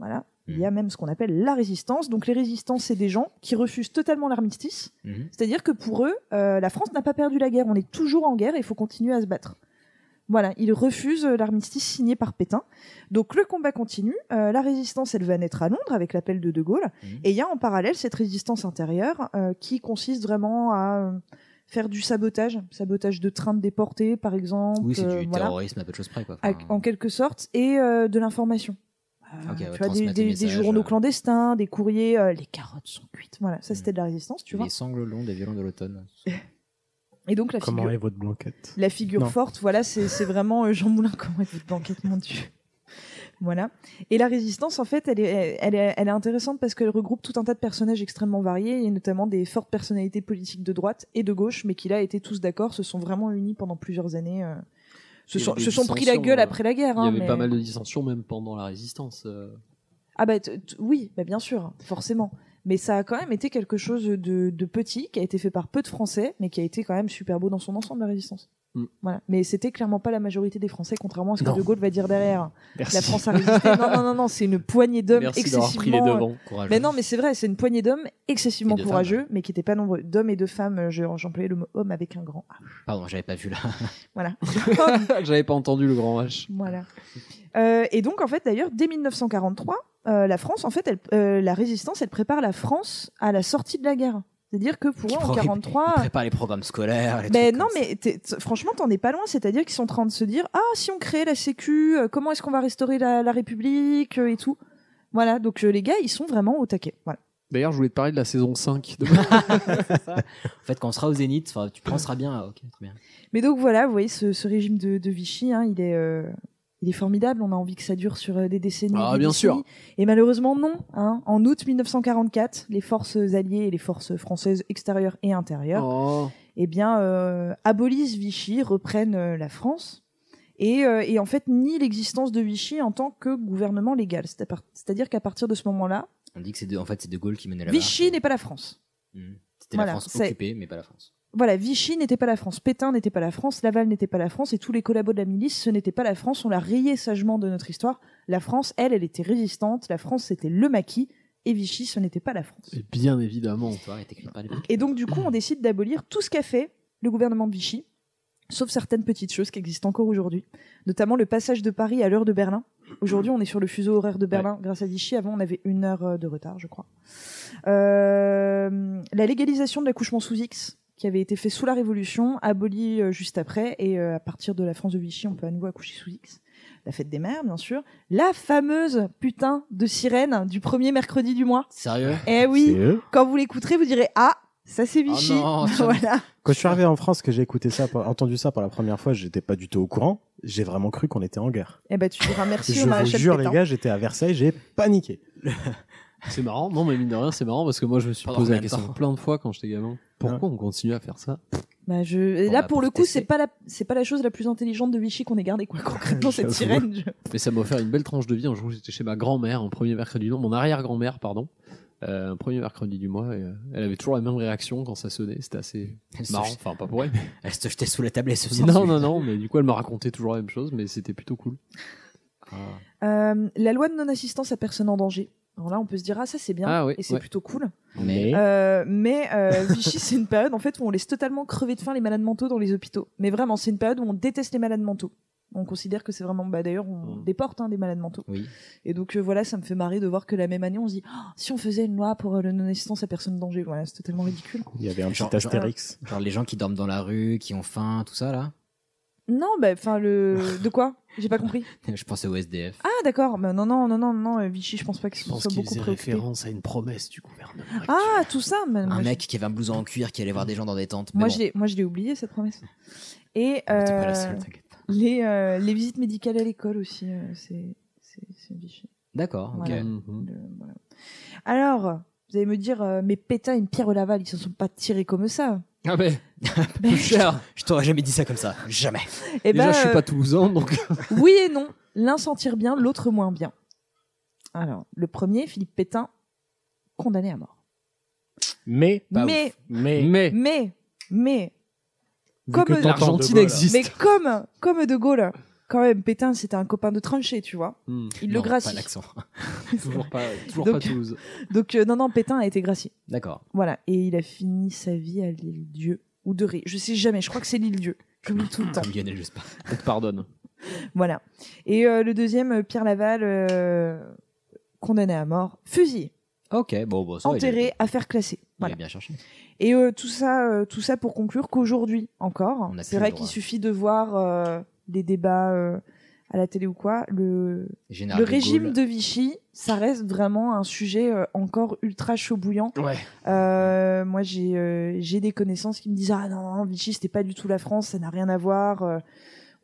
[SPEAKER 8] Voilà.
[SPEAKER 1] Mm.
[SPEAKER 8] Il y a même ce qu'on appelle la résistance. Donc les résistants, c'est des gens qui refusent totalement l'armistice.
[SPEAKER 1] Mm-hmm.
[SPEAKER 6] Mhm.
[SPEAKER 8] C'est-à-dire que pour eux, euh, la France n'a pas perdu la guerre. On est toujours en guerre et il faut continuer à se battre. Voilà, ils refusent euh, l'armistice signé par Pétain. Donc le combat continue. Euh, la résistance, elle va naître à Londres avec l'appel de De Gaulle.
[SPEAKER 1] Mm-hmm.
[SPEAKER 8] Et il y a en parallèle cette résistance intérieure euh, qui consiste vraiment à euh, faire du sabotage, sabotage de trains de déportés, par exemple.
[SPEAKER 1] Oui, c'est
[SPEAKER 8] euh,
[SPEAKER 1] du
[SPEAKER 8] voilà.
[SPEAKER 1] terrorisme à peu de choses près, quoi.
[SPEAKER 8] À- en quelque sorte, et euh, de l'information. Euh,
[SPEAKER 1] Ok, ouais,
[SPEAKER 8] tu vois, des,
[SPEAKER 1] transmettre les
[SPEAKER 8] des- des
[SPEAKER 1] messages,
[SPEAKER 4] euh.
[SPEAKER 8] journaux clandestins, des courriers, euh, les carottes sont cuites. Voilà,
[SPEAKER 4] Mm.
[SPEAKER 8] ça c'était de la résistance, tu vois.
[SPEAKER 12] Les sanglots longs des violons de l'automne.
[SPEAKER 8] Et donc la
[SPEAKER 9] Comment
[SPEAKER 8] figure,
[SPEAKER 9] est votre blanquette
[SPEAKER 8] la figure
[SPEAKER 9] Non.
[SPEAKER 8] forte, voilà, c'est c'est vraiment euh, Jean Moulin, [LAUGHS] comment est votre banquette, mon Dieu. Voilà. Et la résistance, en fait, elle est, elle est, elle est intéressante parce qu'elle regroupe tout un tas de personnages extrêmement variés, et notamment des fortes personnalités politiques de droite et de gauche, mais qui là étaient tous d'accord, se sont vraiment unis pendant plusieurs années. euh, se
[SPEAKER 4] Il y
[SPEAKER 8] sont,
[SPEAKER 4] avait des
[SPEAKER 8] se sont pris la
[SPEAKER 4] dissensions,
[SPEAKER 8] gueule
[SPEAKER 4] euh,
[SPEAKER 8] après la guerre.
[SPEAKER 4] Il y
[SPEAKER 8] hein,
[SPEAKER 4] avait
[SPEAKER 8] mais-
[SPEAKER 4] pas mal de dissensions, même pendant la résistance. euh.
[SPEAKER 8] Ah bah t- t- oui, bah bien sûr, forcément. Mais ça a quand même été quelque chose de, de petit, qui a été fait par peu de Français, mais qui a été quand même super beau dans son ensemble, la résistance.
[SPEAKER 4] Mm.
[SPEAKER 8] Voilà. Mais c'était clairement pas la majorité des Français, contrairement à ce que
[SPEAKER 4] Non.
[SPEAKER 8] De Gaulle va dire derrière.
[SPEAKER 4] [LAUGHS] Merci.
[SPEAKER 8] La France a résisté. Non, non, non, non c'est une poignée d'hommes
[SPEAKER 4] Merci
[SPEAKER 8] excessivement. euh.
[SPEAKER 4] d'avoir pris les devants. [LAUGHS] Courageux.
[SPEAKER 8] Mais non, mais c'est vrai, c'est une poignée d'hommes excessivement
[SPEAKER 12] Et de
[SPEAKER 8] courageux, mais qui n'étaient pas nombreux. D'hommes et de femmes, euh, je- j'employais le mot homme avec un grand A.
[SPEAKER 12] Pardon, j'avais pas vu là.
[SPEAKER 8] Voilà.
[SPEAKER 4] Ah, J'avais pas entendu le grand H.
[SPEAKER 8] Voilà. Euh, et donc, en fait, d'ailleurs, dès 1943, euh, la France, en fait, elle, euh, la résistance, elle prépare la France à la sortie de la guerre. C'est-à-dire que pour eux, en
[SPEAKER 12] Pro-
[SPEAKER 8] 43,
[SPEAKER 12] Ils [LAUGHS] prépare les programmes scolaires. les
[SPEAKER 8] ben
[SPEAKER 12] trucs
[SPEAKER 8] non, Ah. mais t'es- t- franchement, t'en es pas loin. C'est-à-dire qu'ils sont en train de se dire, ah, si on crée la Sécu, euh, comment est-ce qu'on va restaurer la, la République euh, et tout. Voilà. Donc euh, les gars, ils sont vraiment au taquet. Voilà.
[SPEAKER 4] D'ailleurs, je voulais te parler de la
[SPEAKER 8] [LAUGHS]
[SPEAKER 4] saison 5. [LAUGHS]
[SPEAKER 12] comme- En fait, quand on sera au Zénith, enfin, tu penseras bien. ah, Ok, très bien.
[SPEAKER 8] Mais donc voilà, vous voyez, ce, ce régime de, de Vichy, hein, il est. euh, Il est formidable, on a envie que ça dure sur euh, des décennies.
[SPEAKER 4] Ah,
[SPEAKER 8] des
[SPEAKER 4] bien
[SPEAKER 8] décennies.
[SPEAKER 4] sûr.
[SPEAKER 8] Et malheureusement, non. hein. En août 1944, les forces alliées et les forces françaises extérieures et intérieures
[SPEAKER 4] Oh.
[SPEAKER 8] eh bien, euh, abolissent Vichy, reprennent euh, la France, et, euh, et en fait nient l'existence de Vichy en tant que gouvernement légal. C'est à par- C'est-à-dire qu'à partir de ce moment-là,
[SPEAKER 12] On dit que c'est de, en fait, c'est de Gaulle qui menait la
[SPEAKER 8] Vichy n'est pas la France.
[SPEAKER 12] Mmh. C'était
[SPEAKER 8] Voilà,
[SPEAKER 12] la France
[SPEAKER 8] c'est-
[SPEAKER 12] occupée, mais pas la France.
[SPEAKER 8] Voilà, Vichy n'était pas la France, Pétain n'était pas la France, Laval n'était pas la France, et tous les collabos de la milice, ce n'était pas la France. On l'a rayé sagement de notre histoire. La France, elle, elle était résistante. La France, c'était le maquis. Et Vichy, ce n'était pas la France.
[SPEAKER 4] Et bien évidemment.
[SPEAKER 8] Et donc, du coup, on décide d'abolir tout ce qu'a fait le gouvernement de Vichy, sauf certaines petites choses qui existent encore aujourd'hui, notamment le passage de Paris à l'heure de Berlin. Aujourd'hui, on est sur le fuseau horaire de Berlin grâce à Vichy. Avant, on avait une heure euh, de retard, je crois. Euh, la légalisation de l'accouchement sous X, qui avait été fait sous la Révolution, abolie euh, juste après, et euh, à partir de la France de Vichy, on peut à nouveau accoucher sous X. La fête des mères, bien sûr. La fameuse putain de sirène du premier mercredi du mois.
[SPEAKER 12] Sérieux
[SPEAKER 8] Eh oui,
[SPEAKER 9] C'est eux
[SPEAKER 8] quand vous l'écouterez, vous direz Ah, ça c'est Vichy. [LAUGHS]
[SPEAKER 12] non, ça-
[SPEAKER 8] voilà.
[SPEAKER 9] Quand je suis arrivé en France, que j'ai écouté ça, pour- entendu ça pour la première fois, j'étais pas du tout au courant. J'ai vraiment cru qu'on était en guerre.
[SPEAKER 8] Eh ben, tu diras merci
[SPEAKER 9] je
[SPEAKER 8] au
[SPEAKER 9] vous
[SPEAKER 8] maréchal
[SPEAKER 9] jure,
[SPEAKER 8] Pétain.
[SPEAKER 9] les gars, j'étais à Versailles, j'ai paniqué.
[SPEAKER 4] C'est marrant. Non, mais mine de rien, c'est marrant parce que moi, je me suis
[SPEAKER 9] Pendant
[SPEAKER 4] posé la
[SPEAKER 9] combien de
[SPEAKER 4] question
[SPEAKER 9] temps Ah.
[SPEAKER 4] plein de fois quand j'étais gamin. Pourquoi on continue à faire ça
[SPEAKER 8] Bah, je... et là, pour le coup, c'est pas la, c'est pas la chose la plus intelligente de Vichy qu'on ait gardée, quoi. Concrètement, cette
[SPEAKER 4] J'avoue.
[SPEAKER 8] sirène. je-
[SPEAKER 4] Mais ça m'a offert une belle tranche de vie. Un jour, j'étais chez ma grand-mère, un premier mercredi du mois, mon arrière-grand-mère, pardon. Euh, un premier mercredi du mois, et, euh, elle avait toujours la même réaction quand ça sonnait. C'était assez
[SPEAKER 12] se
[SPEAKER 4] marrant.
[SPEAKER 12] jette-
[SPEAKER 4] Enfin, pas [LAUGHS] pour elle. mais-
[SPEAKER 12] Elle se jetait sous la table et se faisait
[SPEAKER 4] Non,
[SPEAKER 12] dessus.
[SPEAKER 4] non, non, mais du coup, elle me racontait toujours la même chose, mais c'était plutôt cool.
[SPEAKER 8] Euh, la loi de non-assistance à personne en danger. Alors là, on peut se dire, ah, ça c'est bien,
[SPEAKER 4] Ah oui,
[SPEAKER 8] et c'est
[SPEAKER 4] ouais.
[SPEAKER 8] plutôt cool.
[SPEAKER 4] Mais-
[SPEAKER 8] Euh, mais euh, Vichy, c'est une période en fait où on laisse totalement crever de faim les malades mentaux dans les hôpitaux. Mais vraiment, c'est une période où on déteste les malades mentaux. On considère que c'est vraiment. Bah, D'ailleurs, on déporte hein, des malades mentaux.
[SPEAKER 12] Mm. Oui.
[SPEAKER 8] Et donc euh, voilà, ça me fait marrer de voir que la même année, on se dit Ah, si on faisait une loi pour euh, le non-assistance à personne en danger, voilà, c'est totalement ridicule.
[SPEAKER 9] Il y avait un
[SPEAKER 12] Genre-
[SPEAKER 9] petit
[SPEAKER 12] genre-
[SPEAKER 9] Astérix.
[SPEAKER 12] Genre, les gens qui dorment dans la rue, qui ont faim, tout ça là. [LAUGHS]
[SPEAKER 8] Non, bah, enfin, le. De quoi J'ai pas compris.
[SPEAKER 12] Je pensais au SDF.
[SPEAKER 8] Ah, d'accord. Bah, non, non, non, non, non, euh, Vichy, je pense pas qu'ils
[SPEAKER 12] pense
[SPEAKER 8] soient
[SPEAKER 12] qu'il
[SPEAKER 8] beaucoup
[SPEAKER 12] faisait
[SPEAKER 8] préoccupés.
[SPEAKER 4] à une promesse du gouvernement.
[SPEAKER 8] Ah, tout ça. mais moi,
[SPEAKER 12] Un
[SPEAKER 8] je-
[SPEAKER 12] mec qui avait un blouson en cuir qui allait voir des gens dans des tentes. mais
[SPEAKER 8] Moi,
[SPEAKER 12] bon. Ah,
[SPEAKER 8] je l'ai- moi, je l'ai oublié, cette promesse. Et
[SPEAKER 12] pas la
[SPEAKER 8] euh,
[SPEAKER 12] seule, t'inquiète
[SPEAKER 8] les, euh, les visites médicales à l'école aussi, euh, c'est c'est- c'est Vichy.
[SPEAKER 12] D'accord, ok. [LAUGHS]
[SPEAKER 8] Euh, Voilà.
[SPEAKER 4] Mhm.
[SPEAKER 8] Alors, vous allez me dire, euh, mais Pétain et Pierre Laval, ils se sont pas tirés comme
[SPEAKER 4] [LAUGHS]
[SPEAKER 8] ça.
[SPEAKER 4] Ah ben,
[SPEAKER 8] [LAUGHS] plus
[SPEAKER 12] cher. Je t'aurais jamais dit ça comme ça, jamais.
[SPEAKER 8] Eh ben,
[SPEAKER 4] Déjà, je suis
[SPEAKER 8] euh,
[SPEAKER 4] pas toulousain, donc.
[SPEAKER 8] Oui et non. L'un s'en tire bien, l'autre moins bien. Alors, le premier, Philippe Pétain, condamné à mort.
[SPEAKER 9] Mais,
[SPEAKER 4] Pas
[SPEAKER 8] mais,
[SPEAKER 4] ouf. Mais-
[SPEAKER 8] mais,
[SPEAKER 4] [LAUGHS] Mais.
[SPEAKER 8] mais,
[SPEAKER 4] Vu
[SPEAKER 8] comme
[SPEAKER 4] que t'entends l'Argentine De Gaulle, existe.
[SPEAKER 8] Mais comme, comme De Gaulle, quand même, Pétain, c'était un copain de tranchée, tu vois.
[SPEAKER 4] [LAUGHS] Hmm.
[SPEAKER 8] Il
[SPEAKER 4] Non,
[SPEAKER 8] le gracie.
[SPEAKER 4] pas l'accent. toujours pas, toujours pas
[SPEAKER 8] Donc-
[SPEAKER 4] Toulouse.
[SPEAKER 8] Donc, euh, non, non, Pétain a été gracié.
[SPEAKER 12] [LAUGHS] D'accord.
[SPEAKER 8] Voilà, et il a fini sa vie à l'île Dieu ou de Ré. Je sais jamais, je crois que c'est l'île Dieu. J'oublie tout
[SPEAKER 12] [COUGHS]
[SPEAKER 8] le temps.
[SPEAKER 4] Comme Lionel Jospin. On te pardonne.
[SPEAKER 8] Voilà. Et euh, le deuxième, euh, Pierre Laval, euh, condamné à mort, fusillé,
[SPEAKER 12] Ok, bon, bon, ça va, il a- il
[SPEAKER 8] enterré, affaire classée.
[SPEAKER 12] a
[SPEAKER 8] Voilà.
[SPEAKER 12] bien cherché.
[SPEAKER 8] Et euh, tout ça, euh, tout ça pour conclure qu'aujourd'hui encore,
[SPEAKER 12] a
[SPEAKER 8] c'est
[SPEAKER 12] plus
[SPEAKER 8] vrai
[SPEAKER 12] le droit.
[SPEAKER 8] qu'il suffit de voir euh, les débats euh, à la télé ou quoi. Le,
[SPEAKER 12] Général
[SPEAKER 8] le
[SPEAKER 12] de
[SPEAKER 8] régime
[SPEAKER 12] Gaulle.
[SPEAKER 8] de Vichy, ça reste vraiment un sujet euh, encore ultra chaud bouillant.
[SPEAKER 4] Ouais.
[SPEAKER 8] Euh, moi, j'ai euh, j'ai des connaissances qui me disent ah non, non Vichy, c'était pas du tout la France, ça n'a rien à voir. Euh,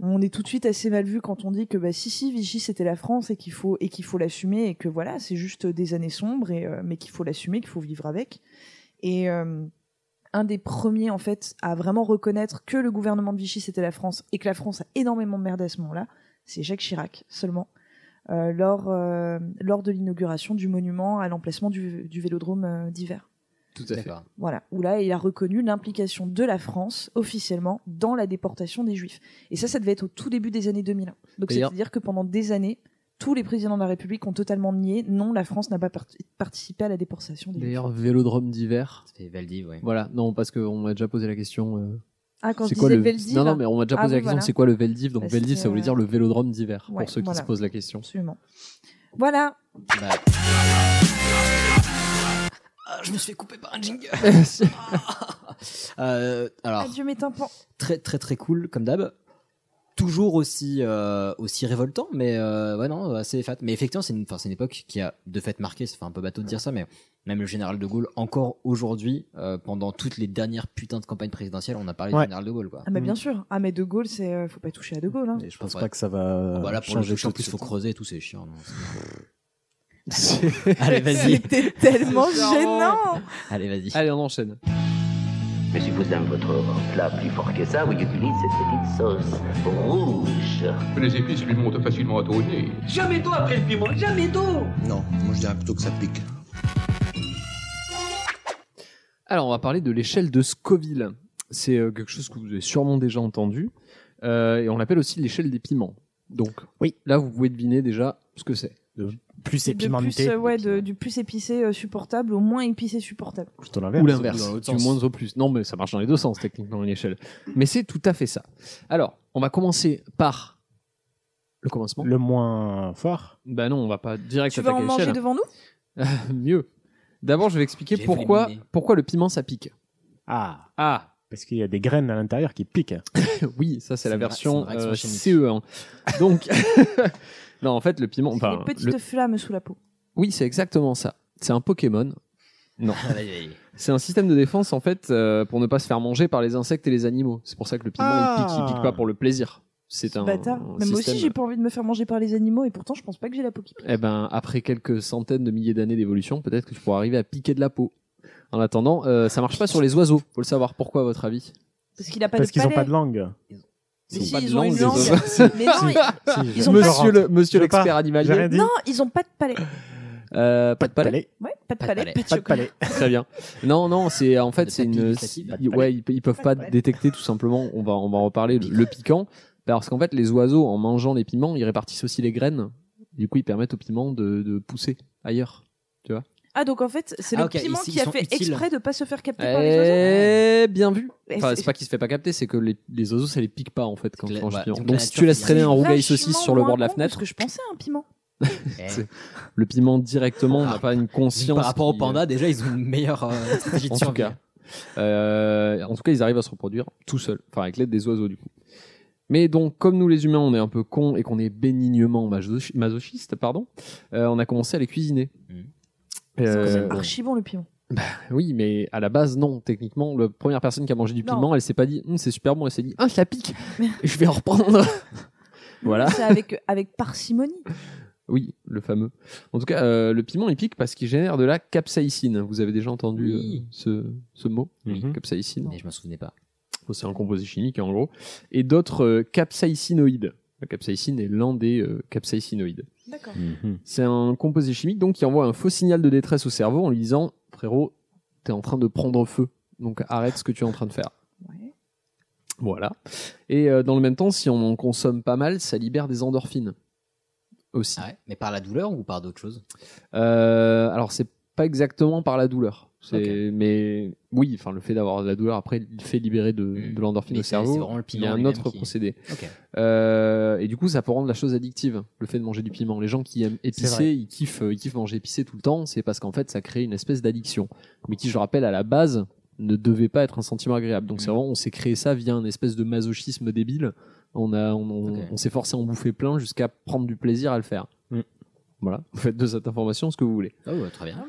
[SPEAKER 8] on est tout de suite assez mal vu quand on dit que bah si si Vichy c'était la France et qu'il faut et qu'il faut l'assumer et que voilà c'est juste des années sombres et euh, mais qu'il faut l'assumer qu'il faut vivre avec et euh, un des premiers en fait à vraiment reconnaître que le gouvernement de Vichy c'était la France et que la France a énormément merdé à ce moment-là c'est Jacques Chirac seulement euh, lors euh, lors de l'inauguration du monument à l'emplacement du, du Vélodrome euh, d'hiver
[SPEAKER 4] Tout à fait.
[SPEAKER 12] D'accord.
[SPEAKER 8] voilà, où là, il a reconnu l'implication de la France, officiellement, dans la déportation des Juifs. Et ça, ça devait être au tout début des années 2001. Donc,
[SPEAKER 4] D'ailleurs-
[SPEAKER 8] c'est-à-dire que pendant des années, tous les présidents de la République ont totalement nié, non, la France n'a pas part- participé à la déportation des Juifs.
[SPEAKER 4] D'ailleurs, vélodrome d'hiver.
[SPEAKER 12] C'est Valdiv, ouais.
[SPEAKER 4] Voilà, non, parce qu'on m'a déjà posé la question. euh,
[SPEAKER 8] Ah, quand je
[SPEAKER 4] c'est quoi
[SPEAKER 8] disais
[SPEAKER 4] le
[SPEAKER 8] Veldiv
[SPEAKER 4] Non, non, mais on m'a déjà
[SPEAKER 8] Ah oui,
[SPEAKER 4] posé la question
[SPEAKER 8] voilà.
[SPEAKER 4] c'est quoi le Veldiv Donc
[SPEAKER 8] Parce
[SPEAKER 4] Veldiv,
[SPEAKER 8] que-
[SPEAKER 4] ça voulait dire le vélodrome d'hiver,
[SPEAKER 8] Ouais,
[SPEAKER 4] pour ceux qui
[SPEAKER 8] voilà.
[SPEAKER 4] se posent la
[SPEAKER 8] [LAUGHS]
[SPEAKER 4] question.
[SPEAKER 8] Absolument. Voilà.
[SPEAKER 12] Bah,
[SPEAKER 8] Ah,
[SPEAKER 10] je me suis fait couper par un jingle.
[SPEAKER 12] euh,
[SPEAKER 4] Ah.
[SPEAKER 12] alors,
[SPEAKER 8] Adieu mes tympans.
[SPEAKER 12] très très très cool comme d'hab toujours aussi euh, aussi révoltant mais euh, ouais non assez fat mais effectivement c'est une enfin, c'est une époque qui a de fait marqué ça fait un peu bateau de dire ça mais même le général de Gaulle encore aujourd'hui euh, pendant toutes les dernières putains de campagnes présidentielles on a parlé
[SPEAKER 9] Ouais.
[SPEAKER 12] du général de Gaulle quoi
[SPEAKER 8] Ah,
[SPEAKER 4] Hmm.
[SPEAKER 8] mais bien sûr. Ah, mais De Gaulle, c'est, euh, faut pas toucher à De Gaulle, [LAUGHS] hein.
[SPEAKER 12] Et je
[SPEAKER 9] Je pense
[SPEAKER 12] pense
[SPEAKER 9] pas que ça va
[SPEAKER 12] bah là pour le
[SPEAKER 9] changer
[SPEAKER 12] toucher, en
[SPEAKER 9] tout de
[SPEAKER 12] plus
[SPEAKER 9] suite. [LAUGHS]
[SPEAKER 12] faut creuser et tout c'est chiant non.
[SPEAKER 4] C'est-
[SPEAKER 12] allez
[SPEAKER 8] [LAUGHS]
[SPEAKER 12] vas-y
[SPEAKER 8] C'était tellement
[SPEAKER 4] C'est charmant.
[SPEAKER 8] gênant.
[SPEAKER 12] allez vas-y
[SPEAKER 4] Allez, on enchaîne.
[SPEAKER 6] Mais si vous aimez votre plat plus fort que ça, vous utilisez cette petite sauce rouge.
[SPEAKER 11] Les épices lui montent facilement à ton nez.
[SPEAKER 10] Jamais d'eau après le piment, jamais d'eau
[SPEAKER 13] Non, moi je dirais plutôt que ça pique.
[SPEAKER 4] Alors, on va parler de l'échelle de Scoville. C'est euh, quelque chose que vous avez sûrement déjà entendu. euh, et on l'appelle aussi l'échelle des piments. Donc,
[SPEAKER 9] Oui.
[SPEAKER 4] là, vous pouvez deviner déjà ce que c'est.
[SPEAKER 9] Plus c'est
[SPEAKER 8] De plus,
[SPEAKER 9] pimenté.
[SPEAKER 8] euh, ouais, de- du plus épicé euh, supportable au moins épicé supportable.
[SPEAKER 9] Plutôt
[SPEAKER 4] Ou
[SPEAKER 9] l'inverse.
[SPEAKER 4] l'inverse, du moins au plus. Non, mais ça marche dans les deux sens, techniquement, une échelle. Mais c'est tout à fait ça. Alors, on va commencer par le commencement.
[SPEAKER 9] Le moins fort.
[SPEAKER 4] Bah non, on va pas direct
[SPEAKER 8] Tu vas
[SPEAKER 4] attaquer
[SPEAKER 8] en manger
[SPEAKER 4] l'échelle.
[SPEAKER 8] devant nous?
[SPEAKER 4] [LAUGHS] Mieux. D'abord, je vais expliquer
[SPEAKER 12] J'ai
[SPEAKER 4] pourquoi,
[SPEAKER 12] éliminé.
[SPEAKER 4] pourquoi le piment, ça pique.
[SPEAKER 9] Ah,
[SPEAKER 4] Ah, [LAUGHS]
[SPEAKER 9] parce qu'il y a des graines à l'intérieur qui piquent.
[SPEAKER 4] oui, ça, c'est
[SPEAKER 12] C'est
[SPEAKER 4] la
[SPEAKER 12] une ré-
[SPEAKER 4] version
[SPEAKER 12] c'est une réaction
[SPEAKER 4] euh,
[SPEAKER 12] chimique. [LAUGHS]
[SPEAKER 4] CE1. Donc, [LAUGHS] non, en fait, le piment...
[SPEAKER 8] C'est
[SPEAKER 4] Enfin,
[SPEAKER 8] des petites
[SPEAKER 4] le-
[SPEAKER 8] flammes sous la peau.
[SPEAKER 4] Oui, c'est exactement ça. C'est un Pokémon. Non.
[SPEAKER 12] Allez, [LAUGHS] allez.
[SPEAKER 4] C'est un système de défense, en fait, euh, pour ne pas se faire manger par les insectes et les animaux. C'est pour ça que le piment, il pique. Il
[SPEAKER 9] Ah.
[SPEAKER 4] pique pas pour le plaisir. C'est
[SPEAKER 8] Ce
[SPEAKER 4] un.
[SPEAKER 8] bâtard.
[SPEAKER 4] un
[SPEAKER 8] Mais moi
[SPEAKER 4] système-
[SPEAKER 8] aussi, j'ai pas envie de me faire manger par les animaux et pourtant, je pense pas que j'ai la peau qui pique.
[SPEAKER 4] Eh ben, après quelques centaines de milliers d'années d'évolution, peut-être que tu pourras arriver à piquer de la peau. En attendant, euh, ça marche pas sur les oiseaux. Faut le savoir. Pourquoi, à votre avis
[SPEAKER 8] Parce qu'il a pas
[SPEAKER 9] Parce
[SPEAKER 8] de
[SPEAKER 9] qu'ils n'ont
[SPEAKER 8] Ah, palais.
[SPEAKER 9] pas de langue.
[SPEAKER 8] Mais
[SPEAKER 9] Ils ont
[SPEAKER 8] si,
[SPEAKER 9] pas de
[SPEAKER 8] ils ont une
[SPEAKER 9] langue, les
[SPEAKER 8] langue. Mais non, ils- Ils ont pas-
[SPEAKER 4] Monsieur le- monsieur
[SPEAKER 9] Je veux pas.
[SPEAKER 4] l'expert
[SPEAKER 9] J'ai rien
[SPEAKER 4] animalier.
[SPEAKER 9] dit.
[SPEAKER 8] non, ils ont pas de palais.
[SPEAKER 4] Euh, pas de palais.
[SPEAKER 8] Ouais, pas de
[SPEAKER 12] Pas de
[SPEAKER 8] palais,
[SPEAKER 12] palais.
[SPEAKER 8] pas de
[SPEAKER 9] Pas de
[SPEAKER 8] chocolat.
[SPEAKER 9] palais.
[SPEAKER 4] Très bien. Non, non, c'est en fait
[SPEAKER 12] Le
[SPEAKER 4] c'est
[SPEAKER 12] tapis
[SPEAKER 4] une.
[SPEAKER 12] gustatif,
[SPEAKER 4] c'est-
[SPEAKER 12] pas de
[SPEAKER 4] ils- Ouais, ils, pe- ils peuvent pas
[SPEAKER 8] de palais.
[SPEAKER 4] détecter tout simplement. On va on va en reparler le, le piquant parce qu'en fait les oiseaux en mangeant les piments ils répartissent aussi les graines. Du coup ils permettent aux piments de, de pousser ailleurs.
[SPEAKER 8] Ah, donc en fait, c'est
[SPEAKER 12] Ah,
[SPEAKER 8] le
[SPEAKER 12] ok,
[SPEAKER 8] piment
[SPEAKER 12] ils- ils
[SPEAKER 8] qui a
[SPEAKER 12] sont
[SPEAKER 8] fait
[SPEAKER 12] utiles.
[SPEAKER 8] exprès de pas se faire capter par les oiseaux.
[SPEAKER 4] Eh bien vu.
[SPEAKER 8] Mais
[SPEAKER 4] Enfin
[SPEAKER 8] c'est-
[SPEAKER 4] c'est pas qu'il se fait pas capter, c'est que les, les oiseaux ça les pique pas en fait quand
[SPEAKER 12] C'est
[SPEAKER 4] ils
[SPEAKER 12] que
[SPEAKER 4] mangent
[SPEAKER 8] bah,
[SPEAKER 12] la-
[SPEAKER 4] le piment.
[SPEAKER 12] donc
[SPEAKER 4] Donc
[SPEAKER 12] la
[SPEAKER 4] si
[SPEAKER 12] nature
[SPEAKER 4] tu laisses traîner un
[SPEAKER 8] Vachement
[SPEAKER 4] rougail saucisse sur le bord de la
[SPEAKER 8] moins con
[SPEAKER 4] fenêtre,
[SPEAKER 8] Parce que je pensais à un piment.
[SPEAKER 12] Eh,
[SPEAKER 4] C'est- le piment directement
[SPEAKER 8] Ah.
[SPEAKER 4] on n'a pas une conscience.
[SPEAKER 12] par rapport au
[SPEAKER 4] qui- euh,
[SPEAKER 12] panda déjà ils ont une meilleure euh, stratégie de
[SPEAKER 4] en tout
[SPEAKER 12] survie
[SPEAKER 4] cas. Euh, en tout cas, ils arrivent à se reproduire tout seuls, enfin avec l'aide des oiseaux du coup. Mais donc, comme nous les humains, on est un peu cons et qu'on est bénignement masochi- masochistes, pardon, euh, on a commencé à les cuisiner.
[SPEAKER 12] Mhm.
[SPEAKER 4] Euh,
[SPEAKER 8] Archi bon le piment.
[SPEAKER 4] oui, mais à la base, non. Techniquement, la première personne qui a mangé du
[SPEAKER 8] Non.
[SPEAKER 4] piment, elle s'est pas dit Hum, c'est super bon, elle s'est dit ah ça pique,
[SPEAKER 8] Mais-
[SPEAKER 4] [LAUGHS] je vais en reprendre. voilà.
[SPEAKER 8] C'est avec, avec parcimonie.
[SPEAKER 4] Oui, le fameux. En tout cas, euh, le piment, il pique parce qu'il génère de la capsaïcine. Vous avez déjà entendu
[SPEAKER 12] Oui.
[SPEAKER 4] euh, ce, ce mot,
[SPEAKER 9] Mhm.
[SPEAKER 4] capsaïcine
[SPEAKER 12] mais je m'en souvenais pas
[SPEAKER 4] Bon, c'est un composé chimique en gros, et d'autres euh, capsaïcinoïdes. La capsaïcine est l'un des euh, capsaïcinoïdes.
[SPEAKER 8] D'accord.
[SPEAKER 4] C'est un composé chimique donc qui envoie un faux signal de détresse au cerveau en lui disant frérot, t'es en train de prendre feu, donc arrête ce que tu es en train de faire. Voilà. Et euh, dans le même temps, si on en consomme pas mal, ça libère des endorphines aussi.
[SPEAKER 12] Ah
[SPEAKER 1] Mais par la douleur ou par d'autres choses
[SPEAKER 4] Euh, alors, c'est pas exactement par la douleur. C'est- Mais oui, enfin, le fait d'avoir de la douleur après il fait libérer de, de l'endorphine
[SPEAKER 1] Mm. Mais
[SPEAKER 4] au
[SPEAKER 1] c'est- c'est
[SPEAKER 4] cerveau.
[SPEAKER 1] vraiment le
[SPEAKER 4] Il y
[SPEAKER 1] piment
[SPEAKER 4] a un
[SPEAKER 1] lui-même
[SPEAKER 4] autre
[SPEAKER 1] qui-
[SPEAKER 4] procédé.
[SPEAKER 1] Ok.
[SPEAKER 4] Euh, et du coup, ça peut rendre la chose addictive, le fait de manger du piment. Les gens qui aiment
[SPEAKER 1] vrai.
[SPEAKER 4] épicé, ils kiffent, euh, ils kiffent manger épicé tout le temps, c'est parce qu'en fait, ça crée une espèce d'addiction. Mais qui, je le rappelle, à la base, ne devait pas être un sentiment agréable. Donc, c'est vraiment, on s'est créé ça via un espèce de masochisme débile. On, a, on, on- on s'est forcé à en bouffer plein jusqu'à prendre du plaisir à le faire. Voilà, vous faites de cette information ce que vous voulez.
[SPEAKER 1] Oh, bah, très bien.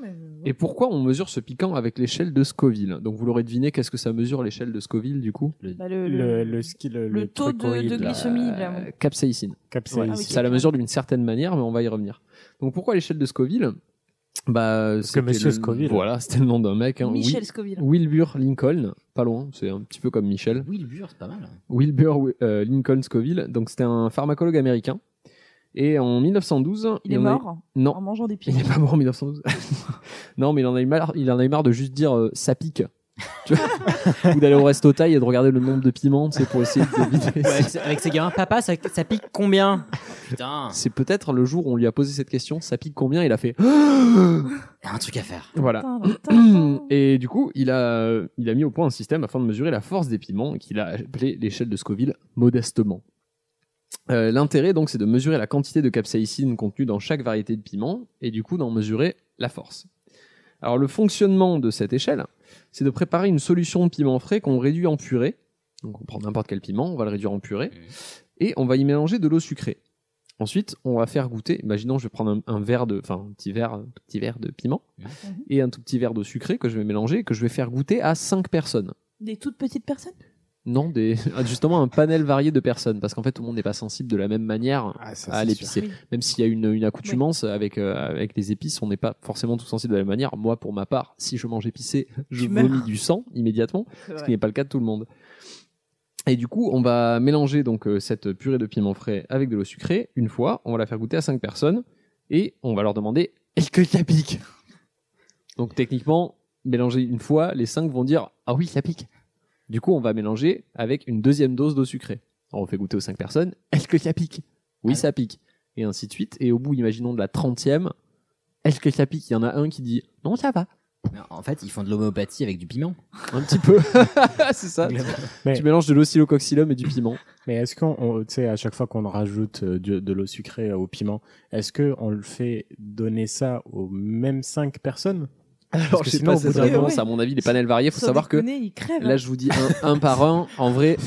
[SPEAKER 4] Et pourquoi on mesure ce piquant avec l'échelle de Scoville Donc vous l'aurez deviné, qu'est-ce que ça mesure l'échelle de Scoville du coup
[SPEAKER 8] Bah, le- le- Le- le
[SPEAKER 9] ski-
[SPEAKER 8] le taux de- de glycémie, là,
[SPEAKER 4] Euh,
[SPEAKER 8] ouais.
[SPEAKER 4] capsaïcine.
[SPEAKER 9] Capsaïcine.
[SPEAKER 4] Ouais,
[SPEAKER 9] Ah oui,
[SPEAKER 4] ça la mesure d'une certaine manière, mais on va y revenir. Donc pourquoi l'échelle de Scoville bah, c'était
[SPEAKER 9] monsieur
[SPEAKER 4] le-
[SPEAKER 9] Scoville.
[SPEAKER 4] Voilà, c'était le nom d'un mec. hein.
[SPEAKER 1] Michel
[SPEAKER 4] Wil-
[SPEAKER 1] Scoville.
[SPEAKER 4] Wilbur Lincoln, pas loin, c'est un petit peu comme Michel.
[SPEAKER 1] Wilbur, c'est pas mal.
[SPEAKER 4] Wilbur euh, Lincoln Scoville, donc c'était un pharmacologue américain. Et en 1912,
[SPEAKER 8] Il est
[SPEAKER 4] en a eu-
[SPEAKER 8] mort hein,
[SPEAKER 4] Non.
[SPEAKER 8] En mangeant des
[SPEAKER 4] Il n'est pas mort en 1912. [LAUGHS] non, mais il en a eu marre, il en a eu marre de juste dire euh, ça pique. Tu vois [LAUGHS] Ou d'aller au resto thaï et de regarder le nombre de piments, c'est pour essayer d'éviter.
[SPEAKER 12] avec, avec ces gamins, papa, ça, ça pique combien
[SPEAKER 1] Oh,
[SPEAKER 12] Putain.
[SPEAKER 4] C'est peut-être le jour où on lui a posé cette question, ça pique combien Il a fait [GASPS]
[SPEAKER 1] un truc à faire.
[SPEAKER 4] Voilà. [CLEARS THROAT] Hmm. Et du coup, il a, il a mis au point un système afin de mesurer la force des piments qu'il a appelé l'échelle de Scoville modestement. Euh, L'intérêt donc c'est de mesurer la quantité de capsaïcine contenue dans chaque variété de piment et du coup d'en mesurer la force. Alors le fonctionnement de cette échelle, c'est de préparer une solution de piment frais qu'on réduit en purée. Donc on prend n'importe quel piment, on va le réduire en purée et on va y mélanger de l'eau sucrée. Ensuite, on va faire goûter. Imaginons, je vais prendre un, un verre de, enfin, un petit verre, un tout petit verre de piment et un tout petit verre d'eau sucrée que je vais mélanger et que je vais faire goûter à 5 personnes.
[SPEAKER 8] Des toutes petites personnes
[SPEAKER 4] Non, des, [LAUGHS] justement un panel varié de personnes, parce qu'en fait tout le monde n'est pas sensible de la même manière à
[SPEAKER 9] c'est
[SPEAKER 4] l'épicé.
[SPEAKER 9] sûr.
[SPEAKER 4] Même s'il y a une, une accoutumance avec, euh, avec les épices, on n'est pas forcément tous sensibles de la même manière. Moi, pour ma part, si je mange épicé, je
[SPEAKER 9] Tu meurs.
[SPEAKER 4] vomis du sang immédiatement,
[SPEAKER 8] [LAUGHS]
[SPEAKER 9] C'est
[SPEAKER 4] ce
[SPEAKER 9] vrai.
[SPEAKER 4] qui n'est pas le cas de tout le monde. Et du coup, on va mélanger donc euh, cette purée de piment frais avec de l'eau sucrée une fois, on va la faire goûter à 5 personnes et on va leur demander [LAUGHS] est-ce que ça pique Donc techniquement, mélanger une fois, les 5 vont dire ah oui, ça pique. Du coup, on va mélanger avec une deuxième dose d'eau sucrée. On fait goûter aux 5 personnes [LAUGHS] est-ce que ça pique Oui, ça pique. Et ainsi de suite. Et au bout, imaginons de la 30e, est-ce que ça pique Il y en a un qui dit non, ça va.
[SPEAKER 1] Mais en fait, ils font de l'homéopathie avec du piment.
[SPEAKER 4] Un petit peu. [LAUGHS] c'est ça.
[SPEAKER 9] Mais-
[SPEAKER 4] Tu mélanges de l'oscillococylum et du piment.
[SPEAKER 9] Mais est-ce qu'on, on- tu sais, à chaque fois qu'on rajoute euh, du- de l'eau sucrée euh, au piment, est-ce que on le fait donner ça aux mêmes cinq personnes
[SPEAKER 4] Alors, je sais pas, ça, vraiment, ça, à mon avis, les panels variés, faut
[SPEAKER 9] Sans
[SPEAKER 4] savoir que
[SPEAKER 9] déconner, ils crèvent, hein.
[SPEAKER 4] là, je vous dis un, un par un. En [LAUGHS] vrai,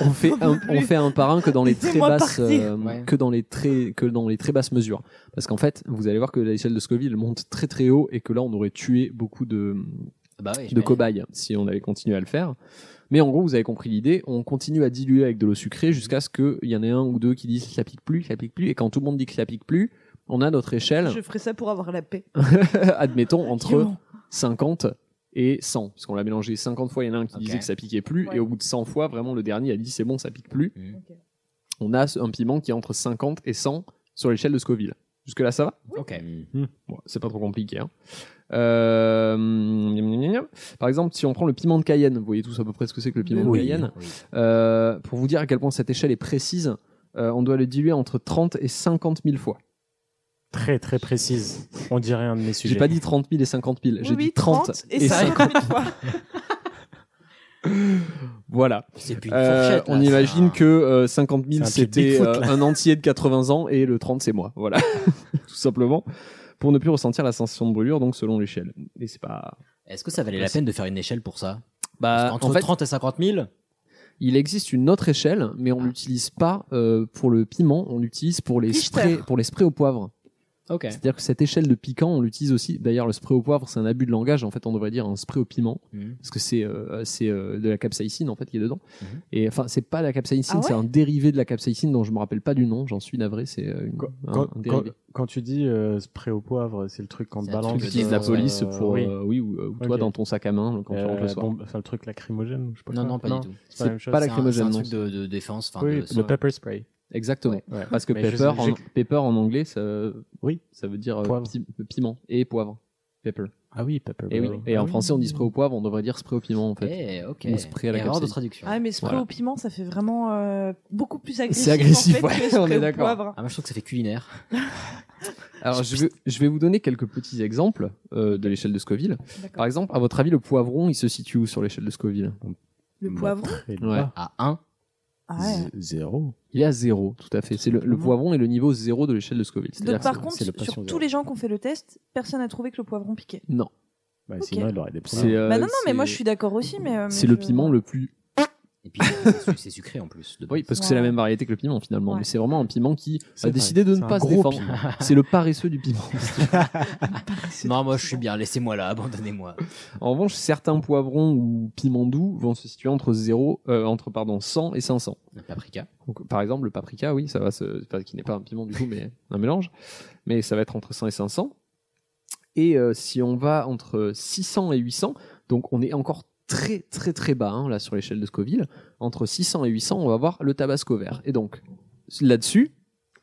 [SPEAKER 4] on, on fait un, on fait un par un que dans les très
[SPEAKER 1] Laissez-moi
[SPEAKER 4] basses,
[SPEAKER 1] partir.
[SPEAKER 4] euh,
[SPEAKER 1] Ouais.
[SPEAKER 4] que dans les très, que dans les très basses mesures. Parce qu'en fait, vous allez voir que l'échelle de Scoville monte très très haut et que là, on aurait tué beaucoup de,
[SPEAKER 1] Bah oui,
[SPEAKER 4] de
[SPEAKER 1] j'imagine.
[SPEAKER 4] cobayes si on avait continué à le faire. Mais en gros, vous avez compris l'idée. On continue à diluer avec de l'eau sucrée jusqu'à ce qu'il y en ait un ou deux qui disent ça pique plus, ça pique plus. Et quand tout le monde dit que ça pique plus, on a notre échelle
[SPEAKER 8] Je ferai ça pour avoir la paix.
[SPEAKER 4] [LAUGHS] admettons, entre
[SPEAKER 8] Violent.
[SPEAKER 4] 50 et 100. Parce qu'on l'a mélangé 50 fois, il y en a un qui disait que ça piquait plus, et au bout de 100 fois, vraiment, le dernier a dit c'est bon, ça pique plus. On a ce- un piment qui est entre 50 et 100 sur l'échelle de Scoville. Jusque-là, ça va
[SPEAKER 1] Ok.
[SPEAKER 4] Bon, c'est pas trop compliqué. hein. Euh, miam, miam, miam, miam. Par exemple, si on prend le piment de Cayenne, vous voyez tous à peu près ce que c'est que le piment
[SPEAKER 1] Oui,
[SPEAKER 4] de Cayenne.
[SPEAKER 1] oui.
[SPEAKER 4] Euh, pour vous dire à quel point cette échelle est précise, euh, on doit le diluer entre 30 et 50 000 fois.
[SPEAKER 9] Très très précise. On dirait un de mes sujets.
[SPEAKER 4] J'ai pas dit 30 000 et 50 000, j'ai
[SPEAKER 9] Oui,
[SPEAKER 4] dit 30, et 50 000 [LAUGHS]
[SPEAKER 8] fois.
[SPEAKER 4] voilà.
[SPEAKER 1] C'est plus une
[SPEAKER 4] Euh,
[SPEAKER 1] fourchette, là,
[SPEAKER 4] on
[SPEAKER 1] c'est
[SPEAKER 4] imagine que euh, 50 000
[SPEAKER 1] c'est un petit
[SPEAKER 4] c'était
[SPEAKER 1] Bigfoot,
[SPEAKER 4] euh,
[SPEAKER 1] là.
[SPEAKER 4] un entier de 80 ans et le 30 c'est moi. Voilà, [LAUGHS] tout simplement. Pour ne plus ressentir la sensation de brûlure, donc selon l'échelle. Et c'est pas.
[SPEAKER 1] Est-ce que ça valait la peine de faire une échelle pour ça
[SPEAKER 4] Bah,
[SPEAKER 1] Entre 30 et 50 000
[SPEAKER 4] Il existe une autre échelle, mais on l'utilise pas euh, pour le piment, on l'utilise pour les
[SPEAKER 1] Richter.
[SPEAKER 4] sprays, pour les sprays au poivre.
[SPEAKER 12] Ok.
[SPEAKER 4] C'est-à-dire que cette échelle de piquant, on l'utilise aussi. D'ailleurs, le spray au poivre, c'est un abus de langage. En fait, on devrait dire un spray au piment,
[SPEAKER 1] Hmm.
[SPEAKER 12] Mhm.
[SPEAKER 4] parce que c'est euh, c'est, euh, de la capsaïcine en fait qui est dedans.
[SPEAKER 12] Mhm.
[SPEAKER 4] Et enfin, c'est pas la capsaïcine,
[SPEAKER 8] Ah ouais
[SPEAKER 4] c'est un dérivé de la capsaïcine dont je me rappelle pas du nom. J'en suis navré. C'est euh, une- un-
[SPEAKER 9] Quand,
[SPEAKER 4] un
[SPEAKER 9] quand-
[SPEAKER 4] dérivé.
[SPEAKER 9] quand tu dis euh, spray au poivre, c'est le truc qu'on te
[SPEAKER 4] C'est un
[SPEAKER 9] balance.
[SPEAKER 4] truc qu'utilise la police pour, euh, oui, ou, euh, ou toi,
[SPEAKER 9] Ok.
[SPEAKER 4] dans ton sac à main, quand tu rentres le soir.
[SPEAKER 9] Euh, bombe- enfin, le truc lacrymogène, je sais pas
[SPEAKER 1] Non,
[SPEAKER 9] quoi.
[SPEAKER 1] non, pas du tout.
[SPEAKER 9] C'est pas la même chose.
[SPEAKER 4] pas
[SPEAKER 1] C'est un-
[SPEAKER 4] lacrymogène,
[SPEAKER 1] C'est
[SPEAKER 4] non.
[SPEAKER 1] un truc de, de défense. enfin,
[SPEAKER 9] Oui,
[SPEAKER 1] de-
[SPEAKER 9] le pepper spray.
[SPEAKER 4] Exactement.
[SPEAKER 9] Ouais.
[SPEAKER 4] Parce que
[SPEAKER 9] Mais je-
[SPEAKER 4] pepper, en,
[SPEAKER 9] j'ai-
[SPEAKER 4] pepper en anglais, ça,
[SPEAKER 9] oui.
[SPEAKER 4] ça veut dire euh,
[SPEAKER 9] Poivre.
[SPEAKER 4] pi- piment et poivre. Pepper.
[SPEAKER 9] Ah oui, pepper.
[SPEAKER 4] Et, Eh oui.
[SPEAKER 9] barrel.
[SPEAKER 4] et en
[SPEAKER 9] Ah oui.
[SPEAKER 4] français, on dit spray au poivre, on devrait dire spray au piment en fait.
[SPEAKER 1] Eh, ok.
[SPEAKER 4] Ou spray à la
[SPEAKER 1] Erreur de
[SPEAKER 4] capsaïcine.
[SPEAKER 1] traduction.
[SPEAKER 8] Ah, mais spray
[SPEAKER 4] Voilà.
[SPEAKER 8] au piment, ça fait vraiment euh, beaucoup plus agressif.
[SPEAKER 4] C'est agressif,
[SPEAKER 8] en fait, que
[SPEAKER 4] ouais,
[SPEAKER 8] spray
[SPEAKER 4] [LAUGHS] on est
[SPEAKER 8] au
[SPEAKER 4] d'accord.
[SPEAKER 8] poivre.
[SPEAKER 1] Ah, moi, je trouve que ça fait culinaire.
[SPEAKER 4] Alors, je vais, je vais vous donner quelques petits exemples euh, de l'échelle de Scoville.
[SPEAKER 8] D'accord.
[SPEAKER 4] Par exemple, à votre avis, le poivron, il se situe où sur l'échelle de Scoville
[SPEAKER 8] Le poivron
[SPEAKER 9] Bah, Très
[SPEAKER 4] Ouais.
[SPEAKER 9] bas.
[SPEAKER 1] À 1.
[SPEAKER 8] Ah ouais.
[SPEAKER 9] Z- Zéro.
[SPEAKER 4] Il est à zéro, tout à fait. C'est le, le poivron est le niveau zéro de l'échelle de Scoville.
[SPEAKER 8] Donc,
[SPEAKER 4] C'est-à-dire
[SPEAKER 8] par
[SPEAKER 4] que-
[SPEAKER 8] contre,
[SPEAKER 9] c'est le
[SPEAKER 8] sur
[SPEAKER 9] passion
[SPEAKER 8] tous
[SPEAKER 9] zéro.
[SPEAKER 8] les gens qui ont fait le test, personne n'a trouvé que le poivron piquait.
[SPEAKER 4] Non.
[SPEAKER 9] Bah,
[SPEAKER 8] Ok.
[SPEAKER 9] Sinon, il aurait des
[SPEAKER 4] C'est,
[SPEAKER 9] problèmes.
[SPEAKER 4] euh,
[SPEAKER 8] bah non, non, mais moi
[SPEAKER 4] c'est-
[SPEAKER 8] je suis d'accord aussi, mais. euh,
[SPEAKER 4] C'est
[SPEAKER 8] mais
[SPEAKER 4] le
[SPEAKER 8] je-
[SPEAKER 4] piment le plus
[SPEAKER 1] Et
[SPEAKER 4] [LAUGHS]
[SPEAKER 1] puis, c'est su- c'est sucré en plus. de
[SPEAKER 4] Oui,
[SPEAKER 1] base.
[SPEAKER 4] parce que c'est la
[SPEAKER 8] Ouais.
[SPEAKER 4] même variété que le piment finalement,
[SPEAKER 8] Ouais.
[SPEAKER 4] mais c'est vraiment un piment qui
[SPEAKER 9] C'est
[SPEAKER 4] a
[SPEAKER 9] vrai,
[SPEAKER 4] décidé de
[SPEAKER 9] c'est
[SPEAKER 4] ne
[SPEAKER 9] un
[SPEAKER 4] pas se
[SPEAKER 9] gros
[SPEAKER 4] défendre.
[SPEAKER 9] piment.
[SPEAKER 4] C'est le paresseux du piment.
[SPEAKER 1] Non, moi, je suis bien. Laissez-moi là, abandonnez-moi.
[SPEAKER 4] en revanche, certains poivrons ou piments doux vont se situer entre 0 euh, entre pardon 100 et 500.
[SPEAKER 1] Paprika.
[SPEAKER 4] Donc, par exemple, le paprika, oui, ça va se enfin, qui n'est pas un piment du coup, mais un mélange, mais ça va être entre 100 et 500. Et euh, si on va entre 600 et 800, donc on est encore très très très bas hein, là sur l'échelle de Scoville, entre 600 et 800, on va avoir le tabasco vert. Et donc là-dessus,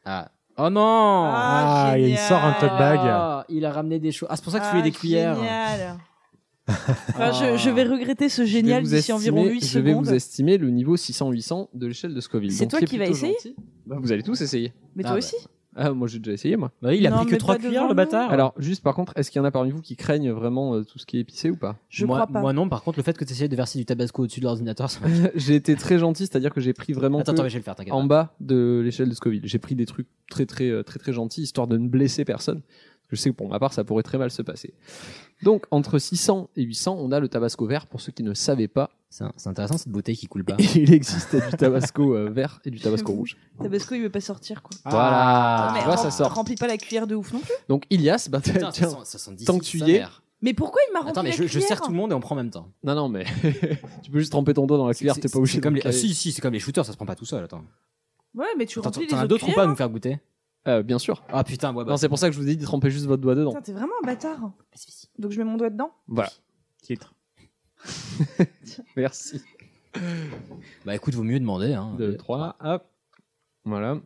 [SPEAKER 1] Ah. Oh non
[SPEAKER 8] Ah,
[SPEAKER 9] Ah, il
[SPEAKER 8] génial.
[SPEAKER 9] sort un tote bag.
[SPEAKER 12] Ah, il a ramené des choses. Ah, c'est pour ça que tu
[SPEAKER 8] Ah,
[SPEAKER 12] fais des cuillères.
[SPEAKER 4] [LAUGHS]
[SPEAKER 8] génial. Enfin, je, je vais regretter ce
[SPEAKER 4] Je vais
[SPEAKER 8] génial
[SPEAKER 4] vous
[SPEAKER 8] d'ici
[SPEAKER 4] estimer-
[SPEAKER 8] environ 8
[SPEAKER 4] Je vais vous
[SPEAKER 8] secondes.
[SPEAKER 4] estimer le niveau 600-800 de l'échelle de Scoville.
[SPEAKER 8] C'est
[SPEAKER 4] Donc,
[SPEAKER 8] toi
[SPEAKER 4] est
[SPEAKER 8] qui vas
[SPEAKER 4] plutôt
[SPEAKER 8] essayer
[SPEAKER 4] gentil. Bah, Vous allez tous essayer.
[SPEAKER 8] Mais
[SPEAKER 1] Ah,
[SPEAKER 8] toi
[SPEAKER 1] bah.
[SPEAKER 8] aussi
[SPEAKER 4] Ah, moi j'ai déjà essayé moi.
[SPEAKER 12] Bah oui, il a
[SPEAKER 8] Non,
[SPEAKER 12] pris que
[SPEAKER 8] mais
[SPEAKER 12] trois
[SPEAKER 8] pas
[SPEAKER 12] cuillères,
[SPEAKER 8] devant
[SPEAKER 12] le
[SPEAKER 8] nous.
[SPEAKER 1] Ah
[SPEAKER 12] bâtard.
[SPEAKER 4] Alors juste par contre, est-ce qu'il y en a parmi vous qui craignent vraiment euh, tout ce qui est épicé ou pas [LAUGHS]
[SPEAKER 8] Je
[SPEAKER 12] moi,
[SPEAKER 8] crois pas.
[SPEAKER 12] moi non, par contre, le fait que tu essayes de verser du tabasco au-dessus de l'ordinateur, ça m'a-
[SPEAKER 4] J'ai été très gentil, c'est-à-dire que j'ai pris vraiment
[SPEAKER 1] Attends,
[SPEAKER 4] que
[SPEAKER 1] attends, mais je vais le faire, t'inquiète. pas.
[SPEAKER 4] en bas de l'échelle de Scoville. J'ai pris des trucs très très euh, très très gentils histoire de ne blesser personne. Je sais que pour ma part, ça pourrait très mal se passer. Donc entre 600 et 800, on a le tabasco vert. Pour ceux qui ne savaient pas,
[SPEAKER 1] Ah, C'est un- c'est intéressant cette bouteille qui coule pas.
[SPEAKER 4] [LAUGHS] il existe du tabasco euh, vert et du tabasco
[SPEAKER 8] J'avoue.
[SPEAKER 4] rouge.
[SPEAKER 8] Tabasco, il veut pas sortir quoi.
[SPEAKER 9] Ah,
[SPEAKER 4] Voilà,
[SPEAKER 8] Non, mais
[SPEAKER 4] tu Ah, vois,
[SPEAKER 8] rem-
[SPEAKER 4] ça sort.
[SPEAKER 8] Remplis pas la cuillère de ouf non plus.
[SPEAKER 4] Donc Ilias, bah, tiens,
[SPEAKER 1] Putain, ça sent- ça sent d'ici
[SPEAKER 4] tant que tu
[SPEAKER 1] sa
[SPEAKER 4] y es-
[SPEAKER 1] mère.
[SPEAKER 8] Mais pourquoi il m'a rempli
[SPEAKER 1] Attends, mais
[SPEAKER 8] la
[SPEAKER 1] je, je
[SPEAKER 8] cuillère
[SPEAKER 1] sers tout le monde et on prend en même temps.
[SPEAKER 4] non, non, mais [LAUGHS] tu peux juste tremper ton doigt dans la cuillère,
[SPEAKER 1] C'est-
[SPEAKER 4] t'es
[SPEAKER 1] c'est-
[SPEAKER 4] pas obligé.
[SPEAKER 1] c'est comme
[SPEAKER 4] de
[SPEAKER 1] les...
[SPEAKER 4] le
[SPEAKER 1] ah,
[SPEAKER 4] caler.
[SPEAKER 1] si, si, c'est comme les shooters, ça se prend pas tout seul. Attends,
[SPEAKER 8] Ouais, mais tu
[SPEAKER 1] T'en-
[SPEAKER 8] remplis les
[SPEAKER 1] t'en as
[SPEAKER 8] autres
[SPEAKER 1] d'autres ou pas à
[SPEAKER 8] cuillères, hein.
[SPEAKER 4] hein.
[SPEAKER 1] nous faire goûter
[SPEAKER 4] Euh, bien sûr.
[SPEAKER 1] Ah putain, ouais, bah.
[SPEAKER 4] Non, c'est pour ça que je vous ai dit de tremper juste votre doigt
[SPEAKER 8] hein.
[SPEAKER 4] dedans.
[SPEAKER 8] Putain, t'es vraiment un bâtard.
[SPEAKER 1] Vas-y, vas-y.
[SPEAKER 8] Donc je mets mon doigt dedans.
[SPEAKER 4] Voilà.
[SPEAKER 9] Titre.
[SPEAKER 4] [LAUGHS] Merci.
[SPEAKER 1] Bah écoute, vaut mieux demander. Hein.
[SPEAKER 4] Deux, trois, hop. Voilà.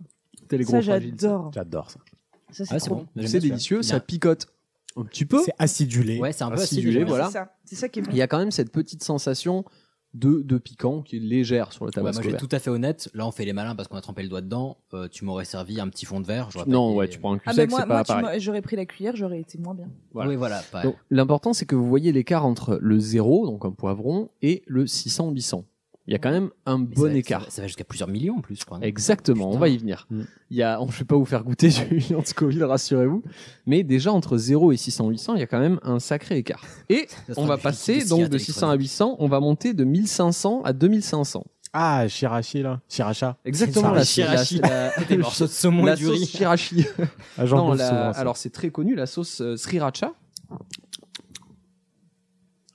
[SPEAKER 4] T'es les
[SPEAKER 8] Ça
[SPEAKER 4] gros fragiles.
[SPEAKER 8] j'adore.
[SPEAKER 9] J'adore ça.
[SPEAKER 8] Ça c'est
[SPEAKER 1] Ah, c'est
[SPEAKER 8] trop
[SPEAKER 1] bon. J'aime bien
[SPEAKER 4] C'est
[SPEAKER 1] celui-là.
[SPEAKER 4] délicieux,
[SPEAKER 1] Il
[SPEAKER 4] ça
[SPEAKER 1] a-
[SPEAKER 4] picote un petit peu.
[SPEAKER 9] C'est acidulé.
[SPEAKER 1] Ouais, c'est un peu
[SPEAKER 4] Acidulé,
[SPEAKER 1] acidulé.
[SPEAKER 8] bon.
[SPEAKER 4] Et voilà.
[SPEAKER 8] C'est ça. C'est ça qui est bon.
[SPEAKER 4] Il y a quand même cette petite sensation de, de piquant qui est légère sur le
[SPEAKER 1] Ouais, moi,
[SPEAKER 4] tabasco
[SPEAKER 1] je vais
[SPEAKER 4] vert.
[SPEAKER 1] être tout à fait honnête. Là, on fait les malins parce qu'on a trempé le doigt dedans. Euh, tu m'aurais servi un petit fond de verre. j'aurais pas
[SPEAKER 4] Non,
[SPEAKER 1] été-
[SPEAKER 4] ouais, tu prends un cul
[SPEAKER 8] Ah, mais
[SPEAKER 4] sec,
[SPEAKER 8] moi,
[SPEAKER 4] c'est
[SPEAKER 8] moi
[SPEAKER 4] pas
[SPEAKER 8] tu
[SPEAKER 4] pareil.
[SPEAKER 8] m'aurais- j'aurais pris la cuillère, j'aurais été moins bien.
[SPEAKER 4] Voilà.
[SPEAKER 1] euh, Oui, voilà. pas-
[SPEAKER 4] Donc, L'important, c'est que vous voyez l'écart entre le 0, donc un poivron, et le 600-800. Il y a quand même un
[SPEAKER 1] mais ça
[SPEAKER 4] bon
[SPEAKER 1] va-
[SPEAKER 4] écart.
[SPEAKER 1] Ça va, ça va jusqu'à plusieurs millions en plus, je crois. non
[SPEAKER 4] Exactement, on
[SPEAKER 1] Putain.
[SPEAKER 4] va y venir.
[SPEAKER 9] Mm.
[SPEAKER 4] Il y a, on- je ne vais pas vous faire goûter [LAUGHS] du bilan de Scoville, rassurez-vous. Mais déjà, entre 0 et 600-800, il y a quand même un sacré écart. Et
[SPEAKER 1] Ça se
[SPEAKER 4] on
[SPEAKER 1] prend
[SPEAKER 4] va
[SPEAKER 1] des-
[SPEAKER 4] passer
[SPEAKER 1] des
[SPEAKER 4] donc
[SPEAKER 1] cigarettes
[SPEAKER 4] de 600 à 800, on va monter de 1500 à 2500.
[SPEAKER 9] Ah, Chirachi, là. Chiracha.
[SPEAKER 4] Exactement, la,
[SPEAKER 12] Ça, Chirachi.
[SPEAKER 4] [LAUGHS] la-
[SPEAKER 12] des morceaux de saumon
[SPEAKER 4] la
[SPEAKER 12] et du
[SPEAKER 4] sauce
[SPEAKER 12] riz.
[SPEAKER 4] Chirachi.
[SPEAKER 9] Ah, j'en
[SPEAKER 4] Non,
[SPEAKER 9] bouffe
[SPEAKER 4] la-
[SPEAKER 9] souvent, ça.
[SPEAKER 4] alors c'est très connu, la sauce euh, sriracha.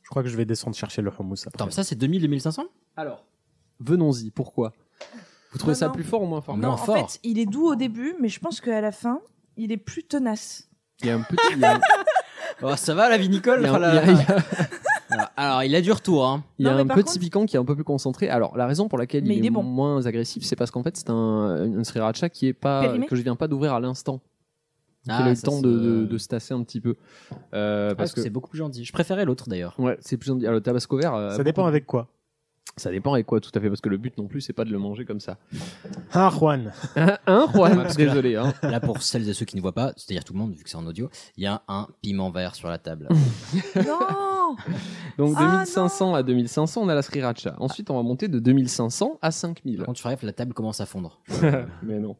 [SPEAKER 9] Je crois que je vais descendre chercher le hummus après.
[SPEAKER 1] Attends, mais ça, c'est 2000, 2500
[SPEAKER 4] Alors, venons-y, pourquoi Vous trouvez
[SPEAKER 8] Non,
[SPEAKER 4] ça
[SPEAKER 8] non.
[SPEAKER 4] plus fort ou moins fort
[SPEAKER 8] Non,
[SPEAKER 1] Moins
[SPEAKER 8] en
[SPEAKER 1] fort.
[SPEAKER 8] fait, il est doux au début, mais je pense qu'à la fin, il est plus
[SPEAKER 4] [LAUGHS]
[SPEAKER 8] tenace.
[SPEAKER 4] Il y a un petit... il y [LAUGHS] a un-
[SPEAKER 1] Oh, ça va, la vie Nicole
[SPEAKER 4] il y a un-
[SPEAKER 1] Oh là
[SPEAKER 4] il y a-
[SPEAKER 1] là. Alors, Alors, il a du retour. Hein.
[SPEAKER 4] Il y a
[SPEAKER 8] Non, mais
[SPEAKER 4] un
[SPEAKER 8] par
[SPEAKER 4] petit
[SPEAKER 8] contre-
[SPEAKER 4] piquant qui est un peu plus concentré. Alors, la raison pour laquelle
[SPEAKER 8] Mais
[SPEAKER 4] il,
[SPEAKER 8] il
[SPEAKER 4] est
[SPEAKER 8] est bon.
[SPEAKER 4] moins agressif, c'est parce qu'en fait, c'est un, une sriracha qui est pas,
[SPEAKER 8] Périmé
[SPEAKER 4] que je viens pas d'ouvrir à l'instant. Donc,
[SPEAKER 1] Ah,
[SPEAKER 4] il a eu le
[SPEAKER 1] ça,
[SPEAKER 4] temps
[SPEAKER 1] c'est-
[SPEAKER 4] de, de, de se tasser un petit peu. Euh,
[SPEAKER 1] Ah,
[SPEAKER 4] parce que,
[SPEAKER 1] c'est beaucoup plus gentil. Je préférais l'autre d'ailleurs.
[SPEAKER 4] ouais, c'est plus, alors, le tabasco vert, euh,
[SPEAKER 9] Ça dépend avec quoi
[SPEAKER 4] ça dépend avec quoi, tout à fait. Parce que le but non plus, c'est pas de le manger
[SPEAKER 1] [LAUGHS]
[SPEAKER 4] comme ça. [LAUGHS]
[SPEAKER 9] Ah, Juan.
[SPEAKER 4] Hein, Juan
[SPEAKER 1] Ouais, parce que là-
[SPEAKER 4] Désolé, hein.
[SPEAKER 1] Là, pour celles et ceux qui ne voient pas, c'est-à-dire tout le monde, vu que c'est en audio, il y a un piment vert sur la
[SPEAKER 4] [LAUGHS]
[SPEAKER 1] table.
[SPEAKER 8] non
[SPEAKER 4] Donc,
[SPEAKER 8] Ah,
[SPEAKER 4] 2500 à 2500, on a la sriracha. Ensuite, on va monter de 2500 à 5000.
[SPEAKER 1] Quand tu rêves, la table commence à fondre.
[SPEAKER 4] Mais non.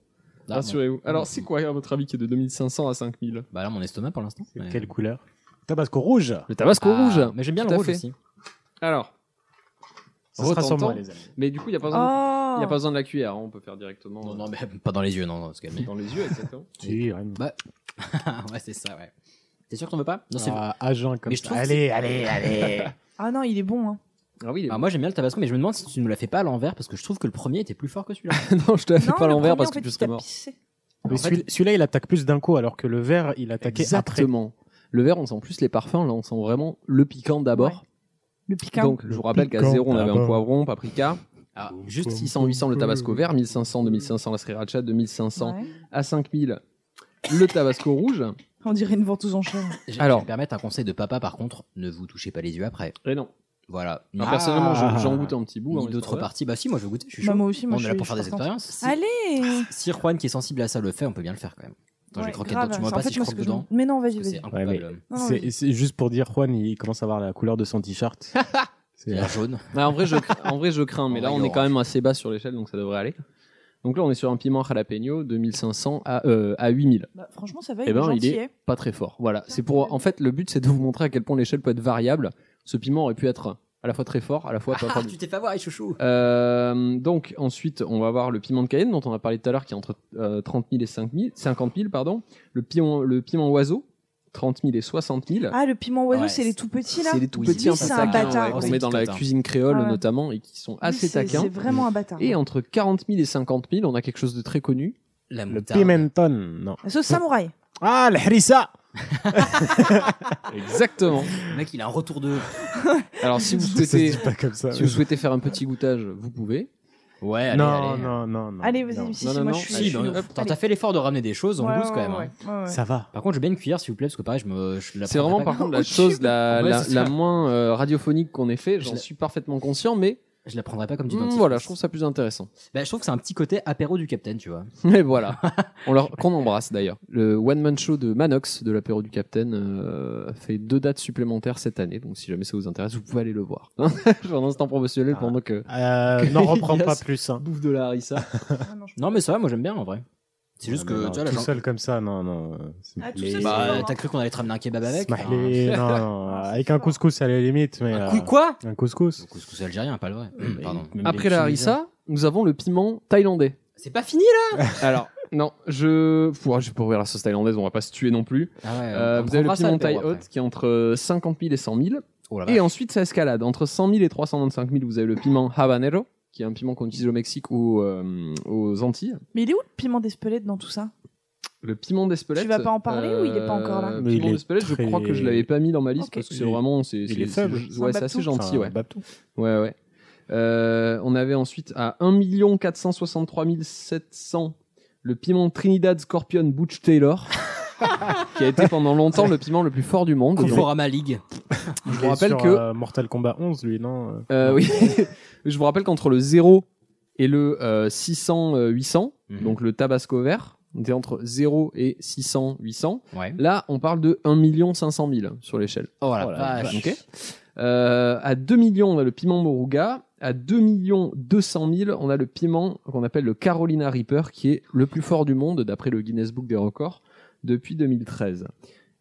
[SPEAKER 1] Là,
[SPEAKER 4] Rassurez-vous.
[SPEAKER 1] Ah,
[SPEAKER 4] Alors, c'est quoi, à votre avis, qui est de 2500 à 5000?
[SPEAKER 1] Bah là, mon estomac pour l'instant. mais-
[SPEAKER 9] Quelle couleur Tabasco rouge.
[SPEAKER 4] Le tabasco
[SPEAKER 1] Ah,
[SPEAKER 4] rouge.
[SPEAKER 1] Mais j'aime bien
[SPEAKER 4] Tout
[SPEAKER 1] le
[SPEAKER 4] à
[SPEAKER 1] rouge
[SPEAKER 4] fait.
[SPEAKER 1] aussi.
[SPEAKER 4] Alors.
[SPEAKER 9] Ça sera sur
[SPEAKER 4] Retentant.
[SPEAKER 9] moi, les amis.
[SPEAKER 4] Mais du coup, il n'y a pas besoin de
[SPEAKER 8] Oh là
[SPEAKER 4] Il n'y a pas besoin de la cuillère, hein, on peut faire directement. euh,
[SPEAKER 1] Non, non, mais pas dans les yeux, non, non, [LAUGHS] parce que-
[SPEAKER 4] Dans les yeux, exactement.
[SPEAKER 9] Si, rien de-
[SPEAKER 1] Bah, ouais, c'est ça, ouais. T'es sûr qu'on veut pas
[SPEAKER 9] Ah, à jeun, comme
[SPEAKER 1] Mais je
[SPEAKER 9] ça.
[SPEAKER 1] trouve que
[SPEAKER 9] Allez,
[SPEAKER 1] c'est-
[SPEAKER 9] allez, allez.
[SPEAKER 8] Ah non, il est bon.
[SPEAKER 4] [LAUGHS]
[SPEAKER 8] Hein.
[SPEAKER 4] Ah oui,
[SPEAKER 1] moi j'aime bien le tabasco, mais je me demande si tu nous la fais pas à l'envers parce que je trouve que le premier était plus fort que celui-là.
[SPEAKER 4] [LAUGHS] non, je te la fais
[SPEAKER 8] Non,
[SPEAKER 4] pas à
[SPEAKER 8] le
[SPEAKER 4] l'envers
[SPEAKER 8] premier,
[SPEAKER 4] parce
[SPEAKER 8] en
[SPEAKER 4] que
[SPEAKER 8] fait,
[SPEAKER 4] tu
[SPEAKER 8] il
[SPEAKER 4] serais
[SPEAKER 8] t'a
[SPEAKER 4] mort.
[SPEAKER 8] pissé.
[SPEAKER 9] Mais celui- Celui-là, il attaque plus d'un coup, alors que le verre, il attaquait
[SPEAKER 4] Exactement. Le vert, on sent plus les parfums, là, on sent vraiment le piquant d'abord.
[SPEAKER 8] Le piquant.
[SPEAKER 4] Donc, je vous rappelle qu'à
[SPEAKER 9] piquant
[SPEAKER 4] zéro, on avait un
[SPEAKER 9] d'abord.
[SPEAKER 4] poivron, paprika. Ah, juste 600, 800 le tabasco vert, 1500, 2500 la sriracha, 2500
[SPEAKER 8] Ouais.
[SPEAKER 4] à 5000 le tabasco rouge.
[SPEAKER 8] On dirait une ventouse en chair.
[SPEAKER 1] Alors, me permettre un conseil de papa par contre, ne vous touchez pas les yeux après.
[SPEAKER 4] Et non.
[SPEAKER 1] Voilà.
[SPEAKER 4] Alors, Ah. personnellement, j'en- j'en goûte
[SPEAKER 1] goûte
[SPEAKER 4] un petit bout, hein,
[SPEAKER 1] Ni d'autres
[SPEAKER 4] histoire de-
[SPEAKER 1] parties. Bah si, moi je veux goûter. Je suis
[SPEAKER 8] Bah,
[SPEAKER 1] chaud.
[SPEAKER 8] moi aussi, moi,
[SPEAKER 1] on
[SPEAKER 8] je
[SPEAKER 1] est là
[SPEAKER 8] suis-
[SPEAKER 1] pour
[SPEAKER 8] je
[SPEAKER 1] faire des
[SPEAKER 8] suis partante.
[SPEAKER 1] expériences. Si-
[SPEAKER 8] Allez
[SPEAKER 1] Si Juan qui est sensible à ça le fait, on peut bien le faire quand même. Attends, je
[SPEAKER 8] Ouais,
[SPEAKER 1] vais croquer
[SPEAKER 8] grave.
[SPEAKER 1] dedans. Tu vois
[SPEAKER 8] C'est
[SPEAKER 1] pas
[SPEAKER 8] en fait,
[SPEAKER 1] si je
[SPEAKER 8] moi, ce
[SPEAKER 1] croque
[SPEAKER 8] que je-
[SPEAKER 1] dedans.
[SPEAKER 8] Mais non, vas-y,
[SPEAKER 1] Parce que
[SPEAKER 8] vas-y.
[SPEAKER 1] C'est
[SPEAKER 9] Ouais, mais
[SPEAKER 1] incoupable.
[SPEAKER 8] Non, non,
[SPEAKER 9] c'est c'est juste pour dire, Juan, il commence à voir la couleur de
[SPEAKER 1] [LAUGHS]
[SPEAKER 9] son t-shirt. euh,
[SPEAKER 1] C'est la jaune.
[SPEAKER 4] Ah, en, vrai, je, cra- en vrai, je crains, mais
[SPEAKER 1] En
[SPEAKER 4] là,
[SPEAKER 1] vrai,
[SPEAKER 4] on
[SPEAKER 1] il
[SPEAKER 4] est
[SPEAKER 1] y
[SPEAKER 4] quand même assez bas sur l'échelle, donc ça devrait aller. Donc là, on est sur un piment jalapeno de 1500 à, euh, à 8000.
[SPEAKER 8] Bah, franchement, ça va, il
[SPEAKER 4] Eh
[SPEAKER 8] est
[SPEAKER 4] ben, il
[SPEAKER 8] gentil.
[SPEAKER 4] est
[SPEAKER 8] hein.
[SPEAKER 4] pas très fort. Voilà. C'est pour. En fait, le but, c'est de vous montrer à quel point l'échelle peut être variable. Ce piment aurait pu être à la fois très fort, à la fois pas
[SPEAKER 1] Ah,
[SPEAKER 4] fort.
[SPEAKER 1] tu t'es fait avoir, chouchou.
[SPEAKER 4] Euh, donc ensuite, on va voir le piment de Cayenne dont on a parlé tout à l'heure, qui est entre euh, 30 000 et 5 000, 50 000, pardon. Le piment, le piment oiseau, 30 000 et 60 000.
[SPEAKER 8] Ah, le piment oiseau,
[SPEAKER 1] Ouais,
[SPEAKER 8] c'est les tout petits là
[SPEAKER 4] c'est les tout
[SPEAKER 1] oui,
[SPEAKER 4] petits
[SPEAKER 1] lui,
[SPEAKER 4] un peu
[SPEAKER 8] c'est un
[SPEAKER 4] taquins,
[SPEAKER 8] bâtard,
[SPEAKER 4] ouais,
[SPEAKER 8] ouais.
[SPEAKER 4] qu'on met dans la
[SPEAKER 1] Putain.
[SPEAKER 4] cuisine créole
[SPEAKER 8] Ah ouais.
[SPEAKER 4] notamment et qui sont
[SPEAKER 8] Lui,
[SPEAKER 4] assez
[SPEAKER 8] c'est-
[SPEAKER 4] taquins.
[SPEAKER 8] C'est vraiment un bâtard.
[SPEAKER 4] Et entre 40 000 et 50 000, on a quelque chose de très connu.
[SPEAKER 1] La
[SPEAKER 9] Le
[SPEAKER 1] moutarde.
[SPEAKER 9] pimenton, non.
[SPEAKER 8] Ce samouraï.
[SPEAKER 9] Ah, le harissa
[SPEAKER 8] Ah.
[SPEAKER 4] Exactement.
[SPEAKER 1] Le mec, il a un retour de.
[SPEAKER 4] Alors si
[SPEAKER 9] [LAUGHS]
[SPEAKER 4] vous
[SPEAKER 9] Ça se
[SPEAKER 4] souhaitez,
[SPEAKER 9] dit pas comme ça.
[SPEAKER 4] si vous souhaitez faire un petit goûtage, vous pouvez.
[SPEAKER 1] Ouais, allez,
[SPEAKER 9] non,
[SPEAKER 1] allez.
[SPEAKER 9] non, non, non.
[SPEAKER 8] Allez, vas-y,
[SPEAKER 9] non.
[SPEAKER 8] si,
[SPEAKER 4] Non,
[SPEAKER 8] si,
[SPEAKER 4] non,
[SPEAKER 8] moi
[SPEAKER 4] non.
[SPEAKER 8] je suis.
[SPEAKER 4] Si,
[SPEAKER 8] je suis
[SPEAKER 4] bah,
[SPEAKER 8] de ouf.
[SPEAKER 1] Attends,
[SPEAKER 8] Allez.
[SPEAKER 1] t'as fait l'effort de ramener des choses, on
[SPEAKER 8] Ouais,
[SPEAKER 1] goûte quand
[SPEAKER 8] ouais,
[SPEAKER 1] même. hein.
[SPEAKER 8] ouais, ouais, ouais.
[SPEAKER 9] Ça va.
[SPEAKER 1] Par contre, je veux bien une cuillère, s'il vous plaît, parce que pareil, je me. je la
[SPEAKER 4] C'est
[SPEAKER 1] prendrai pas.
[SPEAKER 4] vraiment par contre la
[SPEAKER 1] [LAUGHS]
[SPEAKER 8] Au
[SPEAKER 4] chose
[SPEAKER 8] tube.
[SPEAKER 4] la,
[SPEAKER 1] Ouais,
[SPEAKER 4] la,
[SPEAKER 1] c'est
[SPEAKER 4] la
[SPEAKER 1] ça.
[SPEAKER 4] moins euh, radiophonique qu'on ait fait.
[SPEAKER 1] Je
[SPEAKER 4] J'en
[SPEAKER 1] la-
[SPEAKER 4] suis parfaitement conscient, mais
[SPEAKER 1] Je la prendrai pas comme du
[SPEAKER 4] mm,
[SPEAKER 1] dentifrice.
[SPEAKER 4] voilà, je trouve ça plus intéressant. [LAUGHS]
[SPEAKER 1] Bah, je trouve que c'est un petit côté apéro du capitaine, tu vois.
[SPEAKER 4] Mais
[SPEAKER 1] [LAUGHS]
[SPEAKER 4] voilà, on leur qu'on embrasse d'ailleurs. Le one man show de Manox de l'apéro du Capitaine euh, fait deux dates supplémentaires cette année, donc si jamais ça vous intéresse, vous pouvez aller le voir. [LAUGHS] Je fais un instant promotionnel
[SPEAKER 9] Ah.
[SPEAKER 4] pendant que
[SPEAKER 9] Euh, [LAUGHS] N'en reprends
[SPEAKER 4] Yes.
[SPEAKER 9] pas plus. Hein.
[SPEAKER 4] bouffe de la harissa.
[SPEAKER 8] Ah, non, je-
[SPEAKER 1] Non, mais ça va, moi j'aime bien en vrai. C'est juste
[SPEAKER 9] Non,
[SPEAKER 1] que.
[SPEAKER 9] non,
[SPEAKER 1] tu vois, la
[SPEAKER 9] tout
[SPEAKER 1] jambe-
[SPEAKER 9] seul comme ça, non, non. c'est-
[SPEAKER 8] Ah, tout
[SPEAKER 9] mais-
[SPEAKER 8] seul, c'est
[SPEAKER 1] Bah,
[SPEAKER 8] fort, hein.
[SPEAKER 1] t'as cru qu'on allait te ramener un kebab avec hein.
[SPEAKER 9] Smiley, non, non.
[SPEAKER 8] Ah, c'est
[SPEAKER 9] Avec un
[SPEAKER 8] fort.
[SPEAKER 9] couscous à la limite, mais.
[SPEAKER 1] Un
[SPEAKER 9] euh,
[SPEAKER 1] coup quoi
[SPEAKER 9] Un couscous.
[SPEAKER 1] Le couscous algérien, pas le vrai. Mm, Pardon.
[SPEAKER 9] Même
[SPEAKER 4] Après
[SPEAKER 9] les
[SPEAKER 4] la
[SPEAKER 9] Tunisiens.
[SPEAKER 4] harissa, nous avons le piment thaïlandais.
[SPEAKER 1] C'est pas fini là [LAUGHS]
[SPEAKER 4] Alors non, je Pouah, je vais pas ouvrir la sauce thaïlandaise, on va pas se tuer non plus.
[SPEAKER 1] ah ouais,
[SPEAKER 4] Euh,
[SPEAKER 1] on
[SPEAKER 4] vous avez le
[SPEAKER 1] prendra ça à
[SPEAKER 4] piment
[SPEAKER 1] l'apéro
[SPEAKER 4] thaï
[SPEAKER 1] après.
[SPEAKER 4] haute qui est entre 50 000 et 100 000.
[SPEAKER 1] Oh la vache.
[SPEAKER 4] Et ensuite, ça escalade. Entre 100 000 et 325 000, vous avez le piment habanero, qui est un piment qu'on utilise au Mexique ou euh, aux Antilles.
[SPEAKER 8] Mais il est où le piment d'Espelette dans tout ça
[SPEAKER 4] Le piment d'Espelette. euh,
[SPEAKER 8] Tu vas pas en parler ou il est pas encore là
[SPEAKER 4] Le
[SPEAKER 9] Mais
[SPEAKER 4] piment
[SPEAKER 9] il est
[SPEAKER 4] d'Espelette, je
[SPEAKER 9] très-
[SPEAKER 4] crois que je l'avais pas mis dans ma liste
[SPEAKER 8] Ok.
[SPEAKER 4] parce que c'est
[SPEAKER 9] Il est-
[SPEAKER 4] vraiment. c'est
[SPEAKER 9] il est
[SPEAKER 4] c'est-
[SPEAKER 9] faible.
[SPEAKER 4] c'est- Ouais,
[SPEAKER 8] C'est un
[SPEAKER 4] c'est assez
[SPEAKER 8] babtou.
[SPEAKER 4] gentil,
[SPEAKER 9] Enfin,
[SPEAKER 4] ouais.
[SPEAKER 9] Babtou.
[SPEAKER 4] Ouais, ouais. Euh, on avait ensuite à 1 463 700 le piment Trinidad Scorpion Butch Taylor, [LAUGHS] qui a été pendant longtemps le piment le plus fort du monde.
[SPEAKER 1] Conforama League.
[SPEAKER 9] Je
[SPEAKER 4] vous rappelle que-
[SPEAKER 9] euh, Mortal Kombat 11, lui, non euh,
[SPEAKER 4] Euh, oui. [LAUGHS] je vous rappelle qu'entre le 0 et le euh, 600-800,
[SPEAKER 1] Mhm.
[SPEAKER 4] donc le tabasco vert, on était entre 0 et 600-800.
[SPEAKER 1] Ouais.
[SPEAKER 4] Là, on parle de 1 500 000 sur l'échelle.
[SPEAKER 1] Oh la
[SPEAKER 4] Voilà,
[SPEAKER 1] vache.
[SPEAKER 4] Ah ok. Euh, à 2 millions, on a le piment moruga. À 2 200 000, on a le piment qu'on appelle le Carolina Reaper, qui est le plus fort du monde, d'après le Guinness Book des records, depuis 2013.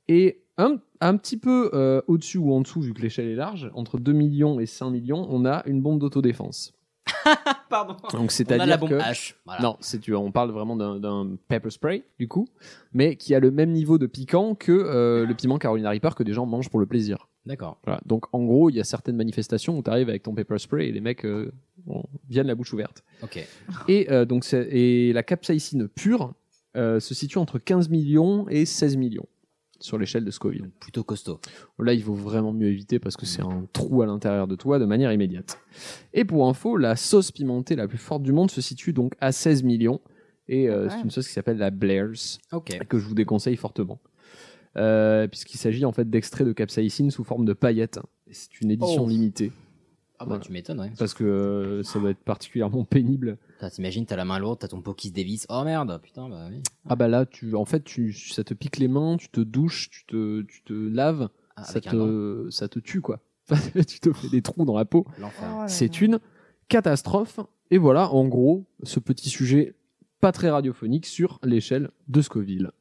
[SPEAKER 4] Et un, un petit peu euh, au-dessus ou en dessous, vu que l'échelle est large, entre 2 millions et 5 millions, on a une bombe d'autodéfense.
[SPEAKER 1] Pardon.
[SPEAKER 4] Donc
[SPEAKER 1] On a la
[SPEAKER 4] c'est-à-dire
[SPEAKER 1] bombe Ah.
[SPEAKER 4] que...
[SPEAKER 1] H. Voilà.
[SPEAKER 4] Non, c'est tu. On parle vraiment d'un- d'un pepper spray du coup, mais qui a le même niveau de piquant que euh, le piment Carolina Reaper que des gens mangent pour le plaisir.
[SPEAKER 1] D'accord.
[SPEAKER 4] Voilà. Donc en gros, il y a certaines manifestations où tu arrives avec ton pepper spray et les mecs euh, bon, viennent la bouche ouverte.
[SPEAKER 1] Ok.
[SPEAKER 4] Et euh, donc c'est- et la capsaïcine pure euh, se situe entre 15 millions et 16 millions sur l'échelle de Scoville.
[SPEAKER 1] Donc, plutôt costaud.
[SPEAKER 4] Là, il vaut vraiment mieux éviter parce que c'est un trou à l'intérieur de toi de manière immédiate. Et pour info, la sauce pimentée la plus forte du monde se situe donc à 16 millions. Et euh,
[SPEAKER 8] Ouais.
[SPEAKER 4] c'est une sauce qui s'appelle la Blair's,
[SPEAKER 1] Ok. Ah
[SPEAKER 4] que je vous déconseille fortement. Euh, Puisqu'il s'agit en fait d'extraits de capsaïcine sous forme de paillettes. Et c'est une édition
[SPEAKER 1] Oh.
[SPEAKER 4] limitée.
[SPEAKER 1] Ah bah
[SPEAKER 4] Voilà.
[SPEAKER 1] tu m'étonnes, ouais.
[SPEAKER 4] Parce que euh, ça doit être particulièrement pénible.
[SPEAKER 1] Putain, T'imagines, t'as la main lourde, t'as ton pot qui se dévisse. Oh merde, putain, bah oui.
[SPEAKER 4] Ah bah là, tu, en fait, tu, ça te pique les mains, tu te douches, tu te, tu te laves,
[SPEAKER 1] Ah,
[SPEAKER 4] ça
[SPEAKER 1] avec un gant.
[SPEAKER 4] te, ça te tue quoi. [LAUGHS] tu te fais des trous dans la peau.
[SPEAKER 1] L'enfer.
[SPEAKER 8] Oh là là.
[SPEAKER 4] C'est une catastrophe. Et voilà, en gros, ce petit sujet pas très radiophonique sur l'échelle de Scoville.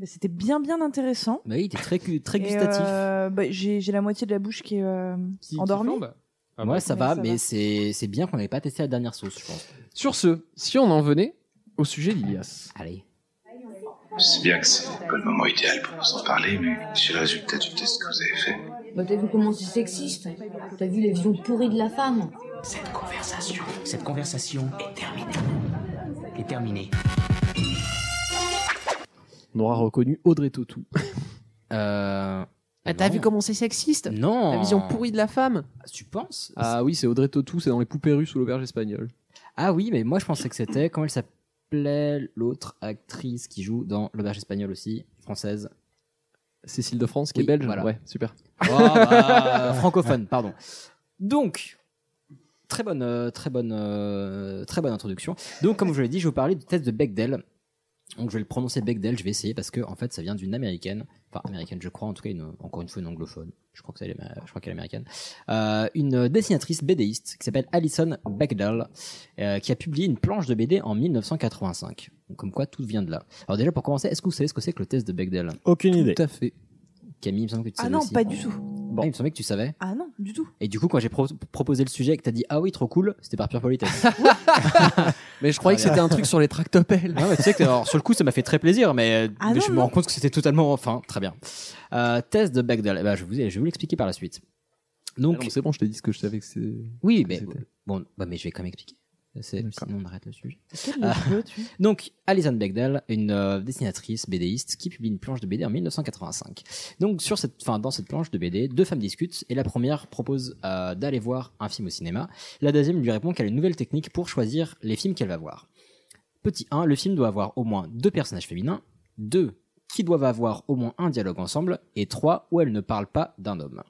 [SPEAKER 8] Mais C'était bien, bien intéressant.
[SPEAKER 1] Bah oui, t'es très, cu- très
[SPEAKER 8] Et,
[SPEAKER 1] gustatif.
[SPEAKER 8] euh, bah, J'ai j'ai la moitié de la bouche qui est. euh,
[SPEAKER 4] Qui,
[SPEAKER 8] Endormi
[SPEAKER 4] flambe
[SPEAKER 1] Moi, ouais, ça, ouais, va, ça mais c'est bien qu'on n'avait pas testé la dernière sauce, je pense.
[SPEAKER 4] Sur ce, si on en venait au sujet d'Ilias.
[SPEAKER 1] Allez.
[SPEAKER 5] C'est bien que c'est pas le moment idéal pour nous en parler, mais c'est le résultat du test que vous avez fait.
[SPEAKER 3] Bah, t'as vu comment c'est sexiste T'as vu les visions pourries de la femme
[SPEAKER 10] Cette conversation, cette conversation est terminée. Est terminée.
[SPEAKER 4] On aura reconnu Audrey Tautou.
[SPEAKER 1] euh.
[SPEAKER 14] Ah, t'as vu comment c'est sexiste
[SPEAKER 1] Non.
[SPEAKER 14] La vision pourrie de la femme.
[SPEAKER 1] Tu penses
[SPEAKER 4] Ah oui, c'est Audrey Tautou, c'est dans les poupées russes ou l'auberge espagnole.
[SPEAKER 1] Ah oui, mais moi je pensais que c'était comment elle s'appelait l'autre actrice qui joue dans l'auberge espagnole aussi, française.
[SPEAKER 4] Cécile de France qui oui, est belge. Voilà. Ouais, super.
[SPEAKER 1] Oh, bah, francophone, pardon. Donc, très bonne, euh, très bonne, euh, très bonne introduction. Donc, comme je vous l'ai dit, je vais vous parler du test de Bechdel. Donc je vais le prononcer Bechdel, je vais essayer parce que en fait ça vient d'une américaine, enfin américaine je crois, en tout cas une, encore une fois une anglophone, je crois qu'elle est, je crois qu'elle est américaine, euh, une dessinatrice BDiste qui s'appelle Alison Bechdel, euh, qui a publié une planche de BD en 1985. Donc, comme quoi tout vient de là. Alors déjà pour commencer, est-ce que vous savez ce que c'est que le test de Bechdel
[SPEAKER 9] Aucune idée.
[SPEAKER 4] Tout à fait.
[SPEAKER 1] Camille, il me semble que tu savais.
[SPEAKER 8] Ah non,
[SPEAKER 1] aussi.
[SPEAKER 8] pas du tout.
[SPEAKER 1] Bon. Ah, il me semblait que tu savais.
[SPEAKER 8] Ah non, du tout.
[SPEAKER 1] Et du coup, quand j'ai pro proposé le sujet et que t'as dit ah oui, trop cool, c'était par pure politesse.
[SPEAKER 14] mais je croyais que c'était un truc sur les tractopelles.
[SPEAKER 1] [LAUGHS] Ah, mais tu sais que, alors, sur le coup, ça m'a fait très plaisir, mais, ah mais non, je me rends compte que c'était totalement. Enfin, très bien. Euh, test de Bechdel. Eh ben, je, vous, ai, je vais vous l'expliquer par la suite.
[SPEAKER 4] [LAUGHS] Donc, ah c'est bon, je t'ai dit ce que je savais que c'est.
[SPEAKER 1] Oui, mais bon, bah, mais je vais quand même expliquer. Sinon, on arrête le sujet.
[SPEAKER 8] Euh, jeu, tu...
[SPEAKER 1] donc, Alison Bechdel, une euh, dessinatrice BDiste qui publie une planche de BD en 1985. Donc, sur cette, fin, dans cette planche de BD, deux femmes discutent et la première propose euh, d'aller voir un film au cinéma. La deuxième lui répond qu'elle a une nouvelle technique pour choisir les films qu'elle va voir. Petit 1, le film doit avoir au moins deux personnages féminins, 2 qui doivent avoir au moins un dialogue ensemble, et 3 où elle ne parle pas d'un homme.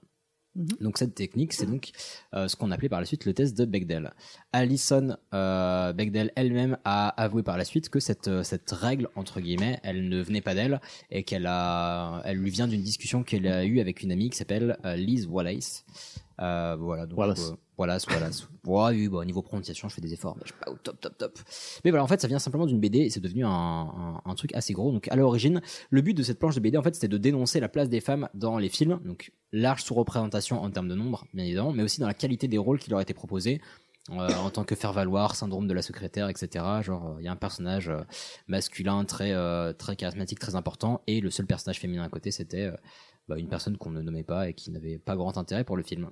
[SPEAKER 1] Mmh. Donc cette technique, c'est donc euh, ce qu'on appelait par la suite le test de Bechdel. Alison euh, Bechdel elle-même a avoué par la suite que cette, euh, cette règle, entre guillemets, elle ne venait pas d'elle et qu'elle a, elle lui vient d'une discussion qu'elle a eue avec une amie qui s'appelle euh, Liz Wallace. Euh, voilà, donc,
[SPEAKER 9] Wallace.
[SPEAKER 1] Wallace, Wallace. [LAUGHS] ouais, oui, bon, au niveau prononciation, je fais des efforts, mais je suis pas au top, top, top. Mais voilà, en fait, ça vient simplement d'une BD et c'est devenu un, un, un, truc assez gros. Donc, à l'origine, le but de cette planche de BD, en fait, c'était de dénoncer la place des femmes dans les films. Donc, large sous-représentation en termes de nombre, bien évidemment, mais aussi dans la qualité des rôles qui leur étaient proposés. Euh, en tant que faire-valoir, syndrome de la secrétaire, etc. Genre, il euh, y a un personnage euh, masculin très, euh, très charismatique, très important, et le seul personnage féminin à côté, c'était bah, une personne qu'on ne nommait pas et qui n'avait pas grand intérêt pour le film.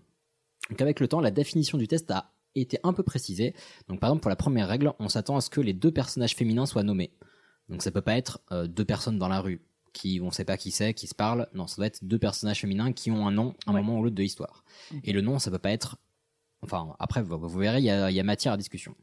[SPEAKER 1] Donc avec le temps, la définition du test a été un peu précisée. Donc par exemple, pour la première règle, on s'attend à ce que les deux personnages féminins soient nommés. Donc ça peut pas être euh, deux personnes dans la rue qui on sait pas qui c'est, qui se parlent. Non, ça doit être deux personnages féminins qui ont un nom à un ouais. moment ou l'autre de l'histoire. Okay. Et le nom, ça peut pas être. Enfin, après, vous, vous verrez, il y, y a, matière à discussion.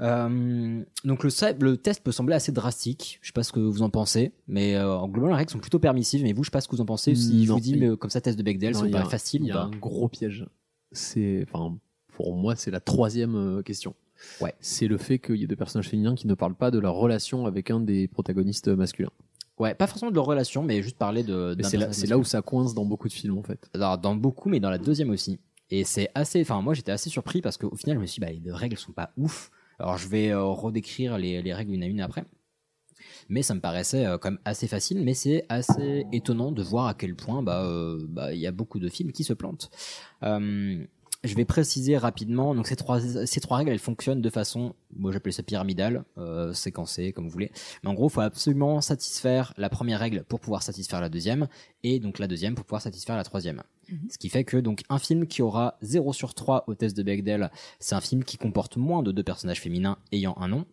[SPEAKER 1] Euh, donc le, le, test peut sembler assez drastique, je sais pas ce que vous en pensez, mais euh, en global les règles sont plutôt permissives, mais vous je sais pas ce que vous en pensez, si non, je vous dis mais, comme ça test de Bechdel, ça paraît facile
[SPEAKER 4] Il y a
[SPEAKER 1] ou pas.
[SPEAKER 4] un gros piège, c'est, enfin pour moi c'est la troisième euh, question.
[SPEAKER 1] Ouais.
[SPEAKER 4] C'est le fait qu'il y ait deux personnages féminins qui ne parlent pas de leur relation avec un des protagonistes masculins.
[SPEAKER 1] Ouais, pas forcément de leur relation, mais juste parler de.
[SPEAKER 4] C'est là, là, où ça coince dans beaucoup de films en fait.
[SPEAKER 1] Alors, dans beaucoup, mais dans la deuxième aussi. Et c'est assez, enfin moi j'étais assez surpris parce qu'au final je me suis dit bah les règles sont pas ouf. Alors je vais euh, redécrire les, les, règles une à une après. Mais ça me paraissait euh, quand même assez facile, mais c'est assez étonnant de voir à quel point il bah, euh, bah, y a beaucoup de films qui se plantent. Euh, je vais préciser rapidement, donc ces trois, ces trois règles, elles fonctionnent de façon, moi j'appelle ça pyramidale, euh, séquencée, comme vous voulez. Mais en gros, il faut absolument satisfaire la première règle pour pouvoir satisfaire la deuxième, et donc la deuxième pour pouvoir satisfaire la troisième. Ce qui fait que donc un film qui aura 0 sur 3 au test de Bechdel, c'est un film qui comporte moins de deux personnages féminins ayant un nom.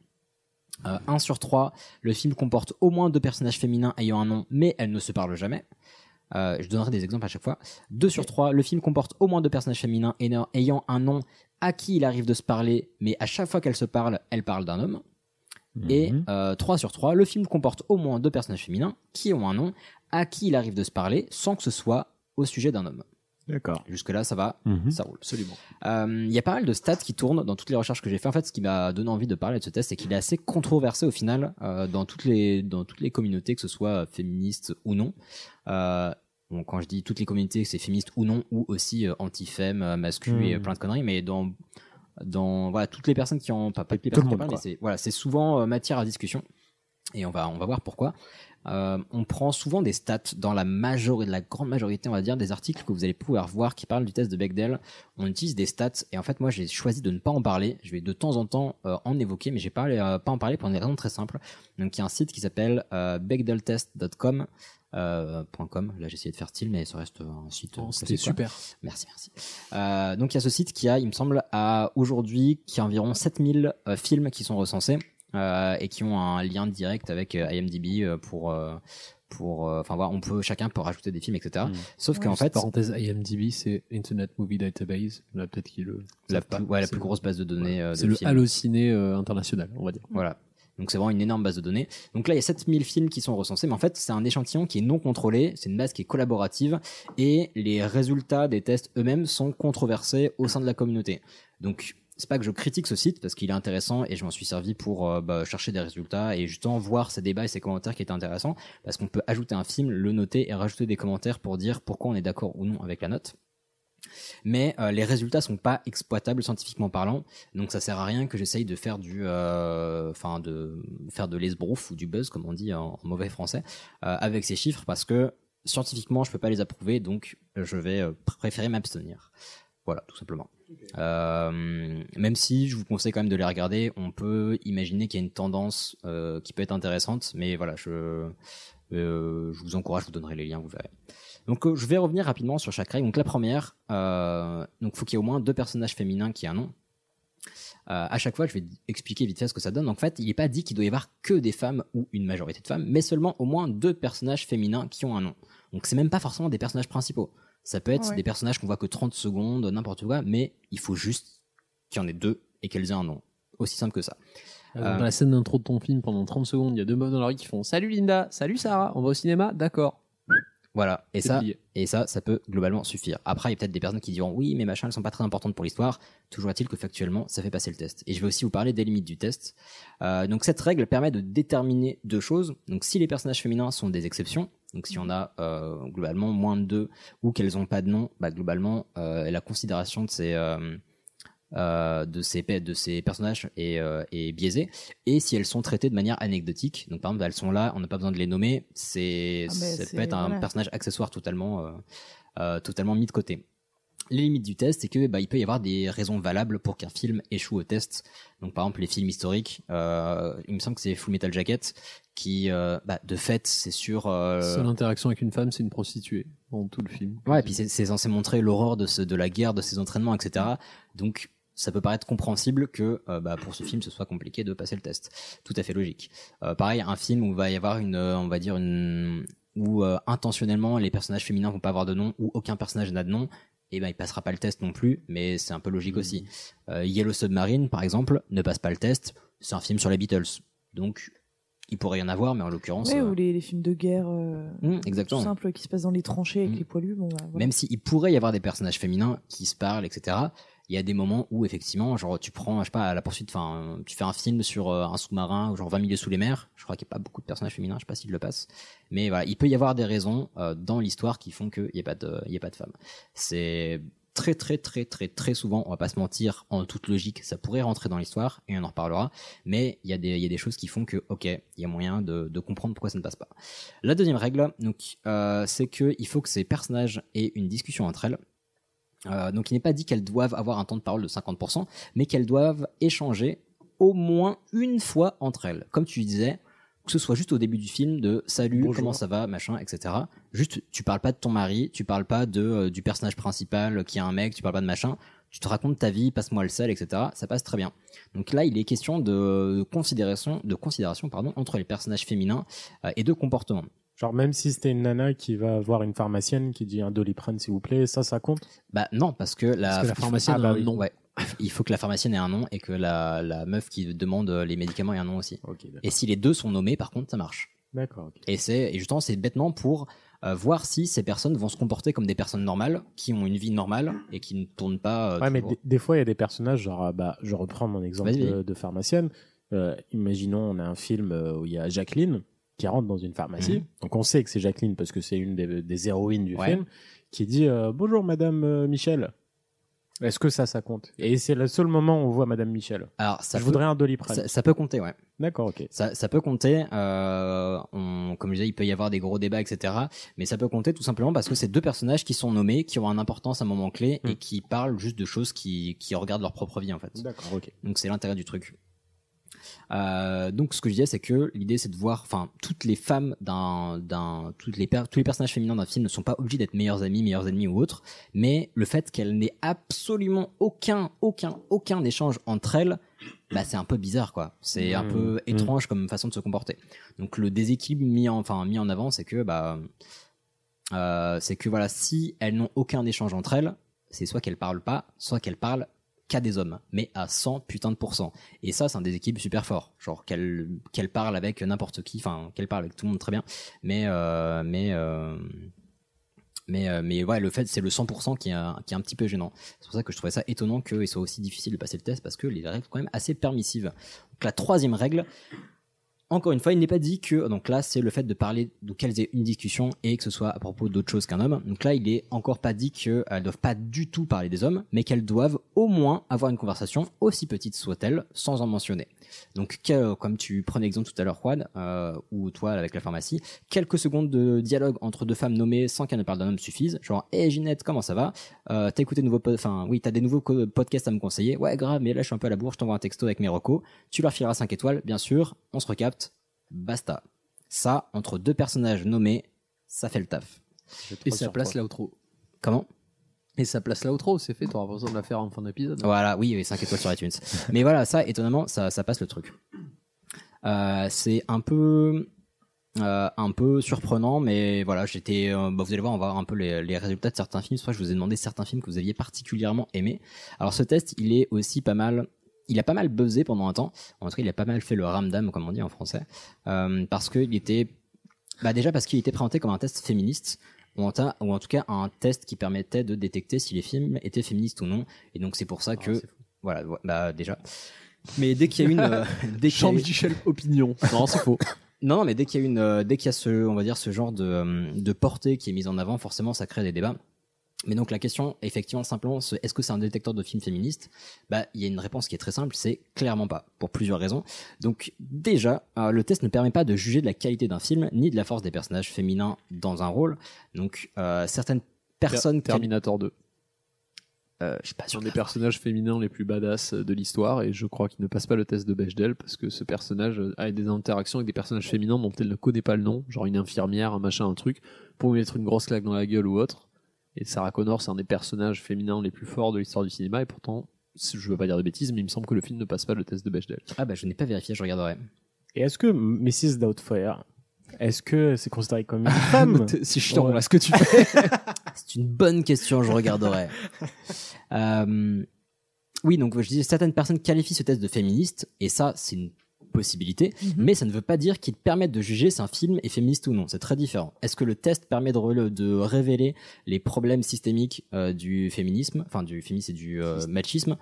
[SPEAKER 1] Euh, 1 sur 3, le film comporte au moins deux personnages féminins ayant un nom, mais elles ne se parlent jamais. Euh, je donnerai des exemples à chaque fois. 2 sur 3, le film comporte au moins deux personnages féminins ayant un nom à qui il arrive de se parler, mais à chaque fois qu'elles se parlent, elles parlent d'un homme. Et euh, 3 sur 3, le film comporte au moins deux personnages féminins qui ont un nom, à qui il arrive de se parler sans que ce soit au sujet d'un homme.
[SPEAKER 9] D'accord.
[SPEAKER 1] Jusque-là, ça va, mmh. ça roule.
[SPEAKER 4] Absolument.
[SPEAKER 1] Il euh, y a pas mal de stats qui tournent dans toutes les recherches que j'ai fait. En fait, ce qui m'a donné envie de parler de ce test, c'est qu'il est assez controversé au final euh, dans, toutes les, dans toutes les communautés, que ce soit féministe ou non. Euh, bon, quand je dis toutes les communautés, c'est féministe ou non, ou aussi euh, anti-femme, mascu mmh. et plein de conneries, mais dans, dans voilà, toutes les personnes euh, qui ont. Pas, pas toutes les personnes qui parlent, mais c'est voilà, souvent matière à discussion. Et on va, on va voir pourquoi. euh, on prend souvent des stats dans la majorité, la grande majorité, on va dire, des articles que vous allez pouvoir voir qui parlent du test de Bechdel. On utilise des stats et en fait, moi, j'ai choisi de ne pas en parler. Je vais de temps en temps euh, en évoquer, mais j'ai pas, euh, pas en parler pour une raison très simple. Donc, il y a un site qui s'appelle euh, becdeltest.com. Euh, .com. Là, j'ai essayé de faire style, mais ça reste un site.
[SPEAKER 15] Oh,
[SPEAKER 1] euh,
[SPEAKER 15] c'était
[SPEAKER 1] classique, quoi.
[SPEAKER 15] super.
[SPEAKER 1] Merci, merci. Euh, donc, il y a ce site qui a, il me semble, à aujourd'hui, qui a environ 7000 euh, films qui sont recensés euh, et qui ont un lien direct avec euh, IMDb euh, pour. euh, pour, euh, enfin voilà, on peut chacun peut rajouter des films, etc.
[SPEAKER 4] Mmh.
[SPEAKER 1] Sauf qu'en fait,
[SPEAKER 4] Parenthèse IMDb, c'est Internet Movie Database. Là, peut-être qu'il le.
[SPEAKER 1] la plus, ouais, la plus grosse base de données. euh, de
[SPEAKER 4] C'est le
[SPEAKER 1] films.
[SPEAKER 4] halluciné international, on va dire.
[SPEAKER 1] Voilà. Donc c'est vraiment une énorme base de données. Donc là, il y a 7000 films qui sont recensés, mais en fait, c'est un échantillon qui est non contrôlé, c'est une base qui est collaborative, et les résultats des tests eux-mêmes sont controversés au sein de la communauté. Donc c'est pas que je critique ce site, parce qu'il est intéressant, et je m'en suis servi pour euh, bah, chercher des résultats, et justement voir ces débats et ces commentaires qui étaient intéressants, parce qu'on peut ajouter un film, le noter, et rajouter des commentaires pour dire pourquoi on est d'accord ou non avec la note mais euh, les résultats sont pas exploitables scientifiquement parlant donc ça sert à rien que j'essaye de faire du euh, enfin de faire de l'esbrouf ou du buzz comme on dit en, en mauvais français euh, avec ces chiffres parce que scientifiquement je peux pas les approuver donc je vais euh, pr- préférer m'abstenir voilà tout simplement euh, même si je vous conseille quand même de les regarder on peut imaginer qu'il y a une tendance euh, qui peut être intéressante mais voilà je euh, je vous encourage je vous donnerai les liens vous verrez donc euh, je vais revenir rapidement sur chaque règle. Donc la première, euh, donc faut qu'il y ait au moins deux personnages féminins qui aient un nom. Euh, à chaque fois, je vais expliquer vite fait ce que ça donne. En fait, il n'est pas dit qu'il doit y avoir que des femmes ou une majorité de femmes, mais seulement au moins deux personnages féminins qui ont un nom. Donc c'est même pas forcément des personnages principaux. Ça peut être
[SPEAKER 12] Ouais.
[SPEAKER 1] des personnages qu'on voit que 30 secondes, n'importe quoi, mais il faut juste qu'il y en ait deux et qu'elles aient un nom. Aussi simple que ça.
[SPEAKER 4] Euh,
[SPEAKER 1] Euh,
[SPEAKER 4] Dans la scène d'intro de ton film, pendant 30 secondes, il y a deux meufs dans la rue qui font Salut Linda, salut Sarah, on va au cinéma D'accord.
[SPEAKER 1] Voilà, et
[SPEAKER 4] C'est
[SPEAKER 1] ça,
[SPEAKER 4] plié.
[SPEAKER 1] et ça, ça peut globalement suffire. Après, il y a peut-être des personnes qui diront oui, mais machin, elles sont pas très importantes pour l'histoire. Toujours est-il que factuellement, ça fait passer le test. Et je vais aussi vous parler des limites du test. Euh, donc cette règle permet de déterminer deux choses. Donc si les personnages féminins sont des exceptions, donc si on a euh, globalement moins de deux ou qu'elles ont pas de nom, bah globalement euh, la considération de ces euh, euh, de ces, pe- de ces personnages est, euh, est biaisée et si elles sont traitées de manière anecdotique donc par exemple elles sont là on n'a pas besoin de les nommer c'est
[SPEAKER 12] Ah, mais
[SPEAKER 1] ça
[SPEAKER 12] c'est-
[SPEAKER 1] peut être un
[SPEAKER 12] voilà.
[SPEAKER 1] personnage accessoire totalement euh, euh, totalement mis de côté les limites du test, c'est que bah, il peut y avoir des raisons valables pour qu'un film échoue au test. Donc par exemple les films historiques, euh, il me semble que c'est Full Metal Jacket qui, euh, bah, de fait, c'est sur euh,
[SPEAKER 4] Seule interaction avec une femme, c'est une prostituée dans tout le film.
[SPEAKER 1] Ouais, et puis c'est- c'est censé montrer l'horreur de, ce- de la guerre, de ses entraînements, etc. Donc ça peut paraître compréhensible que euh, bah, pour ce film, ce soit compliqué de passer le test. Tout à fait logique. Euh, pareil, un film où il va y avoir une, euh, on va dire une, où euh, intentionnellement les personnages féminins vont pas avoir de nom ou aucun personnage n'a de nom. Et ben, il passera pas le test non plus, mais c'est un peu logique aussi. Euh, Yellow Submarine, par exemple, ne passe pas le test. C'est un film sur les Beatles, donc il pourrait y en avoir, mais en l'occurrence,
[SPEAKER 8] Ouais,
[SPEAKER 1] euh,
[SPEAKER 8] ou les, les films de guerre euh,
[SPEAKER 1] Mm, exactement.
[SPEAKER 8] tout simples qui se passent dans les tranchées avec les poilus. Bon, bah, voilà.
[SPEAKER 1] même s'il pourrait y avoir des personnages féminins qui se parlent, etc. Il y a des moments où effectivement, genre tu prends, je sais pas, à la poursuite, enfin, euh, tu fais un film sur euh, un sous-marin, ou genre 20 milieux sous les mers. Je crois qu'il n'y a pas beaucoup de personnages féminins, je sais pas s'ils le passent. Mais voilà, il peut y avoir des raisons euh, dans l'histoire qui font qu'il n'y a pas de, il y a pas de femmes. C'est très très très très très souvent, on va pas se mentir, en toute logique, ça pourrait rentrer dans l'histoire et on en reparlera. Mais il y a des, il y a des choses qui font que, ok, il y a moyen de, de comprendre pourquoi ça ne passe pas. La deuxième règle, donc, euh, c'est que il faut que ces personnages aient une discussion entre elles. Euh, donc il n'est pas dit qu'elles doivent avoir un temps de parole de 50%, mais qu'elles doivent échanger au moins une fois entre elles. Comme tu disais, que ce soit juste au début du film de salut, comment ça va, machin, etc. Juste, tu parles pas de ton mari, tu parles pas de, euh, du personnage principal qui est un mec, tu parles pas de machin. Tu te racontes ta vie, passe-moi le sel, etc. Ça passe très bien. Donc là, il est question de considération, de considération pardon, entre les personnages féminins euh, et de comportement.
[SPEAKER 9] Genre, même si c'était une nana qui va voir une pharmacienne qui dit un doliprane, s'il vous plaît, ça, ça compte
[SPEAKER 1] Bah non, parce que la,
[SPEAKER 9] Parce que la pharmacienne a un nom.
[SPEAKER 1] Ouais. Il faut que la pharmacienne ait un nom et que la, la meuf qui demande euh, les médicaments ait un nom aussi. et si les deux sont nommés, par contre, ça marche.
[SPEAKER 9] D'accord. ok.
[SPEAKER 1] Et c'est et justement c'est bêtement pour euh, voir si ces personnes vont se comporter comme des personnes normales, qui ont une vie normale et qui ne tournent pas. euh,
[SPEAKER 9] Ouais, mais
[SPEAKER 1] toujours-
[SPEAKER 9] des, des fois, il y a des personnages, genre, ah, bah, je reprends mon exemple
[SPEAKER 1] Vas-y, vas-y.
[SPEAKER 9] de, de pharmacienne. Euh, imaginons, on a un film euh, où il y a Jacqueline qui rentre dans une pharmacie.
[SPEAKER 1] Mhm.
[SPEAKER 9] Donc, on sait que c'est Jacqueline parce que c'est une des, des héroïnes du
[SPEAKER 1] Ouais.
[SPEAKER 9] film qui dit euh, Bonjour, madame euh, Michel. Est-ce que ça, ça compte Et c'est le seul moment où on voit Madame Michel.
[SPEAKER 1] Alors, ça
[SPEAKER 9] je
[SPEAKER 1] peut-
[SPEAKER 9] voudrais un doliprane.
[SPEAKER 1] Ça, ça peut compter, ouais.
[SPEAKER 9] D'accord, ok.
[SPEAKER 1] Ça, ça peut compter. euh, on- comme je disais, il peut y avoir des gros débats, etc. Mais ça peut compter tout simplement parce que c'est deux personnages qui sont nommés, qui ont une importance à un moment clé
[SPEAKER 9] Hmm.
[SPEAKER 1] et qui parlent juste de choses qui, qui regardent leur propre vie, en fait.
[SPEAKER 9] D'accord, ok.
[SPEAKER 1] Donc c'est l'intérêt du truc. Euh, donc ce que je disais c'est que l'idée c'est de voir enfin toutes les femmes d'un d'un toutes les per- tous les personnages féminins d'un film ne sont pas obligés d'être meilleures amies meilleures ennemies ou autres mais le fait qu'elles n'aient absolument aucun aucun aucun échange entre elles bah c'est un peu bizarre quoi c'est un
[SPEAKER 12] Mmh.
[SPEAKER 1] peu
[SPEAKER 12] Mmh.
[SPEAKER 1] étrange comme façon de se comporter donc le déséquilibre mis en enfin mis en avant c'est que bah euh, c'est que voilà, si elles n'ont aucun échange entre elles, c'est soit qu'elles parlent pas, soit qu'elles parlent qu'à des hommes, mais à 100 putain de pourcents. Et ça, c'est un déséquilibre super fort. Genre qu'elles qu'elles parlent avec n'importe qui, enfin qu'elles parlent avec tout le monde très bien, mais euh, mais euh, mais euh, mais ouais, le fait c'est le 100% qui est un, qui est un petit peu gênant. C'est pour ça que je trouvais ça étonnant qu'il soit aussi difficile de passer le test parce que les règles sont quand même assez permissives. Donc la troisième règle, encore une fois, il n'est pas dit que. Donc là, c'est le fait de parler de qu'elles aient une discussion et que ce soit à propos d'autre chose qu'un homme. Donc là, il est encore pas dit qu'elles ne doivent pas du tout parler des hommes, mais qu'elles doivent au moins avoir une conversation, aussi petite soit-elle, sans en mentionner. Donc, que- euh, comme tu prenais l'exemple tout à l'heure, Juan, euh, ou toi avec la pharmacie, quelques secondes de dialogue entre deux femmes nommées sans qu'elles ne parlent d'un homme suffisent. Genre, hé Ginette, comment ça va Euh, T'as écouté de nouveaux po- Enfin, oui, t'as des nouveaux co- podcasts à me conseiller Ouais, grave, mais là, je suis un peu à la bourre, je t'envoie un texto avec mes recos. Tu leur fileras 5 étoiles, bien sûr, on se recapte, basta. Ça, entre deux personnages nommés, ça fait le taf.
[SPEAKER 4] Et ça place là outro.
[SPEAKER 1] Comment
[SPEAKER 4] Et ça place là outro, c'est fait, t'auras pas besoin de la faire en fin d'épisode.
[SPEAKER 1] Voilà, oui, oui 5 étoiles sur
[SPEAKER 4] [LAUGHS]
[SPEAKER 1] iTunes. Mais voilà, ça, étonnamment, ça, ça passe le truc. Euh, c'est un peu, euh, un peu surprenant, mais voilà, j'étais. euh, bah, vous allez voir, on va voir un peu les, les résultats de certains films. Soit je vous ai demandé certains films que vous aviez particulièrement aimés. Alors ce test, il est aussi pas mal. Il a pas mal buzzé pendant un temps. En tout cas, il a pas mal fait le ramdam, comme on dit en français, euh, parce qu'il était bah déjà parce qu'il était présenté comme un test féministe, ou en, ta- ou en tout cas un test qui permettait de détecter si les films étaient féministes ou non. Et donc Ah, c'est pour ça
[SPEAKER 4] Ah,
[SPEAKER 1] que voilà, ouais, bah déjà. Mais dès qu'il y a une, [LAUGHS] euh, dès qu'il y a eu-
[SPEAKER 4] Jean-Michel
[SPEAKER 1] [LAUGHS]
[SPEAKER 4] Opinion. Non, c'est faux.
[SPEAKER 1] non, non, mais dès qu'il y a une, euh, dès qu'il y a ce, on va dire ce genre de, euh, de portée qui est mise en avant, forcément, ça crée des débats. Mais donc la question, effectivement, simplement, c'est est-ce que c'est un détecteur de films féministes Bah, il y a une réponse qui est très simple, c'est clairement pas, pour plusieurs raisons. Donc déjà, euh, le test ne permet pas de juger de la qualité d'un film ni de la force des personnages féminins dans un rôle. Donc euh, certaines personnes Euh,
[SPEAKER 4] Terminator 2.
[SPEAKER 1] je suis pas
[SPEAKER 4] sur des personnages féminins les plus badass de l'histoire et je crois qu'il ne passe pas le test de Bechdel parce que ce personnage a des interactions avec des personnages féminins dont elle ne connaît pas le nom, genre une infirmière, un machin, un truc, pour lui mettre une grosse claque dans la gueule ou autre. Et Sarah Connor, c'est un des personnages féminins les plus forts de l'histoire du cinéma et pourtant, je veux pas dire de bêtises, mais il me semble que le film ne passe pas le test de Bechdel.
[SPEAKER 1] Ah bah je n'ai pas vérifié, je regarderai.
[SPEAKER 9] Et est-ce que Mrs. Doubtfire, est-ce que c'est considéré comme une
[SPEAKER 1] [LAUGHS]
[SPEAKER 9] femme
[SPEAKER 4] Si je t'en là ce que tu fais.
[SPEAKER 1] C'est une bonne question, je regarderai. Euh, oui, donc je disais, certaines personnes qualifient ce test de féministe, et ça, c'est une possibilité, mais ça ne veut pas dire qu'il te permette de juger si un film est féministe ou non. C'est très différent. Est-ce que le test permet de, rele- de révéler les problèmes systémiques euh, du féminisme, enfin du féminisme et du euh, machisme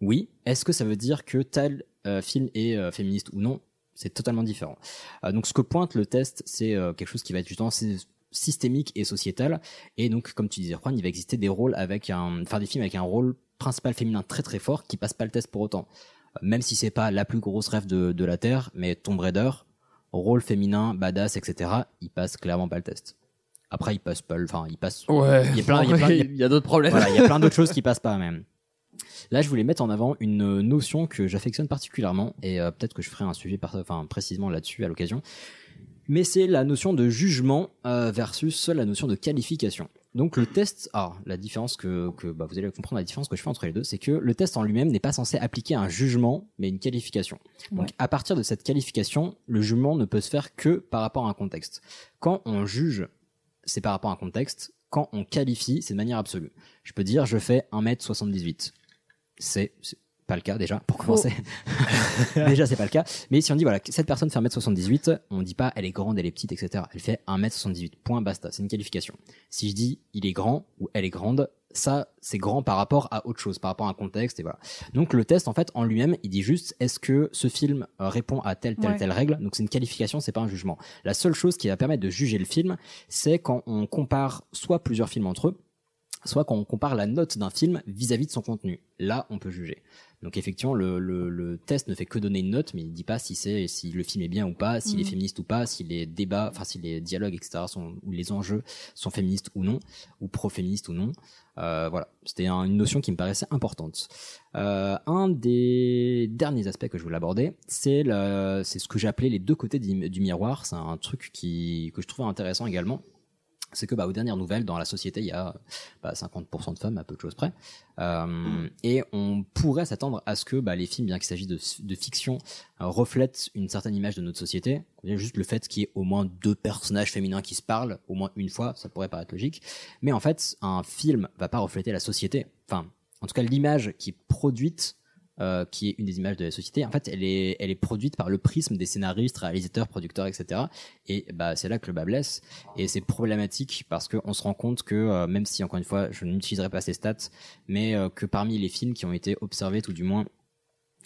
[SPEAKER 1] Oui. Est-ce que ça veut dire que tel euh, film est euh, féministe ou non c'est totalement différent. Euh, donc ce que pointe le test, c'est euh, quelque chose qui va être justement sy- systémique et sociétal. Et donc, comme tu disais, Juan, il va exister des rôles avec un, enfin des films avec un rôle principal féminin très très fort qui passe pas le test pour autant. Euh, Même si c'est pas la plus grosse rêve de, de la terre, mais Tomb Raider, rôle féminin, badass, etc. Il passe clairement pas le test. Après, il passe pas, le- enfin, il passe.
[SPEAKER 4] [LAUGHS] Ouais.
[SPEAKER 1] Il y a plein, il y a plein-
[SPEAKER 4] Il y a d'autres problèmes.
[SPEAKER 1] Voilà, il y a plein d'autres choses qui passent pas même. Là, je voulais mettre en avant une notion que j'affectionne particulièrement, et euh, peut-être que je ferai un sujet par- enfin, précisément là-dessus à l'occasion, mais c'est la notion de jugement euh, versus la notion de qualification. Donc le test, alors la différence que, que, bah, vous allez comprendre la différence que je fais entre les deux, c'est que le test en lui-même n'est pas censé appliquer un jugement, mais une qualification. Donc à partir de cette qualification, le jugement ne peut se faire que par rapport à un contexte. Quand on juge c'est par rapport à un contexte. Quand on qualifie, c'est de manière absolue. Je peux dire, je fais 1m78. C'est c'est pas le cas déjà, pour commencer. [LAUGHS] déjà, c'est pas le cas. Mais si on dit, voilà, cette personne fait 1m78, on dit pas, elle est grande, elle est petite, etc. Elle fait 1m78. Point, basta. C'est une qualification. Si je dis, il est grand ou elle est grande, ça, c'est grand par rapport à autre chose, par rapport à un contexte, et voilà. Donc, le test, en fait, en lui-même, il dit juste, est-ce que ce film euh, répond à telle, telle,
[SPEAKER 12] Ouais.
[SPEAKER 1] telle règle? Donc, c'est une qualification, c'est pas un jugement. La seule chose qui va permettre de juger le film, c'est quand on compare soit plusieurs films entre eux, soit quand on compare la note d'un film vis-à-vis de son contenu. Là, on peut juger. Donc effectivement, le, le- le test ne fait que donner une note, mais il ne dit pas si c'est si le film est bien ou pas, s'il
[SPEAKER 12] Mhm.
[SPEAKER 1] est féministe ou pas, si les débats, enfin si les dialogues, etc. sont ou les enjeux sont féministes ou non, ou pro-féministes ou non. Euh, voilà, c'était un- une notion qui me paraissait importante. Euh, un des derniers aspects que je voulais aborder, c'est le- c'est ce que j'ai appelé les deux côtés du, du miroir. C'est un truc qui que je trouvais intéressant également c'est que bah, aux dernières nouvelles, dans la société, il y a bah, 50% de femmes à peu de choses près. Euh, et on pourrait s'attendre à ce que bah, les films, bien qu'il s'agisse de, de fiction, euh, reflètent une certaine image de notre société. Il y a Juste le fait qu'il y ait au moins deux personnages féminins qui se parlent, au moins une fois, ça pourrait paraître logique. Mais en fait, un film va pas refléter la société. Enfin, en tout cas, l'image qui est produite euh, qui est une des images de la société. En fait, elle est, elle est produite par le prisme des scénaristes, réalisateurs, producteurs, etc. Et bah, c'est là que le bas blesse. Et c'est problématique parce qu'on se rend compte que, euh, même si, encore une fois, je n'utiliserai pas ces stats, mais euh, que parmi les films qui ont été observés, tout du moins,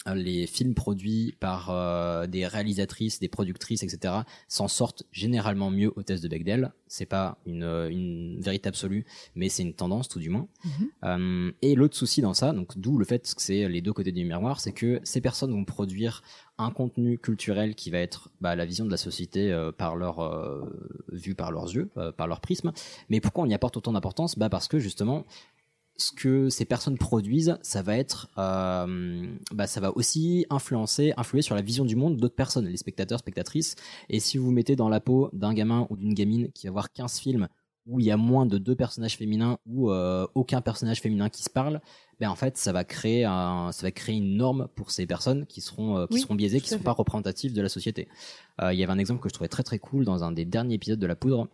[SPEAKER 1] euh, les films produits par euh, des réalisatrices, des productrices, etc., s'en sortent généralement mieux au test de Bechdel. C'est pas une, euh, une vérité absolue, mais c'est une tendance tout du moins.
[SPEAKER 16] Mhm.
[SPEAKER 1] Euh, et l'autre souci dans ça, donc d'où le fait que c'est les deux côtés du miroir, c'est que ces personnes vont produire un contenu culturel qui va être bah, la vision de la société euh, par leur euh, vue, par leurs yeux, euh, par leur prisme. Mais pourquoi on y apporte autant d'importance Bah parce que justement, ce que ces personnes produisent, ça va être, euh, bah, ça va aussi influencer, influer sur la vision du monde d'autres personnes, les spectateurs, spectatrices. Et si vous vous mettez dans la peau d'un gamin ou d'une gamine qui va voir 15 films où il y a moins de deux personnages féminins ou euh, aucun personnage féminin qui se parle, ben en fait ça va créer un, ça va créer une norme pour ces personnes qui seront euh, qui
[SPEAKER 16] Oui,
[SPEAKER 1] seront biaisées,
[SPEAKER 16] tout à
[SPEAKER 1] qui seront
[SPEAKER 16] fait.
[SPEAKER 1] pas représentatives de la société. Euh, Il y avait un exemple que je trouvais très très cool dans un des derniers épisodes de La Poudre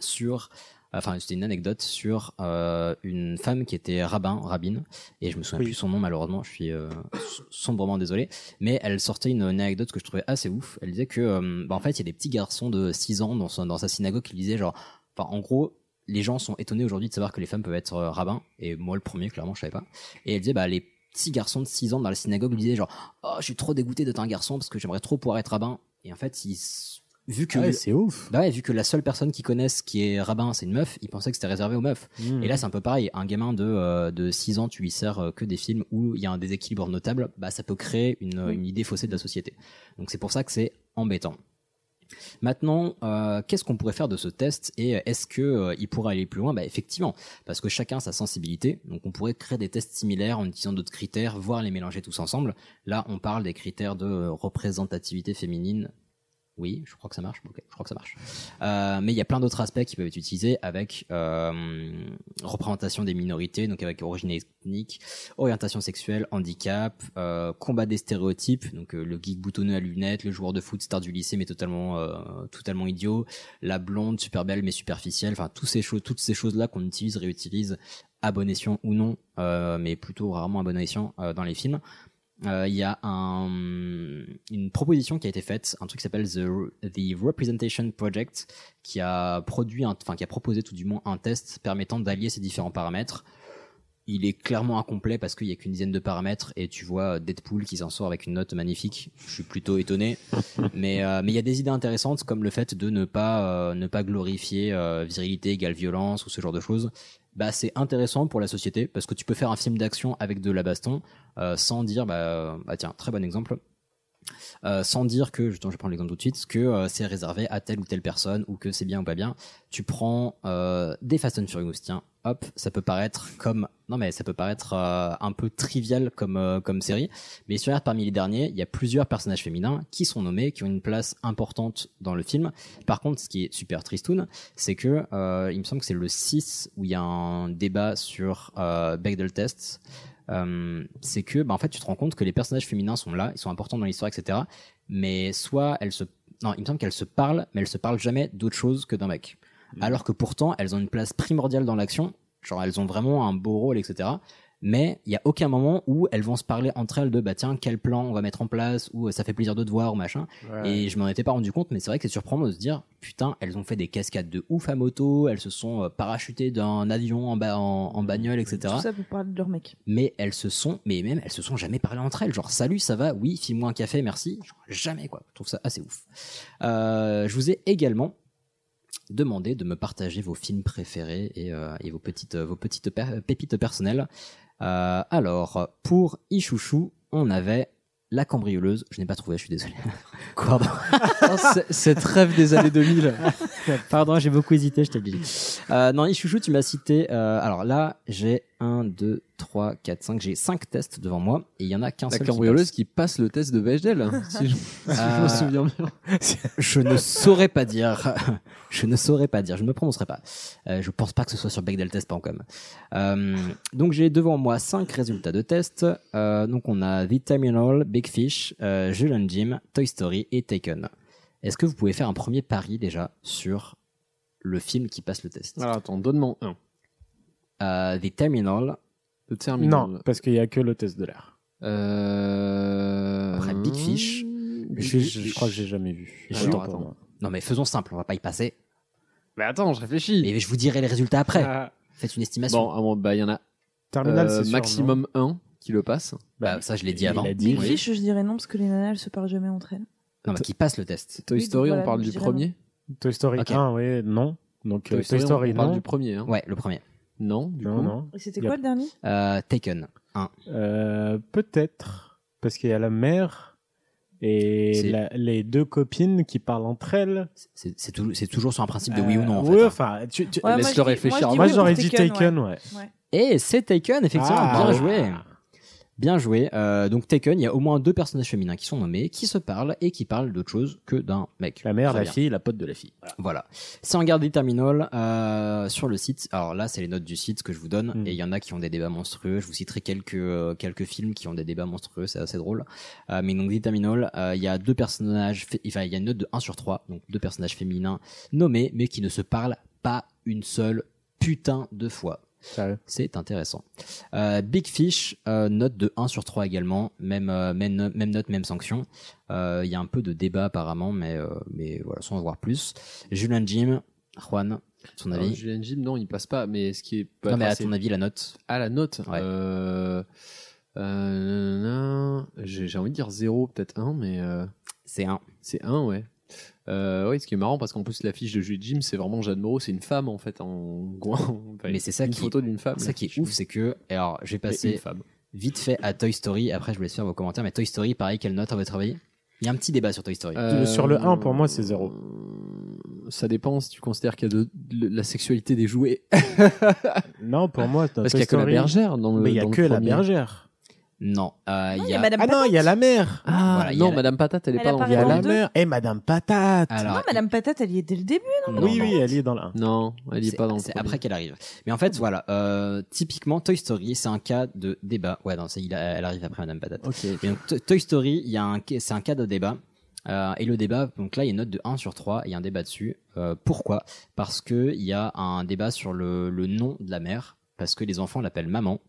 [SPEAKER 1] sur enfin c'était une anecdote sur euh, une femme qui était rabbin rabbine et je me souviens plus son nom malheureusement je suis euh, so- sombrement désolé mais elle sortait une, une anecdote que je trouvais assez ouf elle disait que euh, bah, en fait il y a des petits garçons de 6 ans dans, son- dans sa synagogue qui disaient genre enfin en gros les gens sont étonnés aujourd'hui de savoir que les femmes peuvent être euh, rabbins et moi le premier clairement je savais pas et elle disait bah les petits garçons de 6 ans dans la synagogue lui disaient genre oh je suis trop dégoûté d'être un garçon parce que j'aimerais trop pouvoir être rabbin et en fait ils s- vu que
[SPEAKER 9] Ouais, Ah, c'est ouf.
[SPEAKER 1] bah ouais, vu que la seule personne qu'ils connaissent qui est rabbin, c'est une meuf, ils pensaient que c'était réservé aux meufs.
[SPEAKER 9] Mmh.
[SPEAKER 1] Et là, c'est un peu pareil. Un gamin de, euh, de 6 ans, tu lui sers euh, que des films où il y a un déséquilibre notable, bah, ça peut créer une, euh, une idée faussée de la société. Donc c'est pour ça que c'est embêtant. Maintenant, euh, qu'est-ce qu'on pourrait faire de ce test et est-ce que euh, il pourrait aller plus loin Bah effectivement, parce que chacun a sa sensibilité, donc on pourrait créer des tests similaires en utilisant d'autres critères, voire les mélanger tous ensemble. Là, on parle des critères de euh, représentativité féminine. Oui, je crois que ça marche. Ok, je crois que ça marche. Euh, mais il y a plein d'autres aspects qui peuvent être utilisés avec euh, représentation des minorités, donc avec origine ethnique, orientation sexuelle, handicap, euh, combat des stéréotypes, donc euh, le geek boutonneux à lunettes, le joueur de foot star du lycée mais totalement euh, totalement idiot, la blonde super belle mais superficielle, enfin toutes ces choses, toutes ces choses là qu'on utilise, réutilise à bon escient ou non, euh, mais plutôt rarement à bon escient euh, dans les films. Euh, Il y a un- une proposition qui a été faite, un truc qui s'appelle the, The Representation Project, qui a produit, un- enfin qui a proposé tout du moins un test permettant d'allier ces différents paramètres il est clairement incomplet parce qu'il y a qu'une dizaine de paramètres et tu vois euh, Deadpool qui s'en sort avec une note magnifique. Je suis plutôt étonné, mais euh, mais il y a des idées intéressantes comme le fait de ne pas euh, ne pas glorifier euh, virilité égale violence ou ce genre de choses. Bah c'est intéressant pour la société parce que tu peux faire un film d'action avec de la baston euh, sans dire bah, euh, bah tiens très bon exemple. Euh, sans dire que, justement, je vais prendre l'exemple tout de suite, que euh, c'est réservé à telle ou telle personne ou que c'est bien ou pas bien. Tu prends euh, des Fast and Furious, tiens, hop, ça peut paraître comme, non mais ça peut paraître euh, un peu trivial comme euh, comme série, mais sur regardes parmi les derniers, il y a plusieurs personnages féminins qui sont nommés, qui ont une place importante dans le film. Par contre, ce qui est super tristoun, c'est que euh, il me semble que c'est le 6 où il y a un débat sur euh, Bechdel test. Euh, c'est que bah, en fait tu te rends compte que les personnages féminins sont là, ils sont importants dans l'histoire, etc. Mais soit elles se, non, il me semble qu'elles se parlent, mais elles se parlent jamais d'autre chose que d'un mec. Alors que pourtant elles ont une place primordiale dans l'action, genre elles ont vraiment un beau rôle, etc. Mais il y a aucun moment où elles vont se parler entre elles de bah tiens quel plan on va mettre en place ou euh, ça fait plaisir de te voir ou machin.
[SPEAKER 16] Ouais.
[SPEAKER 1] Et je m'en étais pas rendu compte, mais c'est vrai que c'est surprenant de se dire putain elles ont fait des cascades de ouf à moto, elles se sont euh, parachutées d'un avion en, ba- en, en bagnole, etc
[SPEAKER 8] Tout ça pour parler de leur mec.
[SPEAKER 1] mais elles se sont, mais même elles se sont jamais parlé entre elles. Genre salut, ça va, oui, file-moi un café, merci. Genre, jamais quoi. Je trouve ça assez ouf. Euh, je vous ai également demander de me partager vos films préférés et, euh, et vos petites, vos petites per- pépites personnelles. Euh, alors, pour Ichouchou, on avait La cambrioleuse. Je n'ai pas trouvé, je suis désolé. [LAUGHS] Pardon.
[SPEAKER 15] Oh, c'est- cette rêve des années 2000.
[SPEAKER 1] [LAUGHS] Pardon, j'ai beaucoup hésité, je t'ai oublié. Euh, non, Ichouchou, tu m'as cité. euh, alors là, j'ai 1, 2, 3, 4, 5. J'ai 5 tests devant moi et il y en a qu'un
[SPEAKER 4] La
[SPEAKER 1] seul.
[SPEAKER 4] cambrioleuse qui passe Euh, le test de Bechdel, hein, si [LAUGHS] je, si je me
[SPEAKER 1] Euh,
[SPEAKER 4] souviens bien.
[SPEAKER 1] Je ne saurais pas dire. [LAUGHS] Je ne saurais pas dire. Je ne me prononcerai pas. Euh, je pense pas que ce soit sur Bechdel Test, pas quand même. Euh, donc j'ai devant moi 5 résultats de tests. Euh, donc on a The Terminal, Big Fish, euh, Jules and Jim, Toy Story et Taken. Est-ce que vous pouvez faire un premier pari déjà sur le film qui passe le test
[SPEAKER 4] Alors attends, donne-moi un.
[SPEAKER 1] Euh, The Terminal.
[SPEAKER 4] The
[SPEAKER 9] Non, parce qu'il n'y a que le test de l'air.
[SPEAKER 4] Euh,
[SPEAKER 1] Après Big Fish.
[SPEAKER 9] Je, je- je crois que j'ai jamais vu.
[SPEAKER 1] Je-
[SPEAKER 9] Autant
[SPEAKER 1] attends,
[SPEAKER 9] pour
[SPEAKER 1] attends.
[SPEAKER 9] moi.
[SPEAKER 1] Non mais faisons simple, on va pas y passer.
[SPEAKER 4] Mais attends, je réfléchis.
[SPEAKER 1] Mais je vous dirai les résultats après.
[SPEAKER 4] Ah.
[SPEAKER 1] Faites une estimation.
[SPEAKER 4] Bon, ah bon, bah il y en a.
[SPEAKER 9] Terminal,
[SPEAKER 4] euh,
[SPEAKER 9] c'est sûr,
[SPEAKER 4] maximum 1 qui le passe.
[SPEAKER 1] Bah, ça, je l'ai dit
[SPEAKER 4] il
[SPEAKER 1] avant.
[SPEAKER 4] l'a dit.
[SPEAKER 8] Big
[SPEAKER 4] Oui.
[SPEAKER 8] Fish, je dirais non, parce que les nanas, elles se parlent jamais entre elles.
[SPEAKER 1] Non, mais qui passe le test
[SPEAKER 4] Toy
[SPEAKER 8] Oui, donc
[SPEAKER 4] Story,
[SPEAKER 8] voilà,
[SPEAKER 4] on parle
[SPEAKER 8] donc
[SPEAKER 4] du
[SPEAKER 8] je dirais
[SPEAKER 4] premier.
[SPEAKER 9] Toy Story
[SPEAKER 1] Ok.
[SPEAKER 9] 1, ouais, non. Donc euh,
[SPEAKER 4] Toy Story, on parle
[SPEAKER 9] non.
[SPEAKER 4] du premier. hein.
[SPEAKER 1] Ouais, le premier.
[SPEAKER 4] Non, du
[SPEAKER 9] Non,
[SPEAKER 4] coup.
[SPEAKER 9] non.
[SPEAKER 8] Et c'était
[SPEAKER 9] Il y a-
[SPEAKER 8] quoi le dernier
[SPEAKER 1] Euh, Taken 1.
[SPEAKER 9] Euh, Peut-être. Parce qu'il y a la mère et
[SPEAKER 1] C'est-
[SPEAKER 9] la- les deux copines qui parlent entre elles.
[SPEAKER 1] C'est c'est tou- c'est toujours sur un principe de oui ou non. En
[SPEAKER 9] Euh, ouais,
[SPEAKER 1] fait, hein.
[SPEAKER 9] enfin, tu- tu-
[SPEAKER 8] Ouais, moi,
[SPEAKER 4] Laisse-le
[SPEAKER 8] je dis-
[SPEAKER 4] réfléchir.
[SPEAKER 8] dis
[SPEAKER 9] Moi,
[SPEAKER 8] oui pour
[SPEAKER 9] j'aurais dit Taken, ouais.
[SPEAKER 8] Ouais.
[SPEAKER 1] Et c'est Taken, effectivement.
[SPEAKER 9] Ah,
[SPEAKER 1] bien
[SPEAKER 9] ouais.
[SPEAKER 1] joué. Bien joué. Euh, donc Taken, il y a au moins deux personnages féminins qui sont nommés, qui se parlent et qui parlent d'autre chose que d'un mec.
[SPEAKER 9] La mère,
[SPEAKER 1] Très
[SPEAKER 9] la
[SPEAKER 1] bien.
[SPEAKER 9] fille, la pote de la fille. Voilà.
[SPEAKER 1] Voilà. Si on regarde les terminals euh, sur le site, alors là, c'est les notes du site que je vous donne,
[SPEAKER 9] Mm.
[SPEAKER 1] et il y en a qui ont des débats monstrueux. Je vous citerai quelques, euh, quelques films qui ont des débats monstrueux, c'est assez drôle. Euh, mais donc, des terminals, euh, il y a deux personnages, fé- enfin, il y a une note de 1 sur 3, donc deux personnages féminins nommés, mais qui ne se parlent pas une seule putain de fois.
[SPEAKER 9] Sérieux.
[SPEAKER 1] C'est intéressant. Euh, Big Fish, euh, note de 1 sur 3 également, même, euh, même, no- même note, même sanction. Euh, Il y a un peu de débat apparemment, mais, euh, mais voilà, sans en voir plus. Julien Jim, Juan, ton
[SPEAKER 4] Alors,
[SPEAKER 1] avis
[SPEAKER 4] Julian Jim, non, il passe pas. Mais ce qui est Ah, pas
[SPEAKER 1] Non, mais à
[SPEAKER 4] passé-
[SPEAKER 1] ton avis, la note
[SPEAKER 4] à la note.
[SPEAKER 1] Ouais.
[SPEAKER 4] euh, euh, nanana, j'ai j'ai envie de dire 0, peut-être 1, mais euh,
[SPEAKER 1] C'est 1.
[SPEAKER 4] c'est 1, ouais. Euh, oui, ce qui est marrant parce qu'en plus l'affiche de Julie Jim, c'est vraiment Jeanne Moreau, c'est une femme en fait en gouin. [LAUGHS] Enfin,
[SPEAKER 1] Mais c'est ça
[SPEAKER 4] une
[SPEAKER 1] qui-
[SPEAKER 4] photo d'une femme.
[SPEAKER 1] Ça qui est ouf, c'est que. Alors, j'ai
[SPEAKER 4] passé une
[SPEAKER 1] passé
[SPEAKER 4] femme.
[SPEAKER 1] vite fait à Toy Story, après, je vous laisse faire vos commentaires, mais Toy Story, pareil, quelle note à votre avis Il y a un petit débat sur Toy Story.
[SPEAKER 4] Euh,
[SPEAKER 9] Sur le 1, pour moi, c'est 0.
[SPEAKER 4] Ça dépend si tu considères qu'il y a de, de- la sexualité des jouets.
[SPEAKER 9] Non, pour moi, dans
[SPEAKER 4] Parce
[SPEAKER 9] Toy
[SPEAKER 4] qu'il y a que la
[SPEAKER 9] Story-
[SPEAKER 4] bergère dans le.
[SPEAKER 9] Mais il y a
[SPEAKER 4] dans le
[SPEAKER 9] que la
[SPEAKER 4] premier.
[SPEAKER 9] bergère.
[SPEAKER 1] Non, euh, il y a.
[SPEAKER 8] Madame
[SPEAKER 9] Ah non, il y a la mère.
[SPEAKER 4] Ah
[SPEAKER 1] Voilà, il y a
[SPEAKER 4] non,
[SPEAKER 1] la-
[SPEAKER 4] Madame Patate, elle est
[SPEAKER 8] Elle
[SPEAKER 4] pas
[SPEAKER 8] apparaît
[SPEAKER 9] Il y a
[SPEAKER 8] dans
[SPEAKER 9] la
[SPEAKER 8] deux.
[SPEAKER 9] mère et Madame Patate.
[SPEAKER 1] Alors,
[SPEAKER 8] Non, Madame Patate, elle y est dès le début.
[SPEAKER 1] Ah,
[SPEAKER 4] dans-
[SPEAKER 9] oui,
[SPEAKER 4] non,
[SPEAKER 9] oui, elle y est dans la 1.
[SPEAKER 4] Non, elle y est
[SPEAKER 1] C'est-
[SPEAKER 4] pas dans le.
[SPEAKER 1] C'est
[SPEAKER 4] premier.
[SPEAKER 1] après qu'elle arrive. Mais en fait, voilà, euh, typiquement, Toy Story, c'est un cas de débat. Ouais, non, c'est- il a- elle arrive après Madame Patate.
[SPEAKER 4] Ok.
[SPEAKER 1] Mais donc, To- Toy Story, il y a un, ca- c'est un cas de débat. Euh, et le débat, donc là, il y a une note de 1 sur 3, il y a un débat dessus. Euh, pourquoi Parce que il y a un débat sur le, le nom de la mère, parce que les enfants l'appellent maman,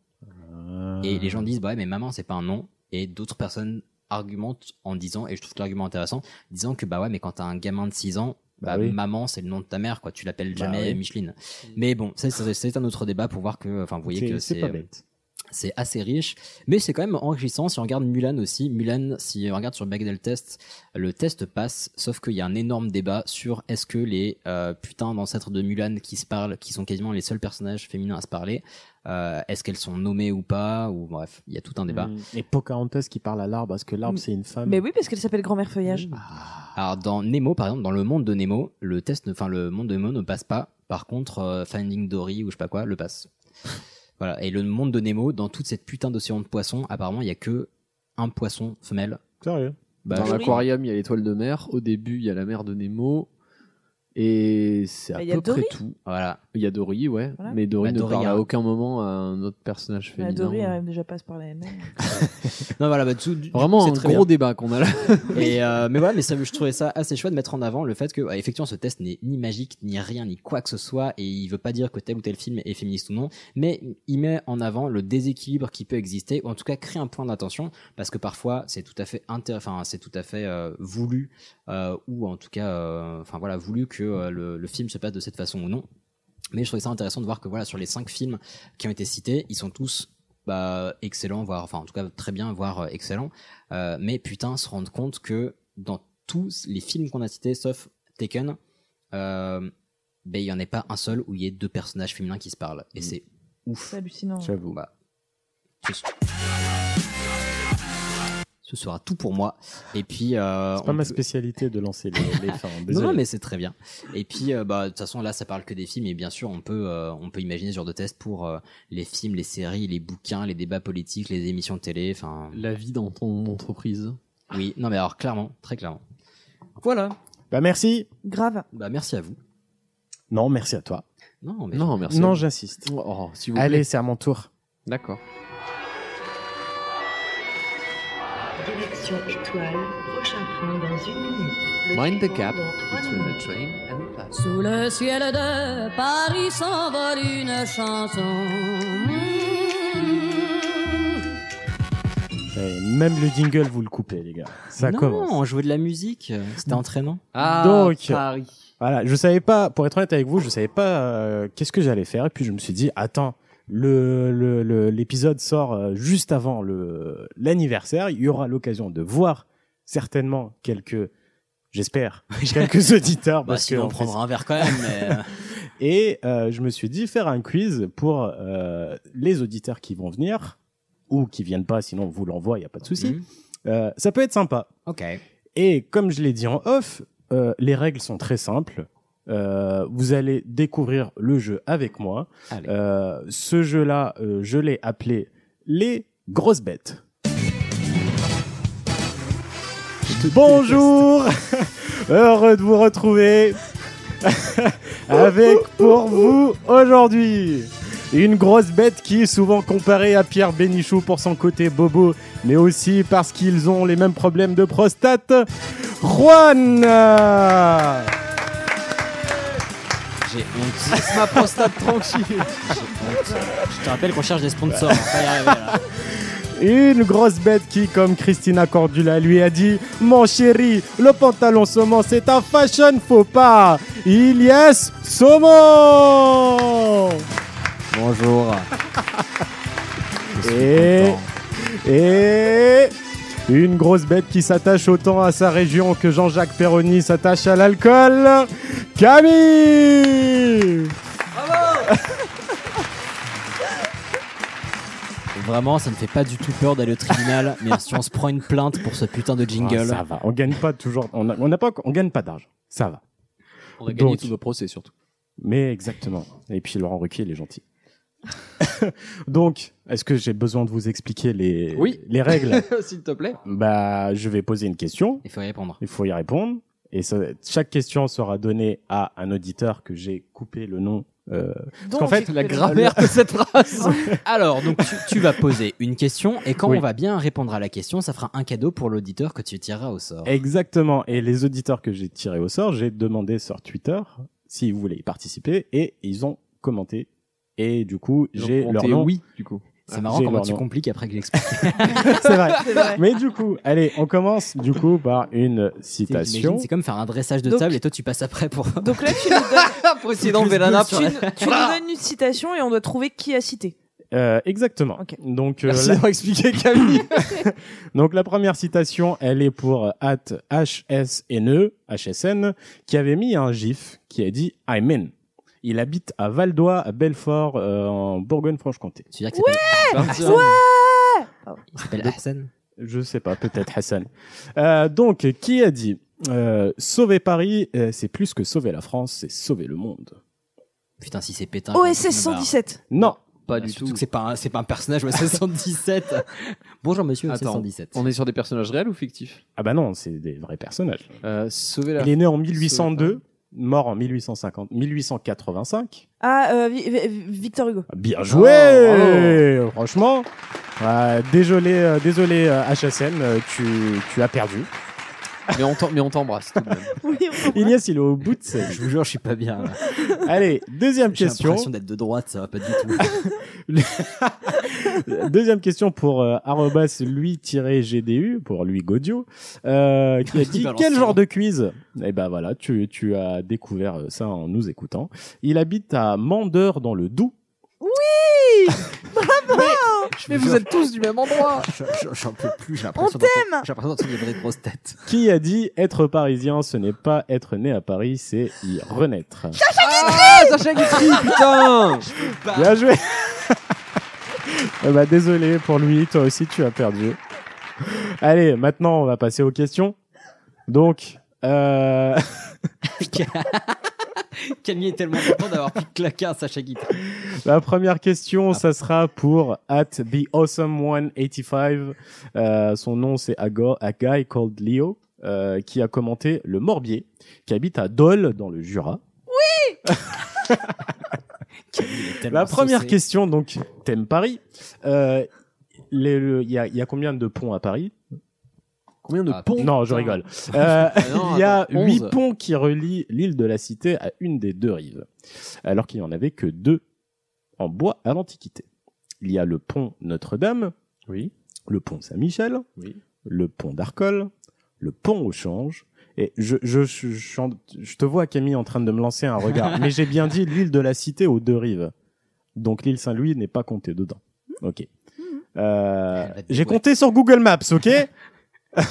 [SPEAKER 1] et les gens
[SPEAKER 9] Euh.
[SPEAKER 1] disent, bah ouais, mais maman, c'est pas un nom. Et d'autres personnes argumentent en disant, et je trouve que l'argument est intéressant, disant que bah ouais, mais quand t'as un gamin de 6 ans, bah,
[SPEAKER 9] Bah oui.
[SPEAKER 1] maman, c'est le nom de ta mère, quoi. Tu l'appelles
[SPEAKER 9] Bah
[SPEAKER 1] jamais
[SPEAKER 9] oui.
[SPEAKER 1] Micheline. Mais bon, ça, c'est c'est un autre débat pour voir que, enfin, vous voyez que
[SPEAKER 9] C'est c'est
[SPEAKER 1] c'est euh,
[SPEAKER 9] pas bête.
[SPEAKER 1] c'est assez riche, mais c'est quand même enrichissant. Si on regarde Mulan aussi, Mulan, si on regarde sur Bechdel Test, le test passe, sauf qu'il y a un énorme débat sur est-ce que les euh, putains d'ancêtres de Mulan qui se parlent, qui sont quasiment les seuls personnages féminins à se parler, euh, est-ce qu'elles sont nommées ou pas, ou bref, il y a tout un débat.
[SPEAKER 9] Mm. Et Pocahontas qui parle à l'arbre, parce que l'arbre,
[SPEAKER 8] Mm.
[SPEAKER 9] c'est une femme.
[SPEAKER 8] Mais oui, parce qu'elle s'appelle Grand-mère Feuillage.
[SPEAKER 1] Alors dans Nemo, par exemple, dans le monde de Nemo, le test, ne- enfin le monde de Nemo ne passe pas. Par contre, euh, Finding Dory ou je sais pas quoi le
[SPEAKER 4] [LAUGHS]
[SPEAKER 1] passe. voilà. Et le monde de Nemo, dans toute cette putain d'océan de poissons, apparemment, il y a que un poisson femelle.
[SPEAKER 9] Sérieux
[SPEAKER 4] Bah,
[SPEAKER 1] Dans
[SPEAKER 4] dans l'aquarium, il y a l'étoile de mer. Au début, il y a la mer de Nemo. Et c'est à
[SPEAKER 8] Bah, il y a
[SPEAKER 4] peu près
[SPEAKER 8] Dory.
[SPEAKER 4] tout.
[SPEAKER 1] Voilà.
[SPEAKER 4] Il y a Dory, ouais.
[SPEAKER 8] Voilà.
[SPEAKER 4] Mais Dory
[SPEAKER 1] Bah,
[SPEAKER 4] ne
[SPEAKER 1] Dory,
[SPEAKER 4] parle à
[SPEAKER 1] hein.
[SPEAKER 4] aucun moment à un autre personnage
[SPEAKER 9] Bah,
[SPEAKER 8] La
[SPEAKER 4] féminin.
[SPEAKER 8] Dory, elle arrive déjà pas à se parler elle-même.
[SPEAKER 1] Non, voilà, bah, du- du-
[SPEAKER 4] Vraiment
[SPEAKER 1] c'est
[SPEAKER 4] un
[SPEAKER 1] très
[SPEAKER 4] gros
[SPEAKER 1] bien.
[SPEAKER 4] débat qu'on a là.
[SPEAKER 1] [LAUGHS] Et, euh, mais voilà, mais ça, je trouvais ça assez chouette de mettre en avant le fait que, ouais, effectivement, ce test n'est ni magique, ni rien, ni quoi que ce soit, et il veut pas dire que tel ou tel film est féministe ou non, mais il met en avant le déséquilibre qui peut exister, ou en tout cas crée un point d'attention, parce que parfois c'est tout à fait inter, enfin c'est tout à fait euh, voulu, euh, ou en tout cas, euh, enfin voilà, voulu que euh, le, le film se passe de cette façon ou non. Mais je trouvais ça intéressant de voir que voilà, sur les cinq films qui ont été cités, ils sont tous bah, excellents, voire, enfin en tout cas très bien, voire euh, excellents. Euh, mais putain, se rendre compte que dans tous les films qu'on a cités, sauf Taken, euh, ben, il n'y en ait pas un seul où il y ait deux personnages féminins qui se parlent. Et c'est ouf.
[SPEAKER 8] C'est hallucinant.
[SPEAKER 9] J'avoue.
[SPEAKER 1] Bah, ce, so- ce sera tout pour moi. Et puis. euh,
[SPEAKER 9] C'est pas
[SPEAKER 1] on
[SPEAKER 9] ma
[SPEAKER 1] peut-
[SPEAKER 9] spécialité de lancer
[SPEAKER 1] [LAUGHS]
[SPEAKER 9] les, les fins.
[SPEAKER 1] non,
[SPEAKER 9] désolé.
[SPEAKER 1] non, mais c'est très bien. Et puis, euh, bah, de toute façon, là, ça parle que des films, et bien sûr, on peut, euh, on peut imaginer ce genre de test pour euh, les films, les séries, les bouquins, les débats politiques, les émissions de télé, enfin.
[SPEAKER 4] La vie dans ton entreprise.
[SPEAKER 1] Oui, non, mais alors, clairement, très clairement. Voilà.
[SPEAKER 9] Bah, merci.
[SPEAKER 8] Grave.
[SPEAKER 1] Bah, merci à vous.
[SPEAKER 9] Non, merci à toi.
[SPEAKER 1] Non, mais
[SPEAKER 4] Non, merci.
[SPEAKER 9] Non, j'insiste.
[SPEAKER 4] Oh, s'il vous
[SPEAKER 9] Allez,
[SPEAKER 4] plaît.
[SPEAKER 9] c'est à mon tour.
[SPEAKER 4] D'accord.
[SPEAKER 16] Direction étoile, prochain train dans une minute.
[SPEAKER 4] Mind the gap between the train and the bus.
[SPEAKER 17] Sous le ciel de Paris s'envole une chanson.
[SPEAKER 9] Et même le jingle, vous le coupez, les gars. Ça
[SPEAKER 1] non,
[SPEAKER 9] commence.
[SPEAKER 1] on jouait de la musique, euh, c'était entraînant.
[SPEAKER 4] Ah,
[SPEAKER 9] Donc, voilà, je savais pas, pour être honnête avec vous, je savais pas euh, qu'est-ce que j'allais faire. Et puis je me suis dit, attends, le- le- le- l'épisode sort euh, juste avant le- l'anniversaire. Il y aura l'occasion de voir certainement quelques,
[SPEAKER 1] [LAUGHS]
[SPEAKER 9] j'espère, quelques auditeurs.
[SPEAKER 1] Bah,
[SPEAKER 9] parce que
[SPEAKER 1] sinon, on
[SPEAKER 9] en fait,
[SPEAKER 1] prendra un verre quand même, mais,
[SPEAKER 9] [LAUGHS]
[SPEAKER 1] euh,
[SPEAKER 9] Et euh, je me suis dit faire un quiz pour euh, les auditeurs qui vont venir ou qui viennent pas, sinon on vous l'envoie, il n'y a pas de
[SPEAKER 1] Mhm.
[SPEAKER 9] souci. Euh, ça peut être sympa.
[SPEAKER 1] hmm. Ok.
[SPEAKER 9] Et comme je l'ai dit en off, euh, les règles sont très simples. Euh, vous allez découvrir le jeu avec moi. Euh, ce jeu-là, euh, je l'ai appelé les grosses bêtes. Bonjour [LAUGHS] Heureux de vous retrouver avec pour vous aujourd'hui une grosse bête qui est souvent comparée à Pierre Bénichou pour son côté bobo, mais aussi parce qu'ils ont les mêmes problèmes de prostate. Juan
[SPEAKER 1] J'ai honte. [LAUGHS] ma prostate tranquille. J'ai honte. Je te rappelle qu'on cherche des
[SPEAKER 9] [LAUGHS]
[SPEAKER 1] sponsors. on va pas y arriver, là.
[SPEAKER 9] Une grosse bête qui, comme Christina Cordula lui a dit Mon chéri, le pantalon saumon, c'est un fashion faux pas Ilias Saumon
[SPEAKER 1] Bonjour.
[SPEAKER 9] Et. Et. Une grosse bête qui s'attache autant à sa région que Jean-Jacques Perroni s'attache à l'alcool, Camille
[SPEAKER 1] Vraiment, ça me fait pas du tout peur d'aller au
[SPEAKER 9] [LAUGHS]
[SPEAKER 1] tribunal, mais si on se prend une plainte pour ce putain de jingle.
[SPEAKER 9] Ah, ça va, on gagne pas toujours, on, a- on n'a pas, on gagne pas d'argent, ça va.
[SPEAKER 4] On a gagné
[SPEAKER 9] Donc-
[SPEAKER 4] tous nos procès surtout.
[SPEAKER 9] Mais exactement. Et puis Laurent Ruquier, il est gentil. [LAUGHS] Donc, est-ce que j'ai besoin de vous expliquer les,
[SPEAKER 4] Oui.
[SPEAKER 9] les règles [LAUGHS]
[SPEAKER 4] [LAUGHS] S'il te plaît.
[SPEAKER 9] Bah, je vais poser une question.
[SPEAKER 1] Il faut y répondre.
[SPEAKER 9] Il faut y répondre. Et ça- chaque question sera donnée à un auditeur que j'ai coupé le nom. euh,
[SPEAKER 1] Donc,
[SPEAKER 9] parce qu'en
[SPEAKER 1] j'ai
[SPEAKER 9] fait,
[SPEAKER 1] coupé le nom. de cette phrase. Alors, donc tu, tu vas poser une question, et quand
[SPEAKER 9] Oui.
[SPEAKER 1] on va bien répondre à la question, ça fera un cadeau pour l'auditeur que tu tireras au
[SPEAKER 9] Eh,
[SPEAKER 1] sort.
[SPEAKER 9] Exactement. Et les auditeurs que j'ai tirés au sort, j'ai demandé sur Twitter s'ils voulaient y participer et ils ont commenté. Et du coup,
[SPEAKER 1] Ils ont
[SPEAKER 9] j'ai leur
[SPEAKER 1] commenté
[SPEAKER 9] nom. Ah,
[SPEAKER 1] oui, du coup. C'est marrant
[SPEAKER 9] J'ai
[SPEAKER 1] comment
[SPEAKER 9] leur
[SPEAKER 1] tu
[SPEAKER 9] nom.
[SPEAKER 1] compliques après que j'explique.
[SPEAKER 9] C'est vrai.
[SPEAKER 1] [LAUGHS] C'est vrai.
[SPEAKER 9] Mais du coup, allez, on commence du coup par une citation.
[SPEAKER 1] T'imagines, C'est comme faire un dressage de
[SPEAKER 9] Donc-
[SPEAKER 1] table et toi tu passes après
[SPEAKER 9] [LAUGHS]
[SPEAKER 1] pour.
[SPEAKER 8] Donc là, tu nous donnes,
[SPEAKER 1] Président Bellana
[SPEAKER 8] tu,
[SPEAKER 1] sur la-
[SPEAKER 8] nous- tu nous donnes une citation et on doit trouver qui a cité.
[SPEAKER 9] Euh, exactement. Donc, euh,
[SPEAKER 4] Merci
[SPEAKER 9] la-
[SPEAKER 4] d'avoir expliqué, Camille.
[SPEAKER 9] Donc la première citation, elle est pour euh, at HSNE, HSN, qui avait mis un gif qui a dit I'm in. Il habite à Val d'Oie, à Belfort, euh, en Bourgogne-Franche-Comté.
[SPEAKER 1] Tu que c'est pas-
[SPEAKER 9] Hassan.
[SPEAKER 1] Il s'appelle Hassan.
[SPEAKER 9] Je sais
[SPEAKER 1] [LAUGHS]
[SPEAKER 9] pas, peut-être Hassan. Euh, donc, qui a dit euh, Sauver Paris, euh, c'est plus que sauver la France, c'est sauver le monde.
[SPEAKER 1] Putain, si c'est
[SPEAKER 9] Oh,
[SPEAKER 1] pétain.
[SPEAKER 8] OSS 117.
[SPEAKER 9] Non.
[SPEAKER 1] Pas du tout. Bah, C'est pas, un- c'est pas un personnage OSS 117. [LAUGHS] Bonjour monsieur OSS
[SPEAKER 4] Attends,
[SPEAKER 1] 117.
[SPEAKER 4] On est sur des personnages réels ou fictifs Euh,
[SPEAKER 9] Ah bah non, c'est des vrais personnages.
[SPEAKER 4] sauver la
[SPEAKER 9] Il est né en 1802, mort en 1850, 1885.
[SPEAKER 8] Ah, euh, Vi- Vi- Victor Hugo. [LAUGHS]
[SPEAKER 9] Bien joué
[SPEAKER 8] Oh,
[SPEAKER 9] Ah, Franchement, euh, désolé, euh, désolé euh, HSN, euh, tu, tu as perdu.
[SPEAKER 4] Mais on t'em- mais on t'embrasse tout de même.
[SPEAKER 8] [LAUGHS]
[SPEAKER 9] Ignace, il est au bout
[SPEAKER 1] [LAUGHS]
[SPEAKER 9] de ses...
[SPEAKER 1] Je vous jure, je suis pas bien. là.
[SPEAKER 9] Allez, deuxième
[SPEAKER 1] J'ai
[SPEAKER 9] question.
[SPEAKER 1] l'impression d'être de droite, ça va pas du [LAUGHS] tout.
[SPEAKER 9] [LAUGHS] Deuxième question pour euh, arrobas lui-gdu, pour lui Godio, euh, qui
[SPEAKER 1] [LAUGHS]
[SPEAKER 9] a
[SPEAKER 1] Il hein.
[SPEAKER 9] dit
[SPEAKER 1] balance
[SPEAKER 9] quel
[SPEAKER 1] ça.
[SPEAKER 9] genre de quiz Eh ben voilà, tu, tu as découvert euh, ça en nous écoutant. Il habite à Mandeur dans le Doubs.
[SPEAKER 8] Oui Bravo
[SPEAKER 15] Mais vous êtes tous du même endroit.
[SPEAKER 1] J'en peux plus, j'ai
[SPEAKER 8] l'impression d'entendre- t'aime
[SPEAKER 1] J'ai l'impression d'entendre des vraies grosses têtes.
[SPEAKER 9] Qui a dit être parisien, ce n'est pas être né à Paris, c'est y renaître
[SPEAKER 15] Ah, Sacha Guitry, putain
[SPEAKER 9] Bien joué [LAUGHS] Eh ben, Désolé pour lui, toi aussi tu as perdu. Allez, maintenant on va passer aux questions. Donc, euh... [LAUGHS]
[SPEAKER 1] [LAUGHS] Camille est tellement content d'avoir pu claquer un Sacha Guitry.
[SPEAKER 9] La première question, ça sera pour at the awesome 185. Euh, son nom, c'est a, go- a guy called Leo, euh, qui a commenté le Morbier, qui habite à Dole, dans le Jura. Oui. La première
[SPEAKER 1] saucée.
[SPEAKER 9] question, donc, thème Paris. Euh, les- le- Il y, a, il y a combien de ponts à Paris Ah,
[SPEAKER 4] Combien de ponts
[SPEAKER 9] Non, je [LAUGHS] rigole. Euh,
[SPEAKER 4] Ah non,
[SPEAKER 9] il y a
[SPEAKER 4] attends,
[SPEAKER 9] huit
[SPEAKER 4] 11.
[SPEAKER 9] ponts qui relient l'île de la Cité à une des deux rives, alors qu'il n'y en avait que deux en bois à l'Antiquité. Il y a le pont Notre-Dame, oui. le pont Saint-Michel, oui. le pont d'Arcole, le pont au Change. Et je, je, je, je- je te vois, Camille, en train de me lancer un [LAUGHS] regard. mais j'ai bien dit l'île de la Cité aux deux rives. Donc l'île Saint-Louis n'est pas comptée dedans. Ok. Euh, j'ai compté sur Google Maps, ok
[SPEAKER 8] Non,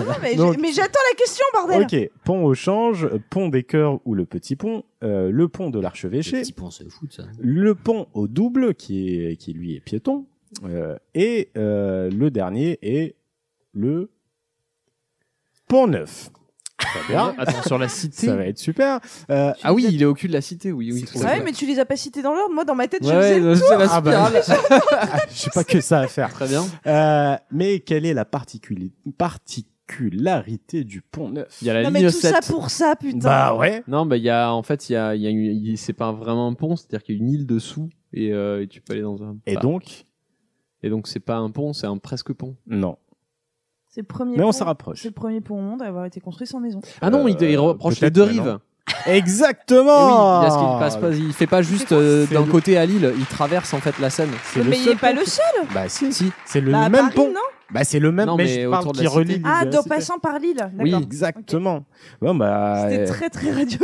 [SPEAKER 8] non, mais
[SPEAKER 9] Donc-
[SPEAKER 8] j'ai- mais j'attends la question, bordel.
[SPEAKER 9] Ok, pont au change, pont des cœurs ou le petit pont, euh, le pont de l'archevêché,
[SPEAKER 1] On se fout de ça.
[SPEAKER 9] le pont au double qui, est, qui lui est piéton, euh, et euh, le dernier est le pont neuf. Très bien.
[SPEAKER 4] Attends, sur la cité.
[SPEAKER 9] Ça va être super. Euh, [LAUGHS]
[SPEAKER 4] Ah oui, il est au cul de la cité, oui, oui. tout à
[SPEAKER 8] Ah Ouais,
[SPEAKER 4] fait.
[SPEAKER 8] mais tu les as pas cités dans l'ordre. Moi, dans ma tête, je
[SPEAKER 4] Ouais,
[SPEAKER 8] faisais le
[SPEAKER 4] ouais,
[SPEAKER 8] tour.
[SPEAKER 4] c'est la
[SPEAKER 9] Ah bah,
[SPEAKER 4] spirale.
[SPEAKER 9] je sais pas que ça à faire.
[SPEAKER 4] Très bien.
[SPEAKER 9] Euh, mais quelle est la particuli- particularité du pont neuf
[SPEAKER 4] Il y a la
[SPEAKER 8] Non,
[SPEAKER 4] ligne
[SPEAKER 8] mais tout
[SPEAKER 4] 7.
[SPEAKER 8] ça pour ça, putain.
[SPEAKER 9] Bah ouais.
[SPEAKER 4] Non, bah il y a en fait il y a, il y a une- il- c'est pas vraiment un pont, c'est-à-dire qu'il y a une île dessous et, euh, et tu peux aller dans un.
[SPEAKER 9] Et
[SPEAKER 4] parc.
[SPEAKER 9] donc
[SPEAKER 4] Et donc c'est pas un pont, c'est un presque pont.
[SPEAKER 9] Non.
[SPEAKER 8] C'est le premier.
[SPEAKER 9] Mais on
[SPEAKER 8] pont-
[SPEAKER 9] s'en rapproche.
[SPEAKER 8] C'est le premier pont au monde à avoir été construit sans maison.
[SPEAKER 4] Ah non, il, il
[SPEAKER 9] Euh,
[SPEAKER 4] reproche les
[SPEAKER 9] peut-être,
[SPEAKER 4] deux
[SPEAKER 9] mais
[SPEAKER 4] rives. Ah,
[SPEAKER 9] non.
[SPEAKER 4] Eh oui,
[SPEAKER 9] Exactement.
[SPEAKER 4] il y a ce qu'il passe pas, il fait pas juste euh,
[SPEAKER 9] C'est
[SPEAKER 4] d'un
[SPEAKER 9] le-
[SPEAKER 4] côté à l'île, il traverse en fait la Seine.
[SPEAKER 9] C'est le
[SPEAKER 8] mais il
[SPEAKER 9] seul
[SPEAKER 8] est pas
[SPEAKER 9] pont
[SPEAKER 8] le
[SPEAKER 9] qui-
[SPEAKER 8] seul.
[SPEAKER 9] Bah si, si. C'est le
[SPEAKER 8] Bah, à
[SPEAKER 9] même
[SPEAKER 8] Paris,
[SPEAKER 9] pont.
[SPEAKER 8] non
[SPEAKER 9] Bah c'est le même,
[SPEAKER 4] Non,
[SPEAKER 9] mais,
[SPEAKER 4] mais
[SPEAKER 9] je
[SPEAKER 4] autour
[SPEAKER 9] parle
[SPEAKER 4] de la
[SPEAKER 9] qui
[SPEAKER 4] cité.
[SPEAKER 9] relie. l'île
[SPEAKER 8] Ah,
[SPEAKER 9] de la
[SPEAKER 8] d'en
[SPEAKER 9] cité.
[SPEAKER 8] passant par l'île. D'accord.
[SPEAKER 9] Oui, exactement. Bon bah.
[SPEAKER 8] C'était
[SPEAKER 9] euh,
[SPEAKER 8] très très radio.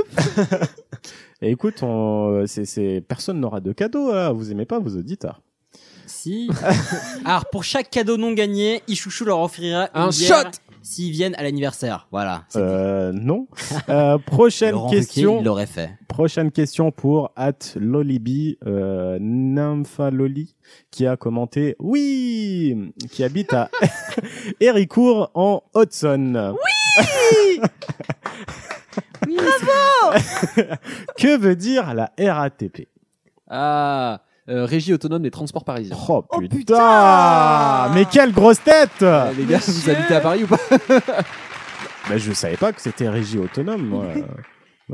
[SPEAKER 9] et écoute, on, euh, c'est- c'est- personne n'aura de cadeau. Là. Vous aimez pas vos auditeurs.
[SPEAKER 1] Si. Alors, pour chaque cadeau non gagné, Ichouchou leur offrira une
[SPEAKER 4] Un
[SPEAKER 1] bière
[SPEAKER 4] shot
[SPEAKER 1] S'ils viennent à l'anniversaire. Voilà.
[SPEAKER 9] Euh, non. Euh, prochaine
[SPEAKER 1] Laurent
[SPEAKER 9] question.
[SPEAKER 1] Ruquier, il l'aurait fait.
[SPEAKER 9] Prochaine question pour at Lolibi euh, Nymphaloli qui a commenté oui qui habite à [LAUGHS] Héricourt en Hudson. [LAUGHS] Oui.
[SPEAKER 8] Bravo
[SPEAKER 9] [LAUGHS] que veut dire la RATP
[SPEAKER 4] Ah, euh, régie autonome des transports parisiens.
[SPEAKER 9] oh, putain Mais quelle grosse tête
[SPEAKER 4] Eh, les gars, vous
[SPEAKER 8] Monsieur
[SPEAKER 4] habitez à Paris ou pas
[SPEAKER 9] bah, Je savais pas que c'était régie autonome. [LAUGHS] moi.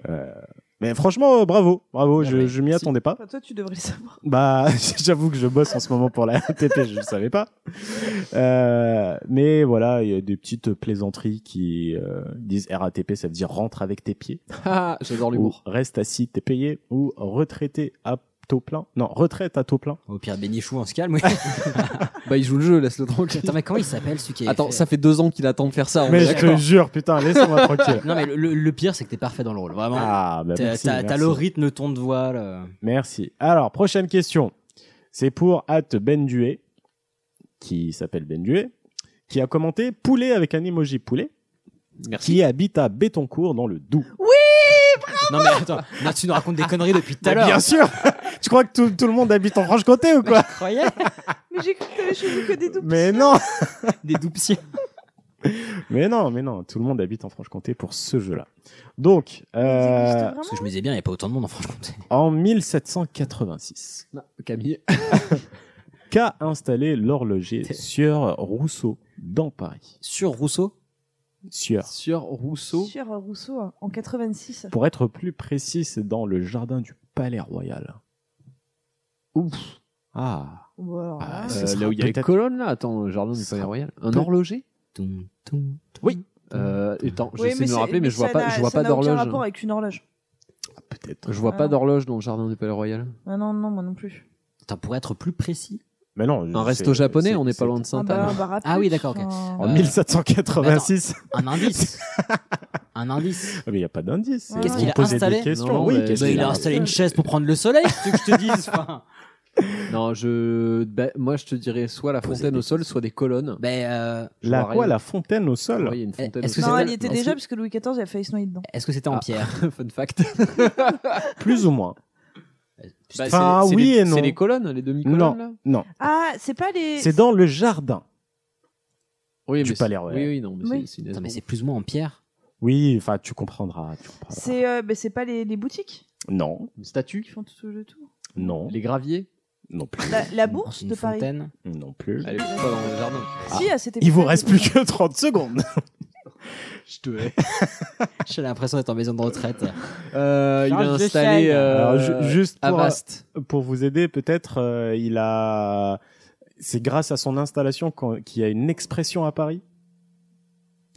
[SPEAKER 9] Euh, mais franchement, euh, bravo, bravo, je, je m'y attendais pas.
[SPEAKER 8] Enfin, Toi, tu devrais le savoir.
[SPEAKER 9] Bah, [LAUGHS] j'avoue que je bosse en ce moment pour la [LAUGHS] RATP, je ne savais pas. Euh, mais voilà, il y a des petites plaisanteries qui euh, disent RATP, ça veut dire rentre avec tes pieds,
[SPEAKER 4] Ah, J'adore
[SPEAKER 9] ou
[SPEAKER 4] l'humour.
[SPEAKER 9] reste assis, t'es payé, ou retraité à taux plein. Non, retraite à taux plein.
[SPEAKER 1] Au pire, Bénichou, on se [LAUGHS] calme. oui.
[SPEAKER 4] Bah, il joue le jeu, laisse-le tranquille.
[SPEAKER 1] Attends, mais comment il s'appelle celui qui est.
[SPEAKER 4] Attends, ça fait deux ans qu'il attend de faire ça.
[SPEAKER 1] Ah,
[SPEAKER 4] on
[SPEAKER 9] Mais
[SPEAKER 4] est
[SPEAKER 9] je te
[SPEAKER 4] d'accord.
[SPEAKER 9] jure,
[SPEAKER 1] [LAUGHS]
[SPEAKER 9] putain, laisse-moi tranquille.
[SPEAKER 1] Non, mais le, le- le pire, c'est que t'es parfait dans le rôle. Vraiment.
[SPEAKER 9] Ah, bah,
[SPEAKER 1] T'as-
[SPEAKER 9] merci,
[SPEAKER 1] T'as t'as
[SPEAKER 9] merci.
[SPEAKER 1] le rythme, le ton de voix. le-
[SPEAKER 9] Merci. Alors, prochaine question. C'est pour at Ben Dué, qui s'appelle Ben Dué, qui a commenté poulet avec un emoji poulet,
[SPEAKER 4] Merci.
[SPEAKER 9] qui habite à Bétoncourt dans le Doubs.
[SPEAKER 1] Non, mais [LAUGHS] attends, non, tu nous racontes des conneries depuis
[SPEAKER 4] Eh
[SPEAKER 1] tout à l'heure.
[SPEAKER 9] Bien sûr [LAUGHS] Tu crois que tout, tout le monde habite en Franche-Comté ou
[SPEAKER 4] [LAUGHS]
[SPEAKER 9] quoi
[SPEAKER 1] Je croyais.
[SPEAKER 8] Mais j'ai cru que t'avais choisi que des doubles.
[SPEAKER 9] Mais non
[SPEAKER 1] Des doupsiers.
[SPEAKER 9] Mais non, mais non, tout le monde habite en Franche-Comté pour ce jeu-là. Donc, euh,
[SPEAKER 1] Parce que je me disais bien, il n'y a pas autant de monde en Franche-Comté.
[SPEAKER 9] en 1786,
[SPEAKER 4] Non, Camille.
[SPEAKER 9] qu'a installé l'horloger Sieur Rousseau dans Paris
[SPEAKER 1] Sur Rousseau
[SPEAKER 9] Sieur.
[SPEAKER 4] Sur Rousseau.
[SPEAKER 8] Cher Rousseau, hein, en 86.
[SPEAKER 9] Pour être plus précis, c'est dans le jardin du Palais Royal. Ouf Ah
[SPEAKER 8] Bon, alors là,
[SPEAKER 9] Ah,
[SPEAKER 4] Euh,
[SPEAKER 9] ce sera
[SPEAKER 4] là où il y a les
[SPEAKER 9] peut-être-
[SPEAKER 4] colonnes, là. Attends, le jardin du
[SPEAKER 9] Ça-
[SPEAKER 4] Palais Royal. Un
[SPEAKER 9] Peu-
[SPEAKER 4] horloger
[SPEAKER 1] Toum, toum, toum.
[SPEAKER 4] Oui. Euh, attends,
[SPEAKER 8] Oui,
[SPEAKER 4] j'essaie de
[SPEAKER 8] c'est-
[SPEAKER 4] me rappeler, mais je vois
[SPEAKER 8] ça
[SPEAKER 4] pas,
[SPEAKER 8] n'a-
[SPEAKER 4] je vois
[SPEAKER 8] ça
[SPEAKER 4] pas
[SPEAKER 8] n'a aucun
[SPEAKER 4] d'horloge.
[SPEAKER 8] rapport avec une horloge.
[SPEAKER 9] Peut-être.
[SPEAKER 4] Je vois
[SPEAKER 8] Ah
[SPEAKER 4] pas
[SPEAKER 8] non.
[SPEAKER 4] d'horloge dans le jardin du Palais Royal.
[SPEAKER 8] Ah non, non, moi non plus.
[SPEAKER 1] Attends, pour être plus précis.
[SPEAKER 9] Mais non,
[SPEAKER 4] Un
[SPEAKER 9] c'est-
[SPEAKER 4] resto japonais,
[SPEAKER 9] c'est-
[SPEAKER 4] on n'est pas
[SPEAKER 9] c'est-
[SPEAKER 4] loin de
[SPEAKER 8] Ah,
[SPEAKER 4] saint
[SPEAKER 8] bah, bah, rappelle,
[SPEAKER 1] Ah oui, d'accord, ok.
[SPEAKER 8] enfin.
[SPEAKER 9] En 1786
[SPEAKER 1] Un [LAUGHS] indice. un indice.
[SPEAKER 9] Ah, Mais il n'y a pas d'indice.
[SPEAKER 8] Qu'est-ce
[SPEAKER 9] Vous
[SPEAKER 1] qu'il a
[SPEAKER 9] posez
[SPEAKER 1] installé
[SPEAKER 9] des questions.
[SPEAKER 4] Non,
[SPEAKER 9] oui,
[SPEAKER 4] mais-
[SPEAKER 9] qu'est-ce
[SPEAKER 1] Bah,
[SPEAKER 4] qu'il
[SPEAKER 1] il a
[SPEAKER 4] a-
[SPEAKER 1] [LAUGHS] installé une chaise pour prendre le soleil, tu veux que je te dise. enfin.
[SPEAKER 4] Non, je. bah, moi, je te dirais soit la fontaine au sol, soit des colonnes.
[SPEAKER 1] Bah,
[SPEAKER 12] Ben, euh,
[SPEAKER 4] je
[SPEAKER 9] La
[SPEAKER 4] vois
[SPEAKER 9] quoi,
[SPEAKER 4] rien.
[SPEAKER 9] la fontaine au sol
[SPEAKER 4] Ouais, il y a une fontaine au
[SPEAKER 8] Non,
[SPEAKER 4] sol.
[SPEAKER 8] elle y était déjà, puisque Louis XIV avait failli se noyer dedans.
[SPEAKER 12] Est-ce que
[SPEAKER 1] Ah.
[SPEAKER 12] c'était en pierre
[SPEAKER 4] Fun fact.
[SPEAKER 9] Plus ou moins.
[SPEAKER 4] Bah,
[SPEAKER 9] Enfin,
[SPEAKER 4] c'est- c'est
[SPEAKER 9] oui
[SPEAKER 4] les-
[SPEAKER 9] et non.
[SPEAKER 4] C'est les colonnes, les demi-colonnes
[SPEAKER 9] Non,
[SPEAKER 4] là
[SPEAKER 9] non.
[SPEAKER 8] Ah, c'est pas les.
[SPEAKER 9] C'est dans le jardin.
[SPEAKER 4] Oui,
[SPEAKER 9] du
[SPEAKER 4] mais
[SPEAKER 9] palais
[SPEAKER 4] c'est-
[SPEAKER 9] royal.
[SPEAKER 4] Oui, oui, non, mais
[SPEAKER 8] Oui.
[SPEAKER 4] c'est- c'est
[SPEAKER 12] Attends,
[SPEAKER 4] une
[SPEAKER 12] mais c'est plus ou moins en pierre.
[SPEAKER 9] Oui, enfin, tu comprendras. tu comprendras.
[SPEAKER 8] C'est euh, ben, c'est pas les, les boutiques
[SPEAKER 9] Non,
[SPEAKER 4] une statue.
[SPEAKER 8] qui font tout le tour.
[SPEAKER 9] non,
[SPEAKER 4] Les graviers.
[SPEAKER 9] non plus.
[SPEAKER 8] La, la bourse
[SPEAKER 12] Une
[SPEAKER 8] de Paris.
[SPEAKER 12] fontaine.
[SPEAKER 9] Non plus.
[SPEAKER 4] Elle est pas dans
[SPEAKER 9] [LAUGHS]
[SPEAKER 4] le jardin.
[SPEAKER 8] Si, à cette
[SPEAKER 9] Ah, Il vous
[SPEAKER 8] époque-là,
[SPEAKER 9] reste plus que [LAUGHS] 30 secondes.
[SPEAKER 4] Je te hais.
[SPEAKER 12] J'ai l'impression d'être en maison de retraite.
[SPEAKER 4] Euh, il a
[SPEAKER 12] Charles de
[SPEAKER 4] installé.
[SPEAKER 12] Chaine.
[SPEAKER 4] euh,
[SPEAKER 9] Alors, ju- juste
[SPEAKER 4] à
[SPEAKER 9] pour,
[SPEAKER 4] Bast.
[SPEAKER 9] pour vous aider, peut-être, euh, il a. C'est grâce à son installation qu'on- qu'il y a une expression à Paris.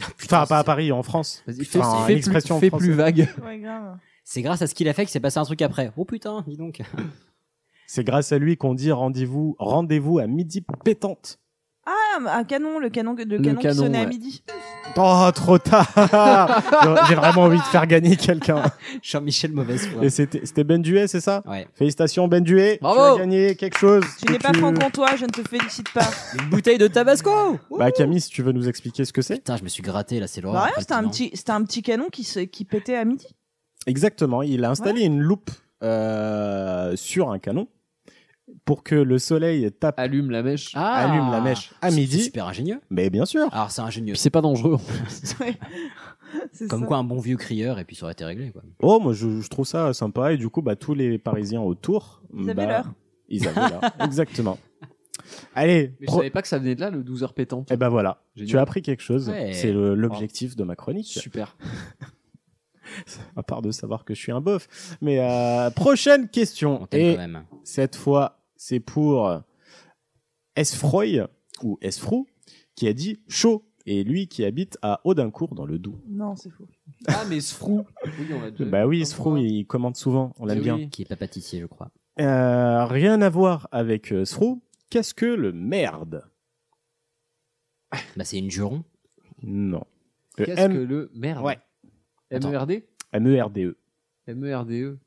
[SPEAKER 4] Ah,
[SPEAKER 9] enfin, pas à Paris, en France.
[SPEAKER 4] Vas-y, fais,
[SPEAKER 9] Enfin,
[SPEAKER 4] fais
[SPEAKER 9] une
[SPEAKER 4] plus,
[SPEAKER 9] expression
[SPEAKER 4] fais
[SPEAKER 9] française.
[SPEAKER 4] plus vague.
[SPEAKER 8] Ouais, grave.
[SPEAKER 12] C'est grâce à ce qu'il a fait qu'il s'est passé un truc après. Oh putain, dis donc. [LAUGHS]
[SPEAKER 9] C'est grâce à lui qu'on dit rendez-vous rendez-vous à midi pétante.
[SPEAKER 8] Ah, un canon, le canon, que- le
[SPEAKER 4] Le
[SPEAKER 8] canon, qui
[SPEAKER 4] canon,
[SPEAKER 8] sonnait à
[SPEAKER 4] ouais.
[SPEAKER 8] midi.
[SPEAKER 9] Oh, trop tard J'ai- J'ai vraiment envie de faire gagner quelqu'un.
[SPEAKER 12] Jean-Michel mauvaise foi.
[SPEAKER 9] Et c'était c'était Ben Duet, c'est ça
[SPEAKER 12] Ouais.
[SPEAKER 9] Félicitations Ben Duet, tu
[SPEAKER 4] Bravo.
[SPEAKER 9] as gagné quelque chose.
[SPEAKER 8] Tu
[SPEAKER 9] que
[SPEAKER 8] n'es pas
[SPEAKER 9] euh,
[SPEAKER 8] franc-comtois, je ne te félicite pas.
[SPEAKER 12] Une bouteille de Tabasco.
[SPEAKER 9] Bah Camille, si tu veux nous expliquer ce que c'est
[SPEAKER 12] Putain, je me suis gratté là,
[SPEAKER 1] Oh,
[SPEAKER 12] c'est l'horreur.
[SPEAKER 8] Bah rien,
[SPEAKER 12] après le
[SPEAKER 8] c'était un
[SPEAKER 12] bilan.
[SPEAKER 8] petit, c'était un petit canon qui se, qui pétait à midi. [LAUGHS]
[SPEAKER 9] Exactement, il a installé une loupe euh, sur un canon pour que le soleil tape,
[SPEAKER 4] Allume la mèche.
[SPEAKER 12] Ah.
[SPEAKER 9] allume la mèche à
[SPEAKER 12] C'est
[SPEAKER 9] midi.
[SPEAKER 12] Super ingénieux.
[SPEAKER 9] Mais bien sûr.
[SPEAKER 12] Alors c'est ingénieux.
[SPEAKER 4] Puis c'est pas dangereux.
[SPEAKER 8] C'est
[SPEAKER 12] Comme
[SPEAKER 8] ça.
[SPEAKER 12] quoi un bon vieux crieur et puis ça aurait été réglé quoi.
[SPEAKER 9] Oh, moi je, je trouve ça sympa et du coup bah tous les Parisiens autour,
[SPEAKER 8] Ils avaient
[SPEAKER 9] bah,
[SPEAKER 8] l'heure.
[SPEAKER 9] Ils avaient l'heure. Exactement. Allez.
[SPEAKER 4] Mais je
[SPEAKER 9] pro-
[SPEAKER 4] savais pas que ça venait de là, le 12 heures pétant.
[SPEAKER 9] Eh ben voilà,
[SPEAKER 4] Génial.
[SPEAKER 9] tu as appris quelque chose.
[SPEAKER 12] Ouais.
[SPEAKER 9] C'est le- l'objectif de ma chronique.
[SPEAKER 4] Super.
[SPEAKER 9] À part de savoir que je suis un bof. Mais euh, prochaine question.
[SPEAKER 12] On t'aime
[SPEAKER 9] Et
[SPEAKER 12] quand même. hein.
[SPEAKER 9] cette fois, c'est pour Esfroy ou Esfrou qui a dit chaud et lui qui habite à Audincourt dans le Doubs.
[SPEAKER 8] Non, c'est faux.
[SPEAKER 4] [LAUGHS] Ah, mais Sfrou. Oui, on l'a déjà
[SPEAKER 9] Bah oui, Esfrou,
[SPEAKER 4] Sfrou
[SPEAKER 9] il commente souvent, on l'aime
[SPEAKER 4] Eh
[SPEAKER 9] bien.
[SPEAKER 4] oui.
[SPEAKER 12] Qui est pas pâtissier je crois.
[SPEAKER 9] Euh, rien à voir avec euh, Esfrou. Qu'est-ce que le merde
[SPEAKER 12] Bah c'est une juron.
[SPEAKER 9] Non. Le
[SPEAKER 4] Qu'est-ce que
[SPEAKER 9] M-
[SPEAKER 4] le merde E
[SPEAKER 9] Ouais. E
[SPEAKER 4] M-E-R-D
[SPEAKER 9] M-E-R-D-E.
[SPEAKER 4] M-E-R-D-E. E.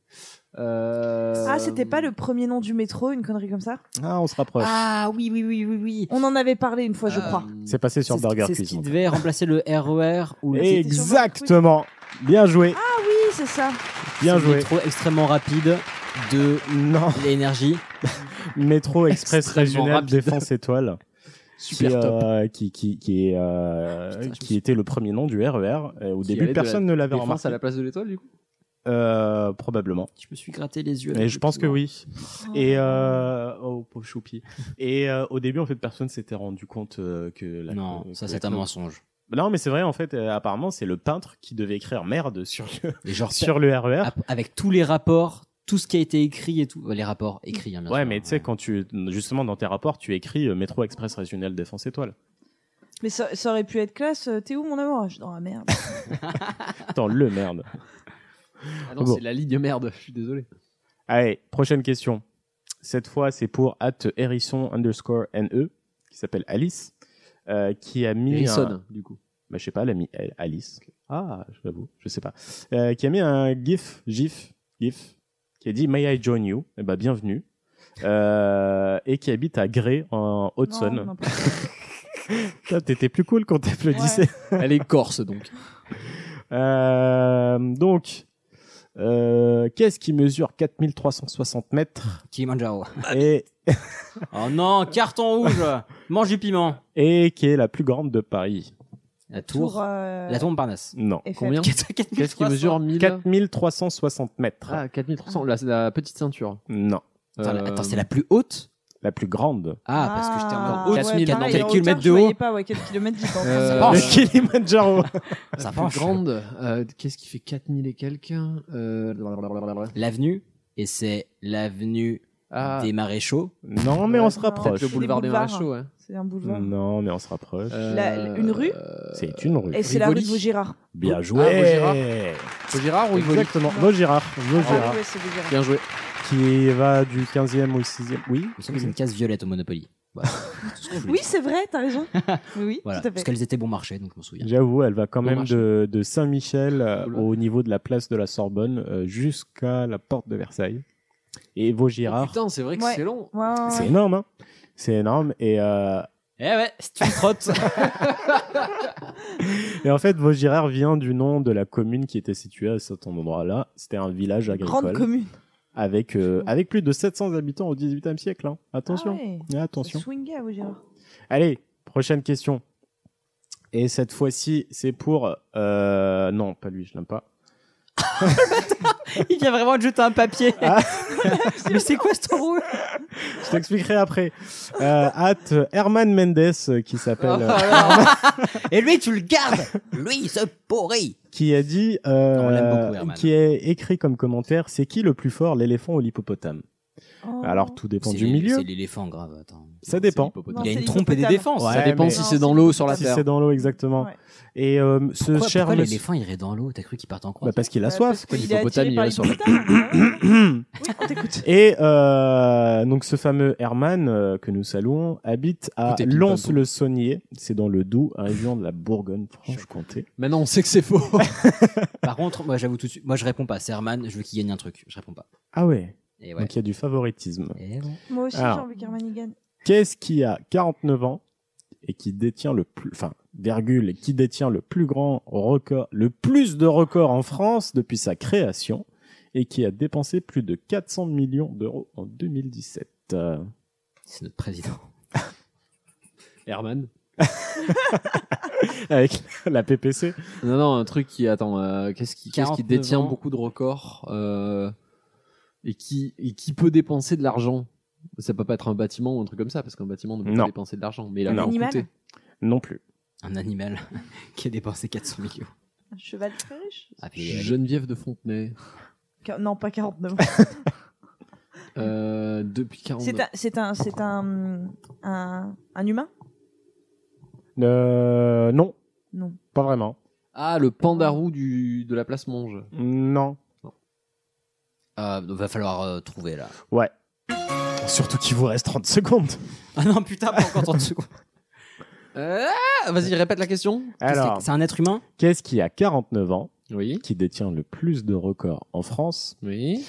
[SPEAKER 4] Euh...
[SPEAKER 8] Ah, c'était pas le premier nom du métro, une connerie comme ça
[SPEAKER 9] Ah, on se rapproche.
[SPEAKER 12] Ah oui oui oui oui oui.
[SPEAKER 8] On en avait parlé une fois, je
[SPEAKER 4] Euh,
[SPEAKER 8] crois.
[SPEAKER 9] C'est passé sur
[SPEAKER 12] C'est ce-
[SPEAKER 9] Burger Eh,
[SPEAKER 12] C'est ce
[SPEAKER 9] Quiz.
[SPEAKER 12] qui
[SPEAKER 9] en fait.
[SPEAKER 12] devait remplacer le RER ou le
[SPEAKER 8] Et- C'était sur Burger Quiz.
[SPEAKER 9] Exactement. Bien joué.
[SPEAKER 8] Ah oui, c'est ça.
[SPEAKER 9] Bien
[SPEAKER 12] C'est le
[SPEAKER 9] joué.
[SPEAKER 12] métro extrêmement rapide de
[SPEAKER 9] Non,
[SPEAKER 12] l'énergie.
[SPEAKER 9] métro express
[SPEAKER 4] Extrêmement
[SPEAKER 9] régional
[SPEAKER 4] rapide.
[SPEAKER 9] défense étoile.
[SPEAKER 4] Super
[SPEAKER 9] qui,
[SPEAKER 4] top.
[SPEAKER 9] euh, qui qui qui est, euh,
[SPEAKER 4] Putain, je me
[SPEAKER 9] qui
[SPEAKER 4] suis-
[SPEAKER 9] était le premier nom du RER. Euh, au
[SPEAKER 4] Qui allait
[SPEAKER 9] début,
[SPEAKER 4] de la
[SPEAKER 9] personne ne l'avait
[SPEAKER 4] Défense
[SPEAKER 9] remarqué.
[SPEAKER 4] à la place de l'étoile, du coup
[SPEAKER 9] Euh, probablement.
[SPEAKER 12] Je me suis gratté les yeux.
[SPEAKER 9] Mais je pense que oui.
[SPEAKER 4] Oh.
[SPEAKER 9] Et euh, oh pauvre choupi. Et euh, au début, en fait, personne s'était rendu compte euh, que la
[SPEAKER 12] Non,
[SPEAKER 9] que
[SPEAKER 12] ça
[SPEAKER 9] la
[SPEAKER 12] c'est un
[SPEAKER 9] clo-
[SPEAKER 12] mensonge.
[SPEAKER 9] Non, mais c'est vrai. En fait, euh, apparemment, c'est le peintre qui devait écrire merde sur le
[SPEAKER 4] [LAUGHS]
[SPEAKER 12] Et genre
[SPEAKER 9] sur le E RER.
[SPEAKER 4] Ah,
[SPEAKER 12] ap- avec tous les rapports, tout ce qui a été écrit et tout, les rapports écrits. hein, bien
[SPEAKER 9] Ouais,
[SPEAKER 12] sûr,
[SPEAKER 9] mais tu sais, quand tu, justement, dans tes rapports, tu écris euh, Métro Express Régional Défense Étoile.
[SPEAKER 8] Mais ça, ça aurait pu être classe. euh, T'es où, mon amour Ah, Je suis dans la merde.
[SPEAKER 9] Attends, le merde.
[SPEAKER 4] Ah non,
[SPEAKER 9] Bon.
[SPEAKER 4] c'est la ligne merde, je suis désolé.
[SPEAKER 9] Allez, prochaine question. Cette fois, c'est pour at hérisson underscore NE, qui s'appelle Alice, euh, qui a mis. Un...
[SPEAKER 4] Harrison, du coup.
[SPEAKER 9] Bah, je sais pas, elle a mis elle, Alice. Ah, je l'avoue, je sais pas. Euh, qui a mis un GIF, GIF, GIF, qui a dit May I join you Eh bah, bienvenue. Euh, et qui habite à Gré, en
[SPEAKER 8] Non,
[SPEAKER 9] Haute-Saône.
[SPEAKER 8] n'importe quoi.
[SPEAKER 9] Putain, T'étais plus cool quand t'applaudissais.
[SPEAKER 4] Elle est corse, donc.
[SPEAKER 9] Euh, donc, euh, qu'est-ce qui mesure 4360 mètres
[SPEAKER 12] hein. Kilimanjaro.
[SPEAKER 9] et,
[SPEAKER 12] Oh non, carton rouge. Mange du piment.
[SPEAKER 9] et qui est la plus grande de Paris
[SPEAKER 12] La tour.
[SPEAKER 8] Tour. euh,
[SPEAKER 12] La tour Montparnasse.
[SPEAKER 9] Non.
[SPEAKER 8] Eiffel.
[SPEAKER 4] Combien Qu'est-ce qui
[SPEAKER 12] 4300.
[SPEAKER 4] mesure 1000
[SPEAKER 9] 4360 mètres.
[SPEAKER 4] Ah, 4300, la, la petite ceinture.
[SPEAKER 9] Non.
[SPEAKER 12] Attends, la-
[SPEAKER 4] Euh,
[SPEAKER 12] attends, c'est la plus haute
[SPEAKER 9] La plus grande.
[SPEAKER 12] Ah, parce que j'étais
[SPEAKER 8] Ah,
[SPEAKER 12] en
[SPEAKER 8] ouais,
[SPEAKER 12] haute. 4000
[SPEAKER 8] pareil,
[SPEAKER 12] Quel
[SPEAKER 8] en
[SPEAKER 12] kilomètre
[SPEAKER 8] hauteur,
[SPEAKER 12] de
[SPEAKER 8] je voyais
[SPEAKER 12] haut
[SPEAKER 8] pas, ouais, quel kilomètre j'étais en train de
[SPEAKER 4] Euh,
[SPEAKER 8] savoir.
[SPEAKER 9] Le
[SPEAKER 4] penche.
[SPEAKER 9] Kilimanjaro.
[SPEAKER 12] Ça
[SPEAKER 4] la plus
[SPEAKER 12] penche.
[SPEAKER 4] grande. euh, Qu'est-ce qui fait 4000 et quelqu'un euh... blablabla.
[SPEAKER 12] L'avenue. Et c'est l'avenue
[SPEAKER 4] Ah,
[SPEAKER 12] des Maréchaux.
[SPEAKER 9] non, mais on se
[SPEAKER 8] Non.
[SPEAKER 9] rapproche.
[SPEAKER 4] le boulevard des
[SPEAKER 8] boulevards.
[SPEAKER 4] Maréchaux, ouais.
[SPEAKER 8] C'est un boulevard.
[SPEAKER 9] Non, mais on se rapproche.
[SPEAKER 4] Euh,
[SPEAKER 8] La- une rue
[SPEAKER 9] C'est une rue.
[SPEAKER 8] Et c'est la rue
[SPEAKER 4] Rivoli.
[SPEAKER 8] de Vaugirard.
[SPEAKER 9] Bien
[SPEAKER 4] Vaugirard. Oh,
[SPEAKER 9] joué.
[SPEAKER 4] Vaugirard ou Rivoli
[SPEAKER 9] Exactement. Vaugirard.
[SPEAKER 8] Ah
[SPEAKER 9] Vaugirard.
[SPEAKER 8] ouais, c'est Vaugirard.
[SPEAKER 4] Bien joué.
[SPEAKER 9] Qui va du 15e au 6e. Oui.
[SPEAKER 12] Il me semble que c'est
[SPEAKER 1] hein.
[SPEAKER 12] une case violette au Monopoly. Voilà. Tout ce que je voulais
[SPEAKER 8] Oui,
[SPEAKER 12] dire.
[SPEAKER 8] c'est vrai,
[SPEAKER 1] [LAUGHS]
[SPEAKER 8] t'as raison. Oui, oui,
[SPEAKER 12] Voilà.
[SPEAKER 8] tout à
[SPEAKER 12] Parce
[SPEAKER 8] fait.
[SPEAKER 12] qu'elles étaient bon marché, donc je m'en souviens.
[SPEAKER 9] J'avoue, elle va quand
[SPEAKER 4] Bon
[SPEAKER 9] même
[SPEAKER 4] marché.
[SPEAKER 9] de, de Saint-Michel euh,
[SPEAKER 4] Oula.
[SPEAKER 9] au niveau de la place de la Sorbonne euh, jusqu'à la porte de Versailles. et Evo Girard.
[SPEAKER 4] Putain, c'est vrai que
[SPEAKER 8] Ouais.
[SPEAKER 4] c'est long.
[SPEAKER 8] Ouais, ouais,
[SPEAKER 9] C'est
[SPEAKER 8] ouais.
[SPEAKER 9] énorme, hein. C'est énorme. Et, euh,
[SPEAKER 12] Eh ouais, c'est une trotte.
[SPEAKER 9] et en fait, Vaugirard vient du nom de la commune qui était située à cet endroit-là. C'était un village agricole.
[SPEAKER 8] Grande commune.
[SPEAKER 9] Avec, euh, avec plus de 700 habitants au 18e siècle. hein. Attention.
[SPEAKER 8] Ah
[SPEAKER 9] Et Attention.
[SPEAKER 8] Swingé, vous
[SPEAKER 1] [LAUGHS]
[SPEAKER 8] Gérard.
[SPEAKER 9] Allez, prochaine question. Et cette fois-ci, c'est pour. euh, Non, pas lui, je l'aime pas.
[SPEAKER 12] Il vient vraiment de jeter un papier. Mais c'est quoi ce trou
[SPEAKER 9] Je t'expliquerai après.
[SPEAKER 8] [LAUGHS]
[SPEAKER 9] Euh, at euh, Herman Mendes, euh, qui s'appelle. euh,
[SPEAKER 12] [LAUGHS]
[SPEAKER 8] Oh.
[SPEAKER 12] Et lui, tu le gardes. Lui, il se pourrit.
[SPEAKER 9] [LAUGHS] qui a dit, euh,
[SPEAKER 12] On l'aime beaucoup, Herman.
[SPEAKER 9] qui est écrit comme commentaire, c'est qui le plus fort, l'éléphant ou l'hippopotame
[SPEAKER 8] Oh.
[SPEAKER 9] Alors tout dépend
[SPEAKER 1] C'est
[SPEAKER 9] du
[SPEAKER 1] l'é-
[SPEAKER 9] milieu.
[SPEAKER 1] C'est l'éléphant, grave. Attends.
[SPEAKER 9] Ça dépend.
[SPEAKER 1] Il y a une trompe et des défenses.
[SPEAKER 9] Ouais,
[SPEAKER 1] ça dépend
[SPEAKER 9] mais-
[SPEAKER 1] si c'est dans l'eau ou sur la
[SPEAKER 9] si
[SPEAKER 1] terre.
[SPEAKER 9] c'est dans l'eau, exactement. Et euh, ce
[SPEAKER 1] Pourquoi,
[SPEAKER 9] cher
[SPEAKER 1] pourquoi
[SPEAKER 9] monsieur-
[SPEAKER 1] l'éléphant irait dans l'eau T'as cru qu'il partait en
[SPEAKER 9] Bah,
[SPEAKER 1] croix
[SPEAKER 9] parce qu'il a
[SPEAKER 1] Bah,
[SPEAKER 9] soif.
[SPEAKER 1] parce qu'il est L'hippopotame attiré par irait sur la- [COUGHS]
[SPEAKER 8] [COUGHS]
[SPEAKER 9] Et euh, donc ce fameux Herman euh, que nous saluons habite à
[SPEAKER 4] Tout est pile
[SPEAKER 9] Lons-le-Saunier. C'est dans le Doubs, région de la Bourgogne-Franche-Comté.
[SPEAKER 4] Maintenant, on sait que c'est faux.
[SPEAKER 1] Par contre, moi, j'avoue tout de suite. Moi, je réponds pas. C'est Herman. Je veux qu'il gagne un truc. Je réponds pas.
[SPEAKER 9] Ah ouais.
[SPEAKER 1] Et ouais.
[SPEAKER 9] Donc il y a du favoritisme.
[SPEAKER 8] Moi aussi, j'ai
[SPEAKER 9] Alors,
[SPEAKER 8] envie qu'Herman y gagne.
[SPEAKER 9] Qu'est-ce qui a 49 ans et qui détient le plus, enfin, virgule, et qui détient le plus grand record, le plus de records en France depuis sa création et qui a dépensé plus de 400 millions d'euros en 2017
[SPEAKER 1] C'est notre président.
[SPEAKER 4] Herman.
[SPEAKER 9] Avec la PPC.
[SPEAKER 4] Non, non, un truc qui. Attends, euh, qu'est-ce qui, qu'est-ce qui
[SPEAKER 1] 49
[SPEAKER 4] détient
[SPEAKER 1] ans.
[SPEAKER 4] beaucoup de records euh, et, qui, et qui peut dépenser de l'argent Ça peut pas être un bâtiment ou un truc comme ça, parce qu'un bâtiment ne peut
[SPEAKER 9] Non.
[SPEAKER 4] pas dépenser de l'argent. Mais il a
[SPEAKER 9] Non.
[SPEAKER 4] un
[SPEAKER 8] Animal
[SPEAKER 4] coûté.
[SPEAKER 9] Non plus.
[SPEAKER 1] Un animal [LAUGHS] qui a dépensé 400 millions.
[SPEAKER 8] Un cheval très riche.
[SPEAKER 1] Ah, puis, euh,
[SPEAKER 4] Geneviève de Fontenay.
[SPEAKER 8] Qu- Non, pas 49.
[SPEAKER 4] Euh, depuis 40
[SPEAKER 8] c'est un, c'est un, c'est un, un, un humain
[SPEAKER 9] Euh, non.
[SPEAKER 8] Non.
[SPEAKER 9] Pas vraiment.
[SPEAKER 4] Ah, le pandarou du, de la place Monge.
[SPEAKER 9] Non.
[SPEAKER 1] Ah, donc, va falloir euh, trouver là.
[SPEAKER 9] Ouais. Surtout qu'il vous reste 30 secondes.
[SPEAKER 1] Ah non, putain, pas encore 30 secondes.
[SPEAKER 4] Vas-y, répète la question.
[SPEAKER 9] Alors,
[SPEAKER 1] c'est un être humain
[SPEAKER 9] Qu'est-ce qui a 49 ans,
[SPEAKER 4] oui.
[SPEAKER 9] qui détient le plus de records en France
[SPEAKER 4] Oui.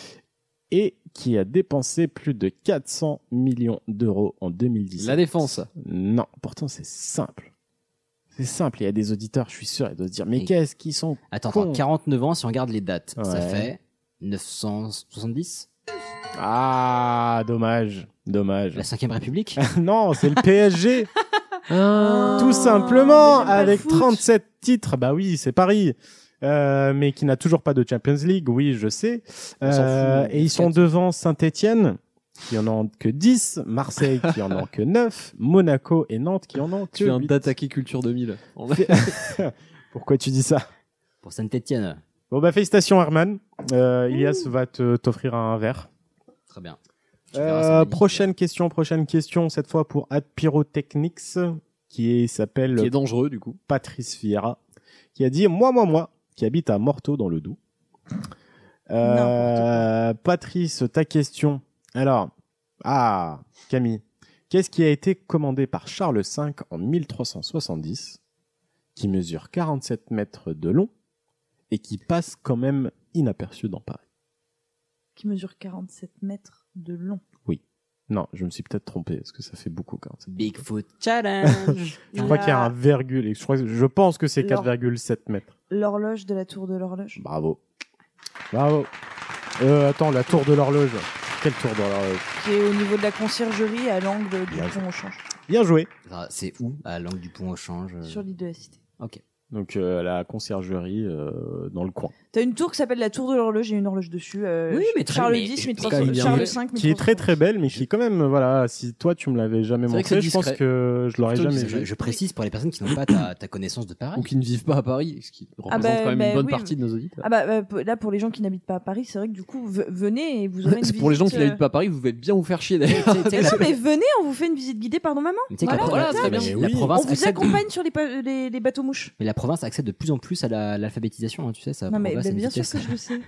[SPEAKER 9] et qui a dépensé plus de 400 millions d'euros en 2017
[SPEAKER 4] La défense.
[SPEAKER 9] Non, pourtant c'est simple. C'est simple, il y a des auditeurs, je suis sûr, ils doivent se dire mais
[SPEAKER 1] Et-
[SPEAKER 9] qu'est-ce qu'ils sont
[SPEAKER 1] Attends,
[SPEAKER 9] cons.
[SPEAKER 1] attends, 49 ans, si on regarde les dates, ça
[SPEAKER 9] Ouais.
[SPEAKER 1] fait 970
[SPEAKER 9] Ah, dommage, dommage. [LAUGHS]
[SPEAKER 1] La 5ème République
[SPEAKER 9] non, c'est le PSG.
[SPEAKER 1] Euh,
[SPEAKER 4] Ah.
[SPEAKER 9] Tout
[SPEAKER 8] mais
[SPEAKER 9] simplement,
[SPEAKER 8] j'aime pas le
[SPEAKER 9] avec
[SPEAKER 8] foot.
[SPEAKER 9] 37 titres, bah oui, c'est Paris. Euh, mais qui n'a toujours pas de Champions League, oui, je sais.
[SPEAKER 4] On s'en
[SPEAKER 9] Euh,
[SPEAKER 4] fout,
[SPEAKER 9] et ils sont
[SPEAKER 4] quatre.
[SPEAKER 9] devant Saint-Etienne, qui en ont que 10, Marseille, qui en ont que 9, Monaco et Nantes, qui en ont que
[SPEAKER 4] Tu viens
[SPEAKER 9] 8.
[SPEAKER 4] d'attaquer Culture 2000. On l'a-
[SPEAKER 9] Pourquoi tu dis ça
[SPEAKER 1] pour Saint-Etienne.
[SPEAKER 9] Bon, bah félicitations, Herman. Euh, Ilias va te- t'offrir un verre.
[SPEAKER 1] Très bien. Tu verras, c'est
[SPEAKER 9] Euh,
[SPEAKER 1] magnifique.
[SPEAKER 9] prochaine question, prochaine question, cette fois pour Ad Pyrotechnics, qui est- s'appelle
[SPEAKER 4] Qui est dangereux, du coup.
[SPEAKER 9] Patrice Fiera, qui a dit Moi, moi, moi, qui habite à Morteau dans le Doubs. Euh, Patrice, ta question. Alors, ah, Camille, qu'est-ce qui a été commandé par Charles V en 1370, qui mesure 47 mètres de long et qui passe quand même inaperçu dans Paris
[SPEAKER 8] qui mesure 47 mètres de long.
[SPEAKER 9] Non, je me suis peut-être trompé, parce que ça fait beaucoup 47
[SPEAKER 1] Bigfoot Challenge.
[SPEAKER 9] [LAUGHS] Je crois qu'il y a un virgule. Et je, crois- je pense que c'est
[SPEAKER 8] L'or-
[SPEAKER 9] 4,7 mètres.
[SPEAKER 8] L'horloge de la tour de l'horloge.
[SPEAKER 9] Bravo. Bravo. Euh, attends, la tour de l'horloge. Quelle tour de l'horloge
[SPEAKER 8] Qui est au niveau de la conciergerie à l'angle du
[SPEAKER 9] Bien
[SPEAKER 8] pont au change.
[SPEAKER 9] Bien joué.
[SPEAKER 1] Attends, Ah, C'est où À l'angle du pont au change. euh,
[SPEAKER 8] Sur l'île de la cité.
[SPEAKER 1] Ok.
[SPEAKER 9] Donc euh, la conciergerie euh, dans le coin.
[SPEAKER 8] T'as une tour qui s'appelle la tour de l'horloge et une horloge dessus. euh,
[SPEAKER 1] Oui, mais très-
[SPEAKER 8] Charles
[SPEAKER 1] mais-
[SPEAKER 8] X,
[SPEAKER 1] mais
[SPEAKER 8] 1300,
[SPEAKER 1] quand même bien
[SPEAKER 8] Charles
[SPEAKER 1] fait.
[SPEAKER 8] V, 1300.
[SPEAKER 9] Qui est très très belle, mais qui quand même, voilà, si toi tu me l'avais jamais
[SPEAKER 4] C'est vrai que
[SPEAKER 9] montré,
[SPEAKER 4] c'est
[SPEAKER 9] je pense
[SPEAKER 4] discret.
[SPEAKER 9] que Ah, je l'aurais
[SPEAKER 4] Plutôt
[SPEAKER 9] jamais
[SPEAKER 1] Je,
[SPEAKER 9] vu.
[SPEAKER 1] je précise pour les personnes qui n'ont pas ta, ta connaissance de Paris.
[SPEAKER 4] Ou qui ne vivent pas à Paris, ce qui représente
[SPEAKER 8] bah,
[SPEAKER 4] quand même
[SPEAKER 8] bah
[SPEAKER 4] une bonne
[SPEAKER 8] oui.
[SPEAKER 4] partie de nos auditeurs.
[SPEAKER 8] Ah bah, bah, p- là pour les gens qui n'habitent pas à Paris, c'est vrai que du coup v- venez et
[SPEAKER 9] [LAUGHS]
[SPEAKER 8] vous aurez une euh,
[SPEAKER 4] C'est pour les gens qui
[SPEAKER 8] visite,
[SPEAKER 4] n'habitent pas à Paris, vous pouvez bien vous faire chier [LAUGHS] d'ailleurs.
[SPEAKER 1] Tu sais- tu sais
[SPEAKER 8] euh,
[SPEAKER 1] que la-
[SPEAKER 8] Non mais venez, on vous fait une visite guidée, pardon maman.
[SPEAKER 1] tu sais que la
[SPEAKER 8] Voilà,
[SPEAKER 1] pro- la-
[SPEAKER 8] voilà.
[SPEAKER 4] très bien.
[SPEAKER 1] la
[SPEAKER 8] On
[SPEAKER 1] province
[SPEAKER 8] vous
[SPEAKER 1] accède
[SPEAKER 8] accompagne sur les, pa- les, les bateaux mouches.
[SPEAKER 1] Mais la province accède de plus en plus à la- l'alphabétisation, hein, tu sais, ça
[SPEAKER 8] Non mais
[SPEAKER 1] progresse
[SPEAKER 8] bah,
[SPEAKER 1] à une
[SPEAKER 8] bien sûr
[SPEAKER 1] vitesse.
[SPEAKER 8] que je le sais.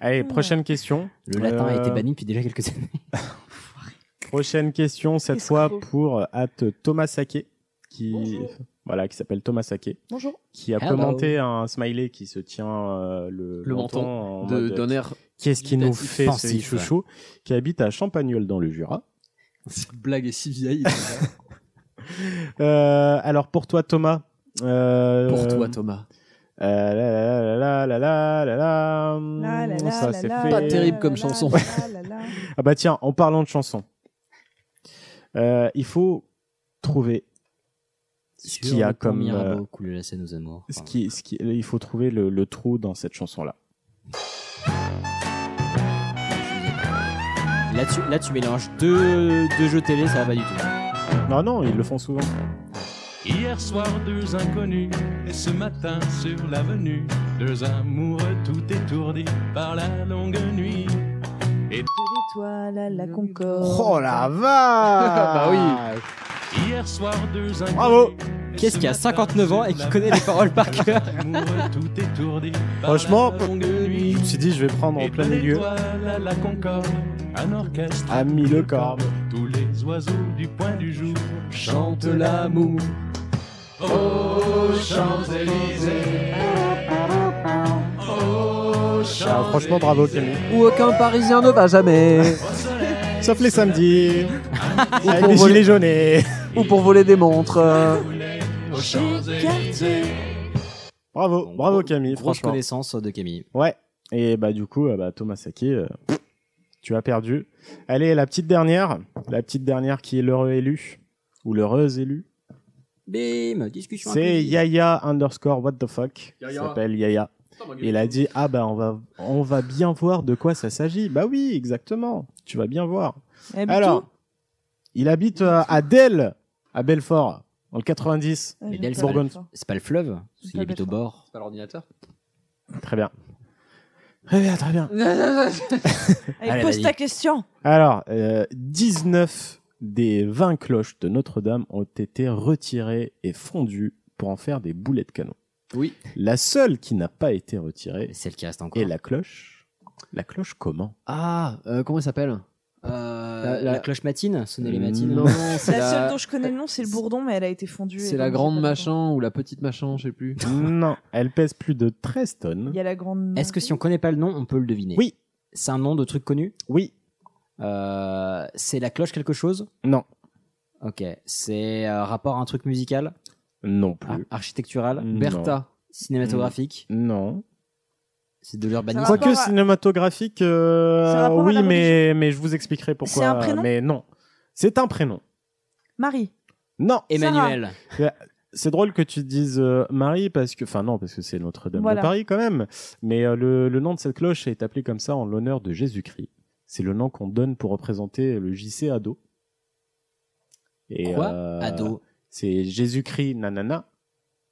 [SPEAKER 9] Allez, prochaine question.
[SPEAKER 1] Le latin a été
[SPEAKER 9] Euh,
[SPEAKER 1] banni depuis déjà quelques années.
[SPEAKER 9] Prochaine question, cette
[SPEAKER 8] Qu'est-ce
[SPEAKER 9] fois
[SPEAKER 8] qu'il faut
[SPEAKER 9] pour euh, at Thomas Saquet, qui, voilà, qui s'appelle Thomas Saké.
[SPEAKER 8] Bonjour.
[SPEAKER 9] Qui a
[SPEAKER 8] Hello.
[SPEAKER 9] commenté un smiley qui se tient euh, le,
[SPEAKER 4] Ah, Le menton
[SPEAKER 9] en
[SPEAKER 4] de-
[SPEAKER 9] mode,
[SPEAKER 4] d'un air
[SPEAKER 9] Qu'est-ce qui nous
[SPEAKER 4] dubitatif,
[SPEAKER 9] fait ce
[SPEAKER 4] pensif,
[SPEAKER 9] chouchou Qui habite à Champagnole dans le Jura.
[SPEAKER 4] Cette blague est si [LAUGHS] vieille.
[SPEAKER 9] Euh, alors pour toi Thomas. euh,
[SPEAKER 4] Pour toi, Thomas.
[SPEAKER 9] euh, la la la la la la la la. hum,
[SPEAKER 4] La la la
[SPEAKER 9] Mmh, Ça
[SPEAKER 4] la
[SPEAKER 9] c'est
[SPEAKER 4] la
[SPEAKER 9] fait.
[SPEAKER 4] la Pas terrible la comme la chanson. la la la.
[SPEAKER 9] ah bah tiens, en parlant de chanson, euh, il faut trouver ce qu'il y a comme euh,
[SPEAKER 1] Mirabeau coule la scène aux amours.
[SPEAKER 9] ce qui, ce qui, il faut trouver le, le trou dans cette chanson là.
[SPEAKER 1] Là tu, là, tu mélanges deux, deux jeux télé, ça va pas du tout.
[SPEAKER 9] Non non, ils le font souvent.
[SPEAKER 18] Hier soir, deux inconnus, et ce matin sur l'avenue, deux amoureux tout étourdis par la longue nuit. Et
[SPEAKER 8] L'étoile à la Concorde.
[SPEAKER 9] Oh la
[SPEAKER 4] [LAUGHS]
[SPEAKER 9] vache
[SPEAKER 8] Bah
[SPEAKER 18] hier soir, deux inconnus.
[SPEAKER 9] Bravo.
[SPEAKER 1] Qu'est-ce qui a 59 ans et qui connaît les paroles par cœur
[SPEAKER 18] amoureux tout étourdis par
[SPEAKER 9] Franchement,
[SPEAKER 18] la longue nuit.
[SPEAKER 9] je me suis dit je vais prendre en plein
[SPEAKER 18] De
[SPEAKER 9] milieu.
[SPEAKER 18] l'étoile à la Concorde, un orchestre.
[SPEAKER 9] Ami le corps.
[SPEAKER 18] Tous les oiseaux du point du jour chantent
[SPEAKER 9] l'amour.
[SPEAKER 18] aux Champs-Élysées. Aux
[SPEAKER 9] Ah, franchement bravo Camille.
[SPEAKER 15] Où aucun Parisien ne va jamais.
[SPEAKER 9] Sauf les [LAUGHS] samedis.
[SPEAKER 15] Ou
[SPEAKER 9] Avec
[SPEAKER 15] pour
[SPEAKER 9] les
[SPEAKER 15] voler-
[SPEAKER 9] gilets jaunes.
[SPEAKER 15] Ou pour voler des montres. euh.
[SPEAKER 9] Bravo, [LAUGHS] bravo Camille.
[SPEAKER 1] Grosse
[SPEAKER 9] franchement.
[SPEAKER 1] connaissance de Camille.
[SPEAKER 9] Ouais. Et bah du coup, euh, bah, Thomas Saké, euh, pff, tu as perdu. Allez, la petite dernière, la petite dernière qui est l'heureux élu ou l'heureuse élue.
[SPEAKER 1] Bim, discussion.
[SPEAKER 9] C'est
[SPEAKER 1] inclusive.
[SPEAKER 9] Yaya underscore what the fuck. Il
[SPEAKER 1] Yaya.
[SPEAKER 9] s'appelle Yaya. Il a dit ah bah on va on va bien voir de quoi ça s'agit. Bah oui, exactement. Tu vas bien voir.
[SPEAKER 8] Il habite
[SPEAKER 9] Alors, il habite euh, à Delle, à Belfort, dans le 90.
[SPEAKER 8] Eh,
[SPEAKER 1] Mais Del, c'est pas,
[SPEAKER 9] Bourgogne.
[SPEAKER 1] le- c'est pas le fleuve, il habite au bord.
[SPEAKER 4] C'est [LAUGHS] pas l'ordinateur.
[SPEAKER 9] Très bien. Très bien, très bien.
[SPEAKER 8] Allez,
[SPEAKER 9] Allez,
[SPEAKER 8] Eh, pose
[SPEAKER 9] vas-y.
[SPEAKER 8] ta question.
[SPEAKER 9] Alors, euh, 19 des 20 cloches de Notre-Dame ont été retirées et fondues pour en faire des boulets de canon.
[SPEAKER 4] Oui.
[SPEAKER 9] La seule qui n'a pas été retirée,
[SPEAKER 1] celle qui reste encore.
[SPEAKER 9] Et la cloche La cloche comment
[SPEAKER 4] Ah, euh, comment il s'appelle
[SPEAKER 1] Euh,
[SPEAKER 4] La-
[SPEAKER 1] la,
[SPEAKER 4] la-
[SPEAKER 1] cloche matine, sonner
[SPEAKER 9] Mm.
[SPEAKER 1] les matines.
[SPEAKER 4] [LAUGHS] Non, non, c'est
[SPEAKER 8] La,
[SPEAKER 4] la-
[SPEAKER 8] seule dont je connais le nom, c'est le bourdon, mais elle a été fondue.
[SPEAKER 4] C'est
[SPEAKER 8] et
[SPEAKER 4] la
[SPEAKER 8] donc,
[SPEAKER 4] grande
[SPEAKER 8] j'ai pas-
[SPEAKER 4] machin ou la petite machin, je sais plus.
[SPEAKER 9] Non, elle pèse plus de 13 tonnes.
[SPEAKER 8] Il y a la grande.
[SPEAKER 1] Est-ce que si on connaît pas le nom, on peut le deviner
[SPEAKER 9] Oui.
[SPEAKER 1] C'est un nom de truc connu
[SPEAKER 9] Oui.
[SPEAKER 1] Euh, c'est la cloche quelque chose
[SPEAKER 9] Non.
[SPEAKER 1] Ok. C'est euh, rapport à un truc musical
[SPEAKER 9] Non plus.
[SPEAKER 1] Ar- architectural
[SPEAKER 9] Ah. Mm, Non.
[SPEAKER 1] Bertha Cinématographique
[SPEAKER 9] Non.
[SPEAKER 1] C'est de l'urbanisme
[SPEAKER 9] Quoique cinématographique, euh,
[SPEAKER 8] C'est un rapport à
[SPEAKER 9] oui,
[SPEAKER 8] la
[SPEAKER 9] mais, mais je vous expliquerai pourquoi.
[SPEAKER 8] C'est un prénom
[SPEAKER 9] mais non. C'est un prénom.
[SPEAKER 8] Marie.
[SPEAKER 9] Non.
[SPEAKER 8] Emmanuel.
[SPEAKER 9] C'est drôle que tu dises euh, Marie parce que, enfin non, parce que c'est Notre-Dame
[SPEAKER 8] Voilà.
[SPEAKER 9] de Paris quand même. Mais euh, le, le nom de cette cloche est appelé comme ça en l'honneur de Jésus-Christ. C'est le nom qu'on donne pour représenter le JC ado. Et,
[SPEAKER 1] Quoi
[SPEAKER 9] euh,
[SPEAKER 1] Ado
[SPEAKER 9] C'est Jésus-Christ nanana.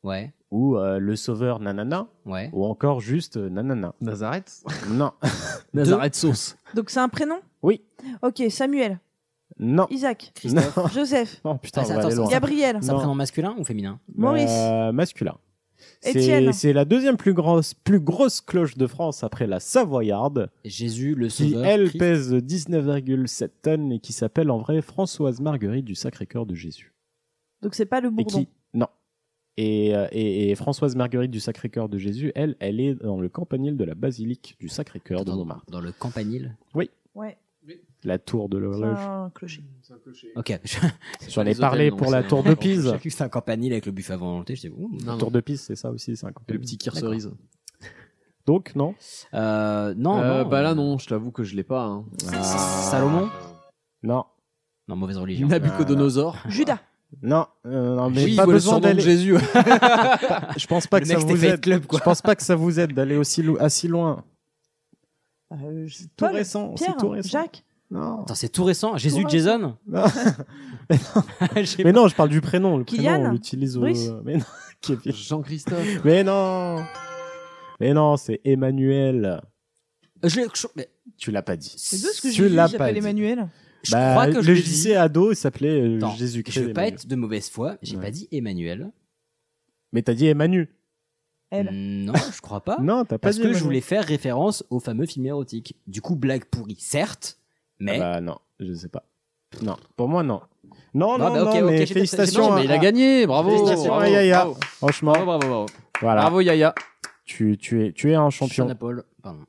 [SPEAKER 1] Ouais.
[SPEAKER 9] Ou euh, le Sauveur nanana.
[SPEAKER 1] Ouais.
[SPEAKER 9] Ou encore juste euh, nanana.
[SPEAKER 4] Nazareth.
[SPEAKER 9] Non.
[SPEAKER 4] Nazareth sauce.
[SPEAKER 8] Donc c'est un prénom
[SPEAKER 9] Oui.
[SPEAKER 8] Ok, Samuel.
[SPEAKER 1] [LAUGHS]
[SPEAKER 9] Non.
[SPEAKER 8] Isaac.
[SPEAKER 9] Christophe. Non.
[SPEAKER 8] [LAUGHS] Joseph.
[SPEAKER 9] Non, putain,
[SPEAKER 1] Ah, ça-
[SPEAKER 9] on va
[SPEAKER 1] attends,
[SPEAKER 9] aller
[SPEAKER 1] ça-
[SPEAKER 9] loin.
[SPEAKER 8] Gabriel.
[SPEAKER 1] C'est un
[SPEAKER 9] Non.
[SPEAKER 1] prénom masculin ou féminin
[SPEAKER 8] Maurice.
[SPEAKER 9] Euh, masculin. C'est
[SPEAKER 1] Étienne.
[SPEAKER 9] c'est la deuxième plus grosse, plus grosse cloche de France après la Savoyarde.
[SPEAKER 1] Jésus, le
[SPEAKER 9] Qui,
[SPEAKER 1] sauveur.
[SPEAKER 9] elle,
[SPEAKER 1] Christ.
[SPEAKER 9] pèse 19,7 tonnes et qui s'appelle en vrai Françoise Marguerite du Sacré-Cœur de Jésus.
[SPEAKER 8] Donc c'est pas le
[SPEAKER 9] Et
[SPEAKER 8] bourdon.
[SPEAKER 9] qui Non. Et, euh, et- et Françoise Marguerite du Sacré-Cœur de Jésus, elle, elle est dans le campanile de la basilique du Sacré-Cœur de Montmartre.
[SPEAKER 1] Dans le campanile
[SPEAKER 9] Oui,
[SPEAKER 8] Ouais.
[SPEAKER 9] la tour de
[SPEAKER 8] C'est
[SPEAKER 9] l'horloge.
[SPEAKER 8] un clocher.
[SPEAKER 1] Ok. [LAUGHS] Je-
[SPEAKER 9] J'en ai parlé pour la tour de Pise.
[SPEAKER 1] J'ai cru que c'était un campanile avec le buffet à volonté. J'étais, ouh,
[SPEAKER 9] La tour de Pise, c'est ça aussi, c'est un campanile.
[SPEAKER 4] Le petit kir cerise.
[SPEAKER 9] Donc, non
[SPEAKER 1] Euh, non,
[SPEAKER 4] Euh,
[SPEAKER 1] non.
[SPEAKER 4] Bah là, non, je t'avoue que je l'ai pas. hein.
[SPEAKER 1] Salomon
[SPEAKER 9] Non.
[SPEAKER 1] Non, mauvaise religion.
[SPEAKER 4] Nabucodonosor.
[SPEAKER 8] Judas.
[SPEAKER 9] Non, euh, non, mais
[SPEAKER 4] Oui,
[SPEAKER 9] pas
[SPEAKER 4] ou le
[SPEAKER 9] besoin
[SPEAKER 4] surnom de
[SPEAKER 9] d'aller.
[SPEAKER 4] Jésus.
[SPEAKER 9] Pas- [LAUGHS] je pense pas
[SPEAKER 4] Le
[SPEAKER 9] que
[SPEAKER 4] mec,
[SPEAKER 9] ça
[SPEAKER 4] c'était
[SPEAKER 9] vous
[SPEAKER 4] Fight
[SPEAKER 9] aide.
[SPEAKER 4] Club, quoi.
[SPEAKER 9] Je pense pas que ça vous aide d'aller aussi lo- à si loin. Ah,
[SPEAKER 8] Euh, je-
[SPEAKER 9] tout
[SPEAKER 8] Paul,
[SPEAKER 9] récent, c'est
[SPEAKER 8] Pierre,
[SPEAKER 9] tout récent.
[SPEAKER 8] Jacques.
[SPEAKER 9] Non.
[SPEAKER 1] Attends, c'est tout récent. Jésus,
[SPEAKER 9] Ouais.
[SPEAKER 1] Jason
[SPEAKER 9] Non. Mais non, je parle du prénom. Le
[SPEAKER 1] Kylian
[SPEAKER 9] prénom, on l'utilise au.
[SPEAKER 1] Bruce
[SPEAKER 9] [LAUGHS] Mais non, Kevin.
[SPEAKER 4] Jean-Christophe.
[SPEAKER 9] Mais non. Mais non, c'est Emmanuel.
[SPEAKER 1] Euh, Je l'ai. je- mais
[SPEAKER 9] Tu l'as pas dit.
[SPEAKER 8] C'est deux ce que
[SPEAKER 9] Tu
[SPEAKER 8] j'ai dit,
[SPEAKER 9] l'as pas
[SPEAKER 8] j'appelle
[SPEAKER 9] dit.
[SPEAKER 8] Emmanuel.
[SPEAKER 1] Je
[SPEAKER 9] Bah,
[SPEAKER 1] crois que je
[SPEAKER 9] le
[SPEAKER 1] l'ai
[SPEAKER 9] JC
[SPEAKER 1] dit.
[SPEAKER 9] ado, il s'appelait euh,
[SPEAKER 1] Attends,
[SPEAKER 9] Jésus-Christ.
[SPEAKER 1] Je veux pas
[SPEAKER 9] Emmanuel.
[SPEAKER 1] être de mauvaise foi. J'ai pas dit Emmanuel.
[SPEAKER 9] Mais t'as dit Emmanuel.
[SPEAKER 1] Non, je crois pas.
[SPEAKER 9] Non, t'as pas
[SPEAKER 1] Parce
[SPEAKER 9] dit
[SPEAKER 1] que je
[SPEAKER 9] Emmanuel.
[SPEAKER 1] voulais faire référence au fameux film
[SPEAKER 9] bah,
[SPEAKER 1] érotique. Du coup, blague pourrie, certes, mais.
[SPEAKER 9] Ah bah non, je sais pas. Non, pour moi non. Non, non, non, mais félicitations.
[SPEAKER 4] mais il a gagné, bravo.
[SPEAKER 9] Félicitations
[SPEAKER 4] bravo,
[SPEAKER 9] à Yaya.
[SPEAKER 4] bravo.
[SPEAKER 9] Franchement.
[SPEAKER 4] Bravo, bravo, bravo.
[SPEAKER 9] Voilà.
[SPEAKER 4] Bravo, Yaya.
[SPEAKER 9] Tu, tu, es, tu es un champion.
[SPEAKER 1] Sean Apple, pardon.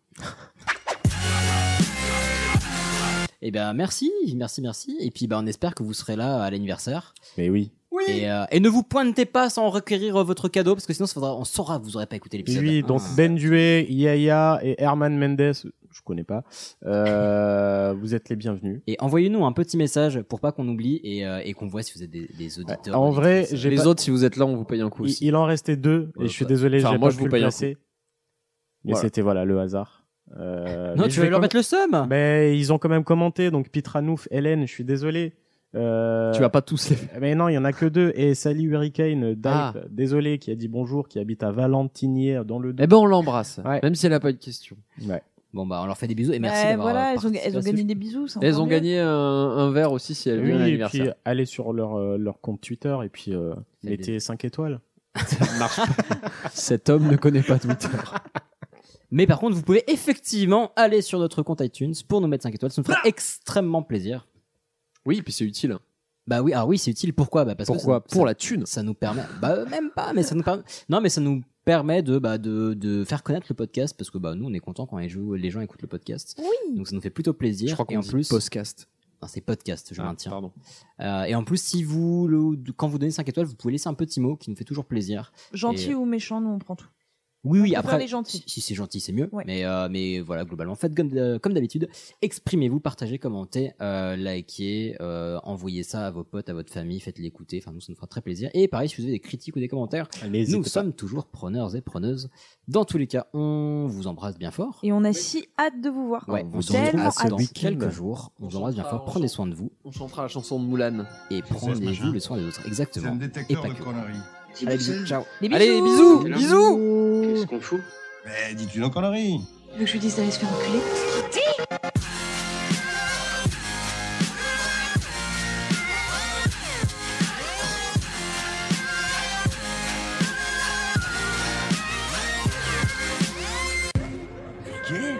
[SPEAKER 1] Eh bien, merci, merci, merci. Et puis, ben, on espère que vous serez là à l'anniversaire.
[SPEAKER 9] Mais oui.
[SPEAKER 1] Et, euh, et ne vous pointez pas sans requérir euh, votre cadeau, parce que sinon, ça faudra- on saura que vous n'aurez pas écouté l'épisode.
[SPEAKER 9] Oui, donc Ben Dué, Yaya et Herman Mendes, je connais pas. Euh, vous êtes les bienvenus.
[SPEAKER 1] Et envoyez-nous un petit message pour pas qu'on oublie et, euh, et qu'on voit si vous êtes des, des
[SPEAKER 4] Bah,
[SPEAKER 1] auditeurs.
[SPEAKER 9] En vrai,
[SPEAKER 1] auditrices.
[SPEAKER 9] j'ai pas-
[SPEAKER 4] vous êtes là, on vous paye un coup.
[SPEAKER 9] Il, il en restait deux et
[SPEAKER 1] Ouais,
[SPEAKER 9] je suis
[SPEAKER 1] bah.
[SPEAKER 9] désolé,
[SPEAKER 1] Enfin,
[SPEAKER 9] j'ai
[SPEAKER 1] moi,
[SPEAKER 9] pas
[SPEAKER 1] je
[SPEAKER 9] pu
[SPEAKER 1] vous
[SPEAKER 9] le
[SPEAKER 1] paye un
[SPEAKER 9] placer.
[SPEAKER 1] coup.
[SPEAKER 9] Mais
[SPEAKER 1] Voilà.
[SPEAKER 9] c'était voilà le hasard.
[SPEAKER 1] [LAUGHS]
[SPEAKER 9] Euh,
[SPEAKER 1] Non,
[SPEAKER 9] mais
[SPEAKER 1] tu
[SPEAKER 9] je
[SPEAKER 1] veux
[SPEAKER 9] vais
[SPEAKER 1] leur
[SPEAKER 9] com-
[SPEAKER 1] mettre le seum
[SPEAKER 9] Mais ils ont quand même commenté, donc Pitranouf, Hélène, je suis désolé. Euh,
[SPEAKER 4] Tu vas pas tous les.
[SPEAKER 9] Mais non, il y en a que deux. Et Sally Hurricane, Dive,
[SPEAKER 4] Ah.
[SPEAKER 9] désolé, qui a dit bonjour, qui habite à Valentinière dans le.
[SPEAKER 4] Eh ben, on l'embrasse.
[SPEAKER 9] Ouais.
[SPEAKER 4] Même si elle a pas eu de question.
[SPEAKER 9] Ouais.
[SPEAKER 1] Bon, bah, on leur fait des bisous et merci.
[SPEAKER 8] Ouais,
[SPEAKER 1] d'avoir euh,
[SPEAKER 8] voilà, elles ont,
[SPEAKER 1] participé
[SPEAKER 8] elles ont
[SPEAKER 1] à ce
[SPEAKER 8] gagné
[SPEAKER 1] jeu.
[SPEAKER 8] des bisous. c'est
[SPEAKER 4] Elles
[SPEAKER 8] encore
[SPEAKER 4] ont
[SPEAKER 8] mieux.
[SPEAKER 4] gagné un, un verre aussi si elles
[SPEAKER 9] Oui,
[SPEAKER 4] viennent à
[SPEAKER 9] et puis
[SPEAKER 4] l'anniversaire.
[SPEAKER 9] allez sur leur, euh, leur compte Twitter et puis euh, mettez 5 étoiles.
[SPEAKER 1] [LAUGHS]
[SPEAKER 9] [LAUGHS]
[SPEAKER 4] Cet homme ne connaît pas Twitter.
[SPEAKER 1] Mais par contre, vous pouvez effectivement aller sur notre compte iTunes pour nous mettre 5 étoiles. Ça nous
[SPEAKER 4] Ah
[SPEAKER 1] ferait extrêmement plaisir.
[SPEAKER 4] Oui, puis c'est utile.
[SPEAKER 1] Bah oui, ah oui, c'est utile. Pourquoi bah parce
[SPEAKER 4] Pourquoi
[SPEAKER 1] que
[SPEAKER 4] Pour la thune.
[SPEAKER 1] Ça nous permet. Bah même pas, mais ça nous permet. Non, mais ça nous permet de, bah, de, de faire connaître le podcast parce que bah nous on est content quand les gens, les gens écoutent le podcast.
[SPEAKER 8] Oui.
[SPEAKER 1] Donc ça nous fait plutôt plaisir.
[SPEAKER 4] Je crois
[SPEAKER 1] et
[SPEAKER 4] qu'on
[SPEAKER 1] en
[SPEAKER 4] dit
[SPEAKER 1] plus,
[SPEAKER 4] podcast.
[SPEAKER 1] Non, c'est podcast, je
[SPEAKER 4] Ah,
[SPEAKER 1] maintiens.
[SPEAKER 4] pardon.
[SPEAKER 1] Euh, et en plus, si vous, le- quand vous donnez 5 étoiles, vous pouvez laisser un petit mot qui nous fait toujours plaisir.
[SPEAKER 8] Gentil
[SPEAKER 1] Et-
[SPEAKER 8] ou méchant, nous on prend tout.
[SPEAKER 1] Oui, oui,
[SPEAKER 8] préfère
[SPEAKER 1] après.
[SPEAKER 8] les gentils.
[SPEAKER 1] Si, si c'est gentil, c'est mieux.
[SPEAKER 8] Ouais.
[SPEAKER 1] Mais, euh, mais voilà, globalement, faites comme, euh, comme d'habitude. Exprimez-vous, partagez, commentez, euh, likez, euh, envoyez ça à vos potes, à votre famille, faites-les écouter. Enfin, nous, ça nous fera très plaisir. Et pareil, si vous avez des critiques ou des commentaires,
[SPEAKER 9] Les
[SPEAKER 1] nous
[SPEAKER 9] écoutez
[SPEAKER 1] sommes toujours preneurs et preneuses. Dans tous les cas, on vous embrasse bien fort.
[SPEAKER 8] Et on a si hâte de vous voir.
[SPEAKER 1] Ouais, on se
[SPEAKER 8] Tellement
[SPEAKER 1] retrouve
[SPEAKER 8] hâte.
[SPEAKER 1] dans quelques jours. On vous embrasse bien fort. Prenez soin de vous.
[SPEAKER 4] On chantera la chanson de Moulin.
[SPEAKER 1] Et prenez-vous le soin des autres. Exactement. Et pas que. Allez, bisous. Ciao.
[SPEAKER 8] Des
[SPEAKER 4] Allez,
[SPEAKER 8] bisous.
[SPEAKER 4] bisous,
[SPEAKER 8] Bisous.
[SPEAKER 1] Mm.
[SPEAKER 4] bisous.
[SPEAKER 19] Qu'est-ce qu'on fout
[SPEAKER 13] Mais dis-tu nos conneries
[SPEAKER 16] Tu veux que je lui dise d'aller se faire enculer
[SPEAKER 13] Vulgaire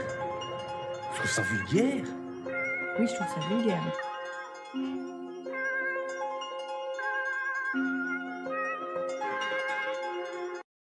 [SPEAKER 13] Je trouve ça vulgaire
[SPEAKER 16] Oui, je trouve ça vulgaire.